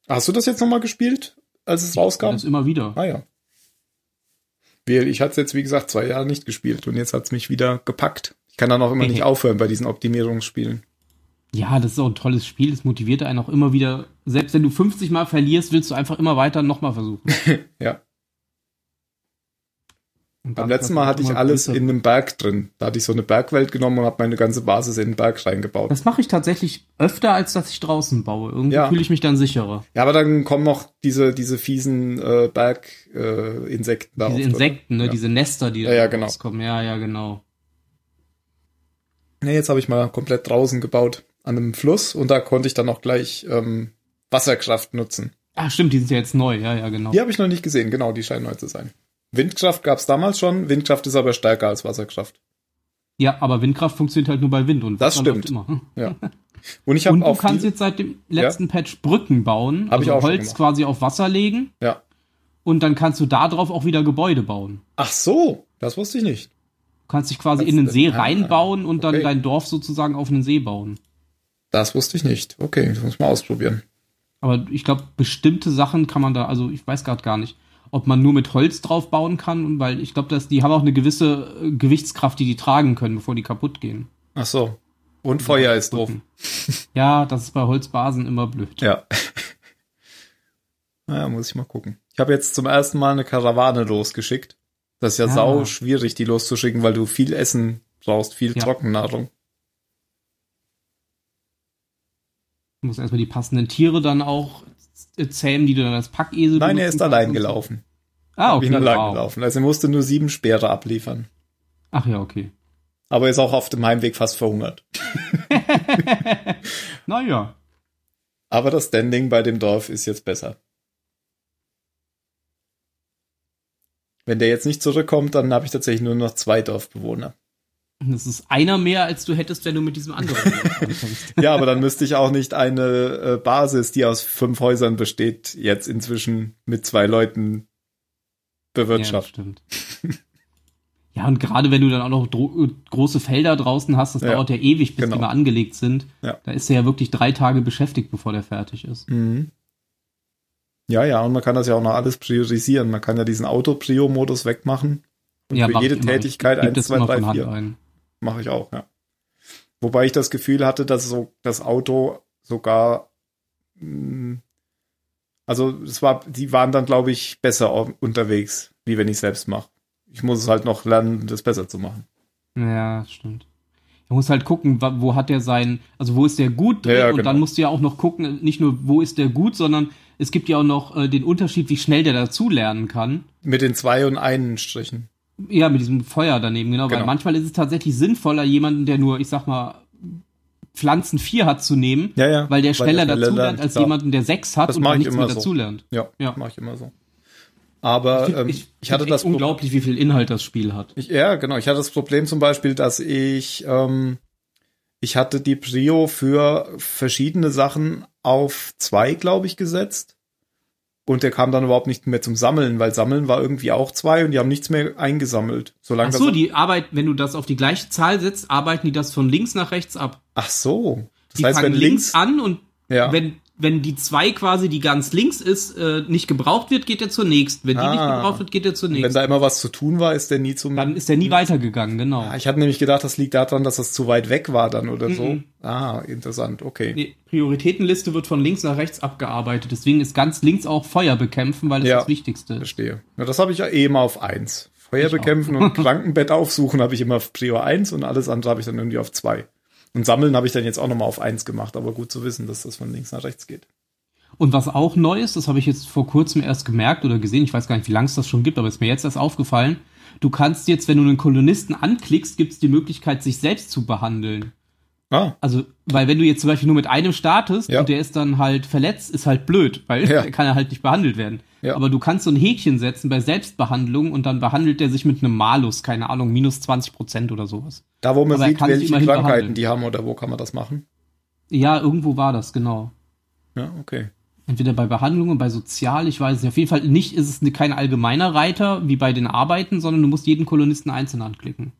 [SPEAKER 1] Hast du das jetzt nochmal gespielt, als es rauskam?
[SPEAKER 4] Das immer wieder.
[SPEAKER 1] Ah ja. Weil Ich hatte es jetzt, wie gesagt, zwei Jahre nicht gespielt und jetzt hat es mich wieder gepackt. Ich kann dann auch immer nicht aufhören bei diesen Optimierungsspielen.
[SPEAKER 4] Ja, das ist auch ein tolles Spiel. Das motiviert einen auch immer wieder. Selbst wenn du 50 Mal verlierst, willst du einfach immer weiter nochmal versuchen.
[SPEAKER 1] Ja.
[SPEAKER 4] Und
[SPEAKER 1] Beim
[SPEAKER 4] dann
[SPEAKER 1] letzten Mal hatte ich
[SPEAKER 4] immer
[SPEAKER 1] alles
[SPEAKER 4] größer.
[SPEAKER 1] in einem Berg drin. Da hatte ich so eine Bergwelt genommen und habe meine ganze Basis in den Berg reingebaut.
[SPEAKER 4] Das mache ich tatsächlich öfter, als dass ich draußen baue. Irgendwie
[SPEAKER 1] Ja.
[SPEAKER 4] fühle ich mich dann sicherer.
[SPEAKER 1] Ja, aber dann kommen noch diese, diese fiesen äh, Berginsekten äh, Insekten da
[SPEAKER 4] diese
[SPEAKER 1] oft, oder?
[SPEAKER 4] Insekten, ne?
[SPEAKER 1] Ja.
[SPEAKER 4] diese Nester, die
[SPEAKER 1] Ja, ja, genau.
[SPEAKER 4] rauskommen. Ja, ja, genau.
[SPEAKER 1] Nee, jetzt habe ich mal komplett draußen gebaut an einem Fluss und da konnte ich dann auch gleich ähm, Wasserkraft nutzen.
[SPEAKER 4] Ah, stimmt, die sind ja jetzt neu. Ja, ja, genau.
[SPEAKER 1] Die habe ich noch nicht gesehen, genau, die scheinen neu zu sein. Windkraft gab's damals schon, Windkraft ist aber stärker als Wasserkraft.
[SPEAKER 4] Ja, aber Windkraft funktioniert halt nur bei Wind und
[SPEAKER 1] Das
[SPEAKER 4] Wasser läuft
[SPEAKER 1] stimmt.
[SPEAKER 4] immer.
[SPEAKER 1] Ja. Und ich habe
[SPEAKER 4] Und du
[SPEAKER 1] auch
[SPEAKER 4] kannst
[SPEAKER 1] die,
[SPEAKER 4] jetzt seit dem letzten Patch Brücken bauen, also
[SPEAKER 1] Hab ich auch schon
[SPEAKER 4] Holz
[SPEAKER 1] gemacht.
[SPEAKER 4] quasi auf Wasser legen
[SPEAKER 1] ja.
[SPEAKER 4] und dann kannst du da drauf auch wieder Gebäude bauen.
[SPEAKER 1] Ach so, das wusste ich nicht.
[SPEAKER 4] Du kannst dich quasi
[SPEAKER 1] Kannst
[SPEAKER 4] in den
[SPEAKER 1] du-
[SPEAKER 4] See
[SPEAKER 1] ah,
[SPEAKER 4] reinbauen und dann
[SPEAKER 1] okay.
[SPEAKER 4] dein Dorf sozusagen auf einen See bauen.
[SPEAKER 1] Das wusste ich nicht. Okay, das muss ich mal ausprobieren.
[SPEAKER 4] Aber ich glaube, bestimmte Sachen kann man da, also ich weiß gerade gar nicht, ob man nur mit Holz drauf bauen kann, und weil ich glaube, dass die haben auch eine gewisse äh, Gewichtskraft, die die tragen können, bevor die kaputt gehen.
[SPEAKER 1] Ach so. Und Feuer ist doof.
[SPEAKER 4] Ja, das ist bei Holzbasen immer blöd.
[SPEAKER 1] Ja. naja, muss ich mal gucken. Ich habe jetzt zum ersten Mal eine Karawane losgeschickt. Das ist ja
[SPEAKER 4] Ah.
[SPEAKER 1] sau schwierig, die loszuschicken, weil du viel Essen brauchst, viel
[SPEAKER 4] Ja.
[SPEAKER 1] Trockennahrung.
[SPEAKER 4] Du musst erstmal die passenden Tiere dann auch äh, zähmen, die du dann als Packesel
[SPEAKER 1] Nein,
[SPEAKER 4] benutzen
[SPEAKER 1] er ist
[SPEAKER 4] kannst
[SPEAKER 1] allein
[SPEAKER 4] und so.
[SPEAKER 1] gelaufen. Okay,
[SPEAKER 4] Ah, okay.
[SPEAKER 1] bin allein
[SPEAKER 4] wow.
[SPEAKER 1] gelaufen. Also er musste nur sieben Speere abliefern.
[SPEAKER 4] Ach ja, okay.
[SPEAKER 1] Aber er ist auch auf dem Heimweg fast verhungert.
[SPEAKER 4] Naja.
[SPEAKER 1] Aber das Standing bei dem Dorf ist jetzt besser. Wenn der jetzt nicht zurückkommt, dann habe ich tatsächlich nur noch zwei Dorfbewohner.
[SPEAKER 4] Das ist einer mehr, als du hättest, wenn du mit diesem anderen anfängst.
[SPEAKER 1] Ja, aber dann müsste ich auch nicht eine äh, Basis, die aus fünf Häusern besteht, jetzt inzwischen mit zwei Leuten
[SPEAKER 4] Ja, das
[SPEAKER 1] bewirtschaften.
[SPEAKER 4] stimmt. ja, und gerade wenn du dann auch noch dro- äh, große Felder draußen hast, das
[SPEAKER 1] Ja,
[SPEAKER 4] dauert ja ewig, bis
[SPEAKER 1] genau.
[SPEAKER 4] die mal angelegt sind.
[SPEAKER 1] Ja.
[SPEAKER 4] Da ist er ja wirklich drei Tage beschäftigt, bevor der fertig ist.
[SPEAKER 1] mhm. Ja, ja, und man kann das ja auch noch alles priorisieren. Man kann ja diesen Auto-Prio-Modus wegmachen. Und
[SPEAKER 4] Ja,
[SPEAKER 1] für
[SPEAKER 4] mach
[SPEAKER 1] jede
[SPEAKER 4] ich immer. Ich
[SPEAKER 1] Tätigkeit
[SPEAKER 4] geb
[SPEAKER 1] 1,
[SPEAKER 4] das
[SPEAKER 1] 2,
[SPEAKER 4] immer
[SPEAKER 1] 3,
[SPEAKER 4] von Hand
[SPEAKER 1] 4.
[SPEAKER 4] ein.
[SPEAKER 1] Mache ich auch, ja. Wobei ich das Gefühl hatte, dass so das Auto sogar, mm, also es war, die waren dann, glaube ich, besser au- unterwegs, wie wenn ich selbst mache. Ich muss es halt noch lernen, das besser zu machen.
[SPEAKER 4] Ja, stimmt. Du musst halt gucken, wa- wo hat der sein, also wo ist der gut drin
[SPEAKER 1] Ja, ja,
[SPEAKER 4] und
[SPEAKER 1] genau.
[SPEAKER 4] dann musst du ja auch noch gucken, nicht nur wo ist der gut, sondern es gibt ja auch noch äh, den Unterschied, wie schnell der dazulernen kann.
[SPEAKER 1] Mit den zwei und einen Strichen.
[SPEAKER 4] Ja, mit diesem Feuer daneben, genau,
[SPEAKER 1] Genau.
[SPEAKER 4] weil manchmal ist es tatsächlich sinnvoller, jemanden, der nur, ich sag mal, Pflanzen 4 hat zu nehmen,
[SPEAKER 1] Ja, ja.
[SPEAKER 4] weil der schneller dazulernt
[SPEAKER 1] lernt,
[SPEAKER 4] als
[SPEAKER 1] klar.
[SPEAKER 4] jemanden, der 6 hat
[SPEAKER 1] Das
[SPEAKER 4] und
[SPEAKER 1] mach
[SPEAKER 4] dann
[SPEAKER 1] ich
[SPEAKER 4] nichts mehr
[SPEAKER 1] immer so.
[SPEAKER 4] dazulernt.
[SPEAKER 1] Ja,
[SPEAKER 4] Ja.
[SPEAKER 1] mache ich immer so. Aber ich, ähm, ich, hatte das Problem-
[SPEAKER 4] unglaublich, wie viel Inhalt das Spiel hat.
[SPEAKER 1] Ich, ja, genau. Ich hatte das Problem zum Beispiel, dass ich, ähm, ich hatte die Prio für verschiedene Sachen auf zwei, glaube ich, gesetzt. Und der kam dann überhaupt nicht mehr zum Sammeln, weil Sammeln war irgendwie auch zwei und die haben nichts mehr eingesammelt. Solange
[SPEAKER 4] Ach so,
[SPEAKER 1] das,
[SPEAKER 4] die Arbeit, wenn du das auf die gleiche Zahl setzt, arbeiten die das von links nach rechts ab.
[SPEAKER 1] ach so. Das
[SPEAKER 4] die
[SPEAKER 1] heißt,
[SPEAKER 4] fangen
[SPEAKER 1] wenn links,
[SPEAKER 4] links an und
[SPEAKER 1] ja,
[SPEAKER 4] wenn, wenn die zwei quasi, die ganz links ist, äh, nicht gebraucht wird, geht er zur nächsten. Wenn die
[SPEAKER 1] Ah.
[SPEAKER 4] nicht gebraucht wird, geht er zur
[SPEAKER 1] wenn
[SPEAKER 4] nächsten.
[SPEAKER 1] da immer was zu tun war, ist der nie zum.
[SPEAKER 4] Dann ist er nie weitergegangen, genau.
[SPEAKER 1] Ah, ich hatte nämlich gedacht, das liegt daran, dass das zu weit weg war dann oder so.
[SPEAKER 4] Mhm.
[SPEAKER 1] Ah, interessant. Okay.
[SPEAKER 4] Die Prioritätenliste wird von links nach rechts abgearbeitet. Deswegen ist ganz links auch Feuer bekämpfen, weil das
[SPEAKER 1] Ja.
[SPEAKER 4] das Wichtigste ist.
[SPEAKER 1] Verstehe. Na, das habe ich ja eh immer auf eins. Feuer bekämpfen und Krankenbett aufsuchen habe ich immer auf Prio 1 und alles andere habe ich dann irgendwie auf zwei. Und sammeln habe ich dann jetzt auch nochmal auf eins gemacht, aber gut zu wissen, dass das von links nach rechts geht.
[SPEAKER 4] Und was auch neu ist, das habe ich jetzt vor kurzem erst gemerkt oder gesehen, ich weiß gar nicht, wie lange es das schon gibt, aber ist mir jetzt erst aufgefallen. Du kannst jetzt, wenn du einen Kolonisten anklickst, gibt es die Möglichkeit, sich selbst zu behandeln.
[SPEAKER 1] Ah,
[SPEAKER 4] Also, weil wenn du jetzt zum Beispiel nur mit einem startest
[SPEAKER 1] Ja.
[SPEAKER 4] und der ist dann halt verletzt, ist halt blöd, weil
[SPEAKER 1] Ja.
[SPEAKER 4] der kann er halt nicht behandelt werden.
[SPEAKER 1] Ja.
[SPEAKER 4] Aber du kannst so ein Häkchen setzen bei Selbstbehandlung und dann behandelt der sich mit einem Malus, keine Ahnung, minus 20 Prozent oder sowas.
[SPEAKER 1] da wo man
[SPEAKER 4] Aber er
[SPEAKER 1] sieht,
[SPEAKER 4] kann sich
[SPEAKER 1] welche
[SPEAKER 4] immerhin
[SPEAKER 1] Krankheiten
[SPEAKER 4] behandeln.
[SPEAKER 1] die haben oder wo kann man das machen.
[SPEAKER 4] Ja, irgendwo war das, genau.
[SPEAKER 1] Ja, okay.
[SPEAKER 4] Entweder bei Behandlungen, bei Sozial, ich weiß es nicht. Auf jeden Fall nicht ist es ne- kein allgemeiner Reiter wie bei den Arbeiten, sondern du musst jeden Kolonisten einzeln anklicken.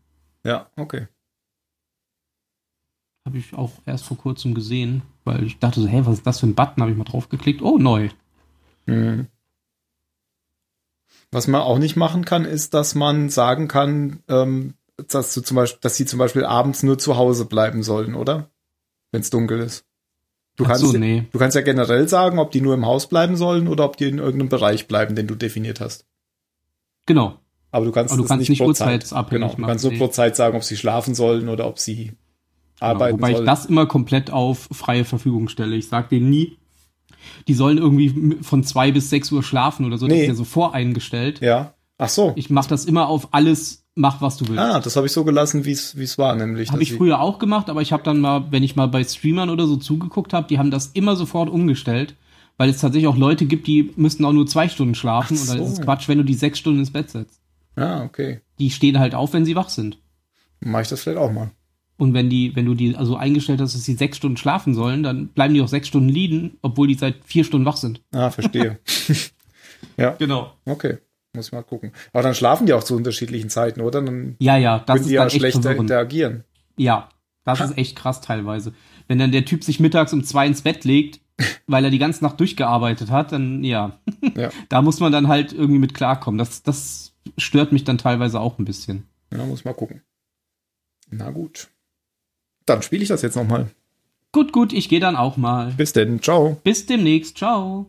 [SPEAKER 1] Ja, okay.
[SPEAKER 4] Habe ich auch erst vor kurzem gesehen, weil ich dachte so, hey, was ist das für ein Button? Habe ich mal draufgeklickt. Oh, neu.
[SPEAKER 1] Hm. Was man auch nicht machen kann, ist, dass man sagen kann, ähm, dass du zum Beispiel, dass sie zum Beispiel abends nur zu Hause bleiben sollen, oder? Wenn es dunkel ist. Du
[SPEAKER 4] Ach
[SPEAKER 1] kannst,
[SPEAKER 4] so, nee.
[SPEAKER 1] Du kannst ja generell sagen, ob die nur im Haus bleiben sollen oder ob die in irgendeinem Bereich bleiben, den du definiert hast.
[SPEAKER 4] Genau.
[SPEAKER 1] Aber du kannst,
[SPEAKER 4] Aber du
[SPEAKER 1] es
[SPEAKER 4] kannst nicht
[SPEAKER 1] pro Zeit-
[SPEAKER 4] uhrzeitabhängig
[SPEAKER 1] Genau, du
[SPEAKER 4] machen,
[SPEAKER 1] kannst nur
[SPEAKER 4] nee.
[SPEAKER 1] pro Zeit sagen, ob sie schlafen sollen oder ob sie
[SPEAKER 4] Genau,
[SPEAKER 1] arbeiten
[SPEAKER 4] wobei ich
[SPEAKER 1] sollen.
[SPEAKER 4] das immer komplett auf freie Verfügung stelle. Ich sage denen nie, die sollen irgendwie m- von zwei bis sechs Uhr schlafen oder so. Das
[SPEAKER 1] Nee.
[SPEAKER 4] ist ja so voreingestellt.
[SPEAKER 1] ja. Ach so.
[SPEAKER 4] Ich mache das immer auf alles, mach was du willst.
[SPEAKER 1] Ah, das habe ich so gelassen, wie es wie es war, nämlich.
[SPEAKER 4] Habe
[SPEAKER 1] dass
[SPEAKER 4] ich
[SPEAKER 1] sie-
[SPEAKER 4] früher auch gemacht, aber ich habe dann mal, wenn ich mal bei Streamern oder so zugeguckt habe, die haben das immer sofort umgestellt, weil es tatsächlich auch Leute gibt, die müssen auch nur zwei Stunden schlafen
[SPEAKER 1] Ach
[SPEAKER 4] und dann ist
[SPEAKER 1] so.
[SPEAKER 4] es Quatsch, wenn du die sechs Stunden ins Bett setzt.
[SPEAKER 1] Ah, okay.
[SPEAKER 4] Die stehen halt auf, wenn sie wach sind.
[SPEAKER 1] Mache ich das vielleicht auch mal.
[SPEAKER 4] Und wenn die, wenn du die also eingestellt hast, dass sie sechs Stunden schlafen sollen, dann bleiben die auch sechs Stunden liegen, obwohl die seit vier Stunden wach sind.
[SPEAKER 1] Ah, verstehe.
[SPEAKER 4] Genau.
[SPEAKER 1] okay. Muss ich mal gucken. Aber dann schlafen die auch zu unterschiedlichen Zeiten, oder? Dann
[SPEAKER 4] Ja, ja, das
[SPEAKER 1] können
[SPEAKER 4] ist
[SPEAKER 1] die ja
[SPEAKER 4] dann echt
[SPEAKER 1] schlechter
[SPEAKER 4] verwirrend.
[SPEAKER 1] interagieren.
[SPEAKER 4] Ja, das ist echt krass teilweise. Wenn dann der Typ sich mittags um zwei ins Bett legt, weil er die ganze Nacht durchgearbeitet hat, dann ja.
[SPEAKER 1] Ja.
[SPEAKER 4] Da muss man dann halt irgendwie mit klarkommen. Das, das stört mich dann teilweise auch ein bisschen.
[SPEAKER 1] Ja, muss ich mal gucken. Na gut. Dann spiele ich das jetzt nochmal.
[SPEAKER 4] Gut, gut, ich gehe dann auch mal.
[SPEAKER 1] Bis denn. Ciao.
[SPEAKER 4] Bis demnächst. Ciao.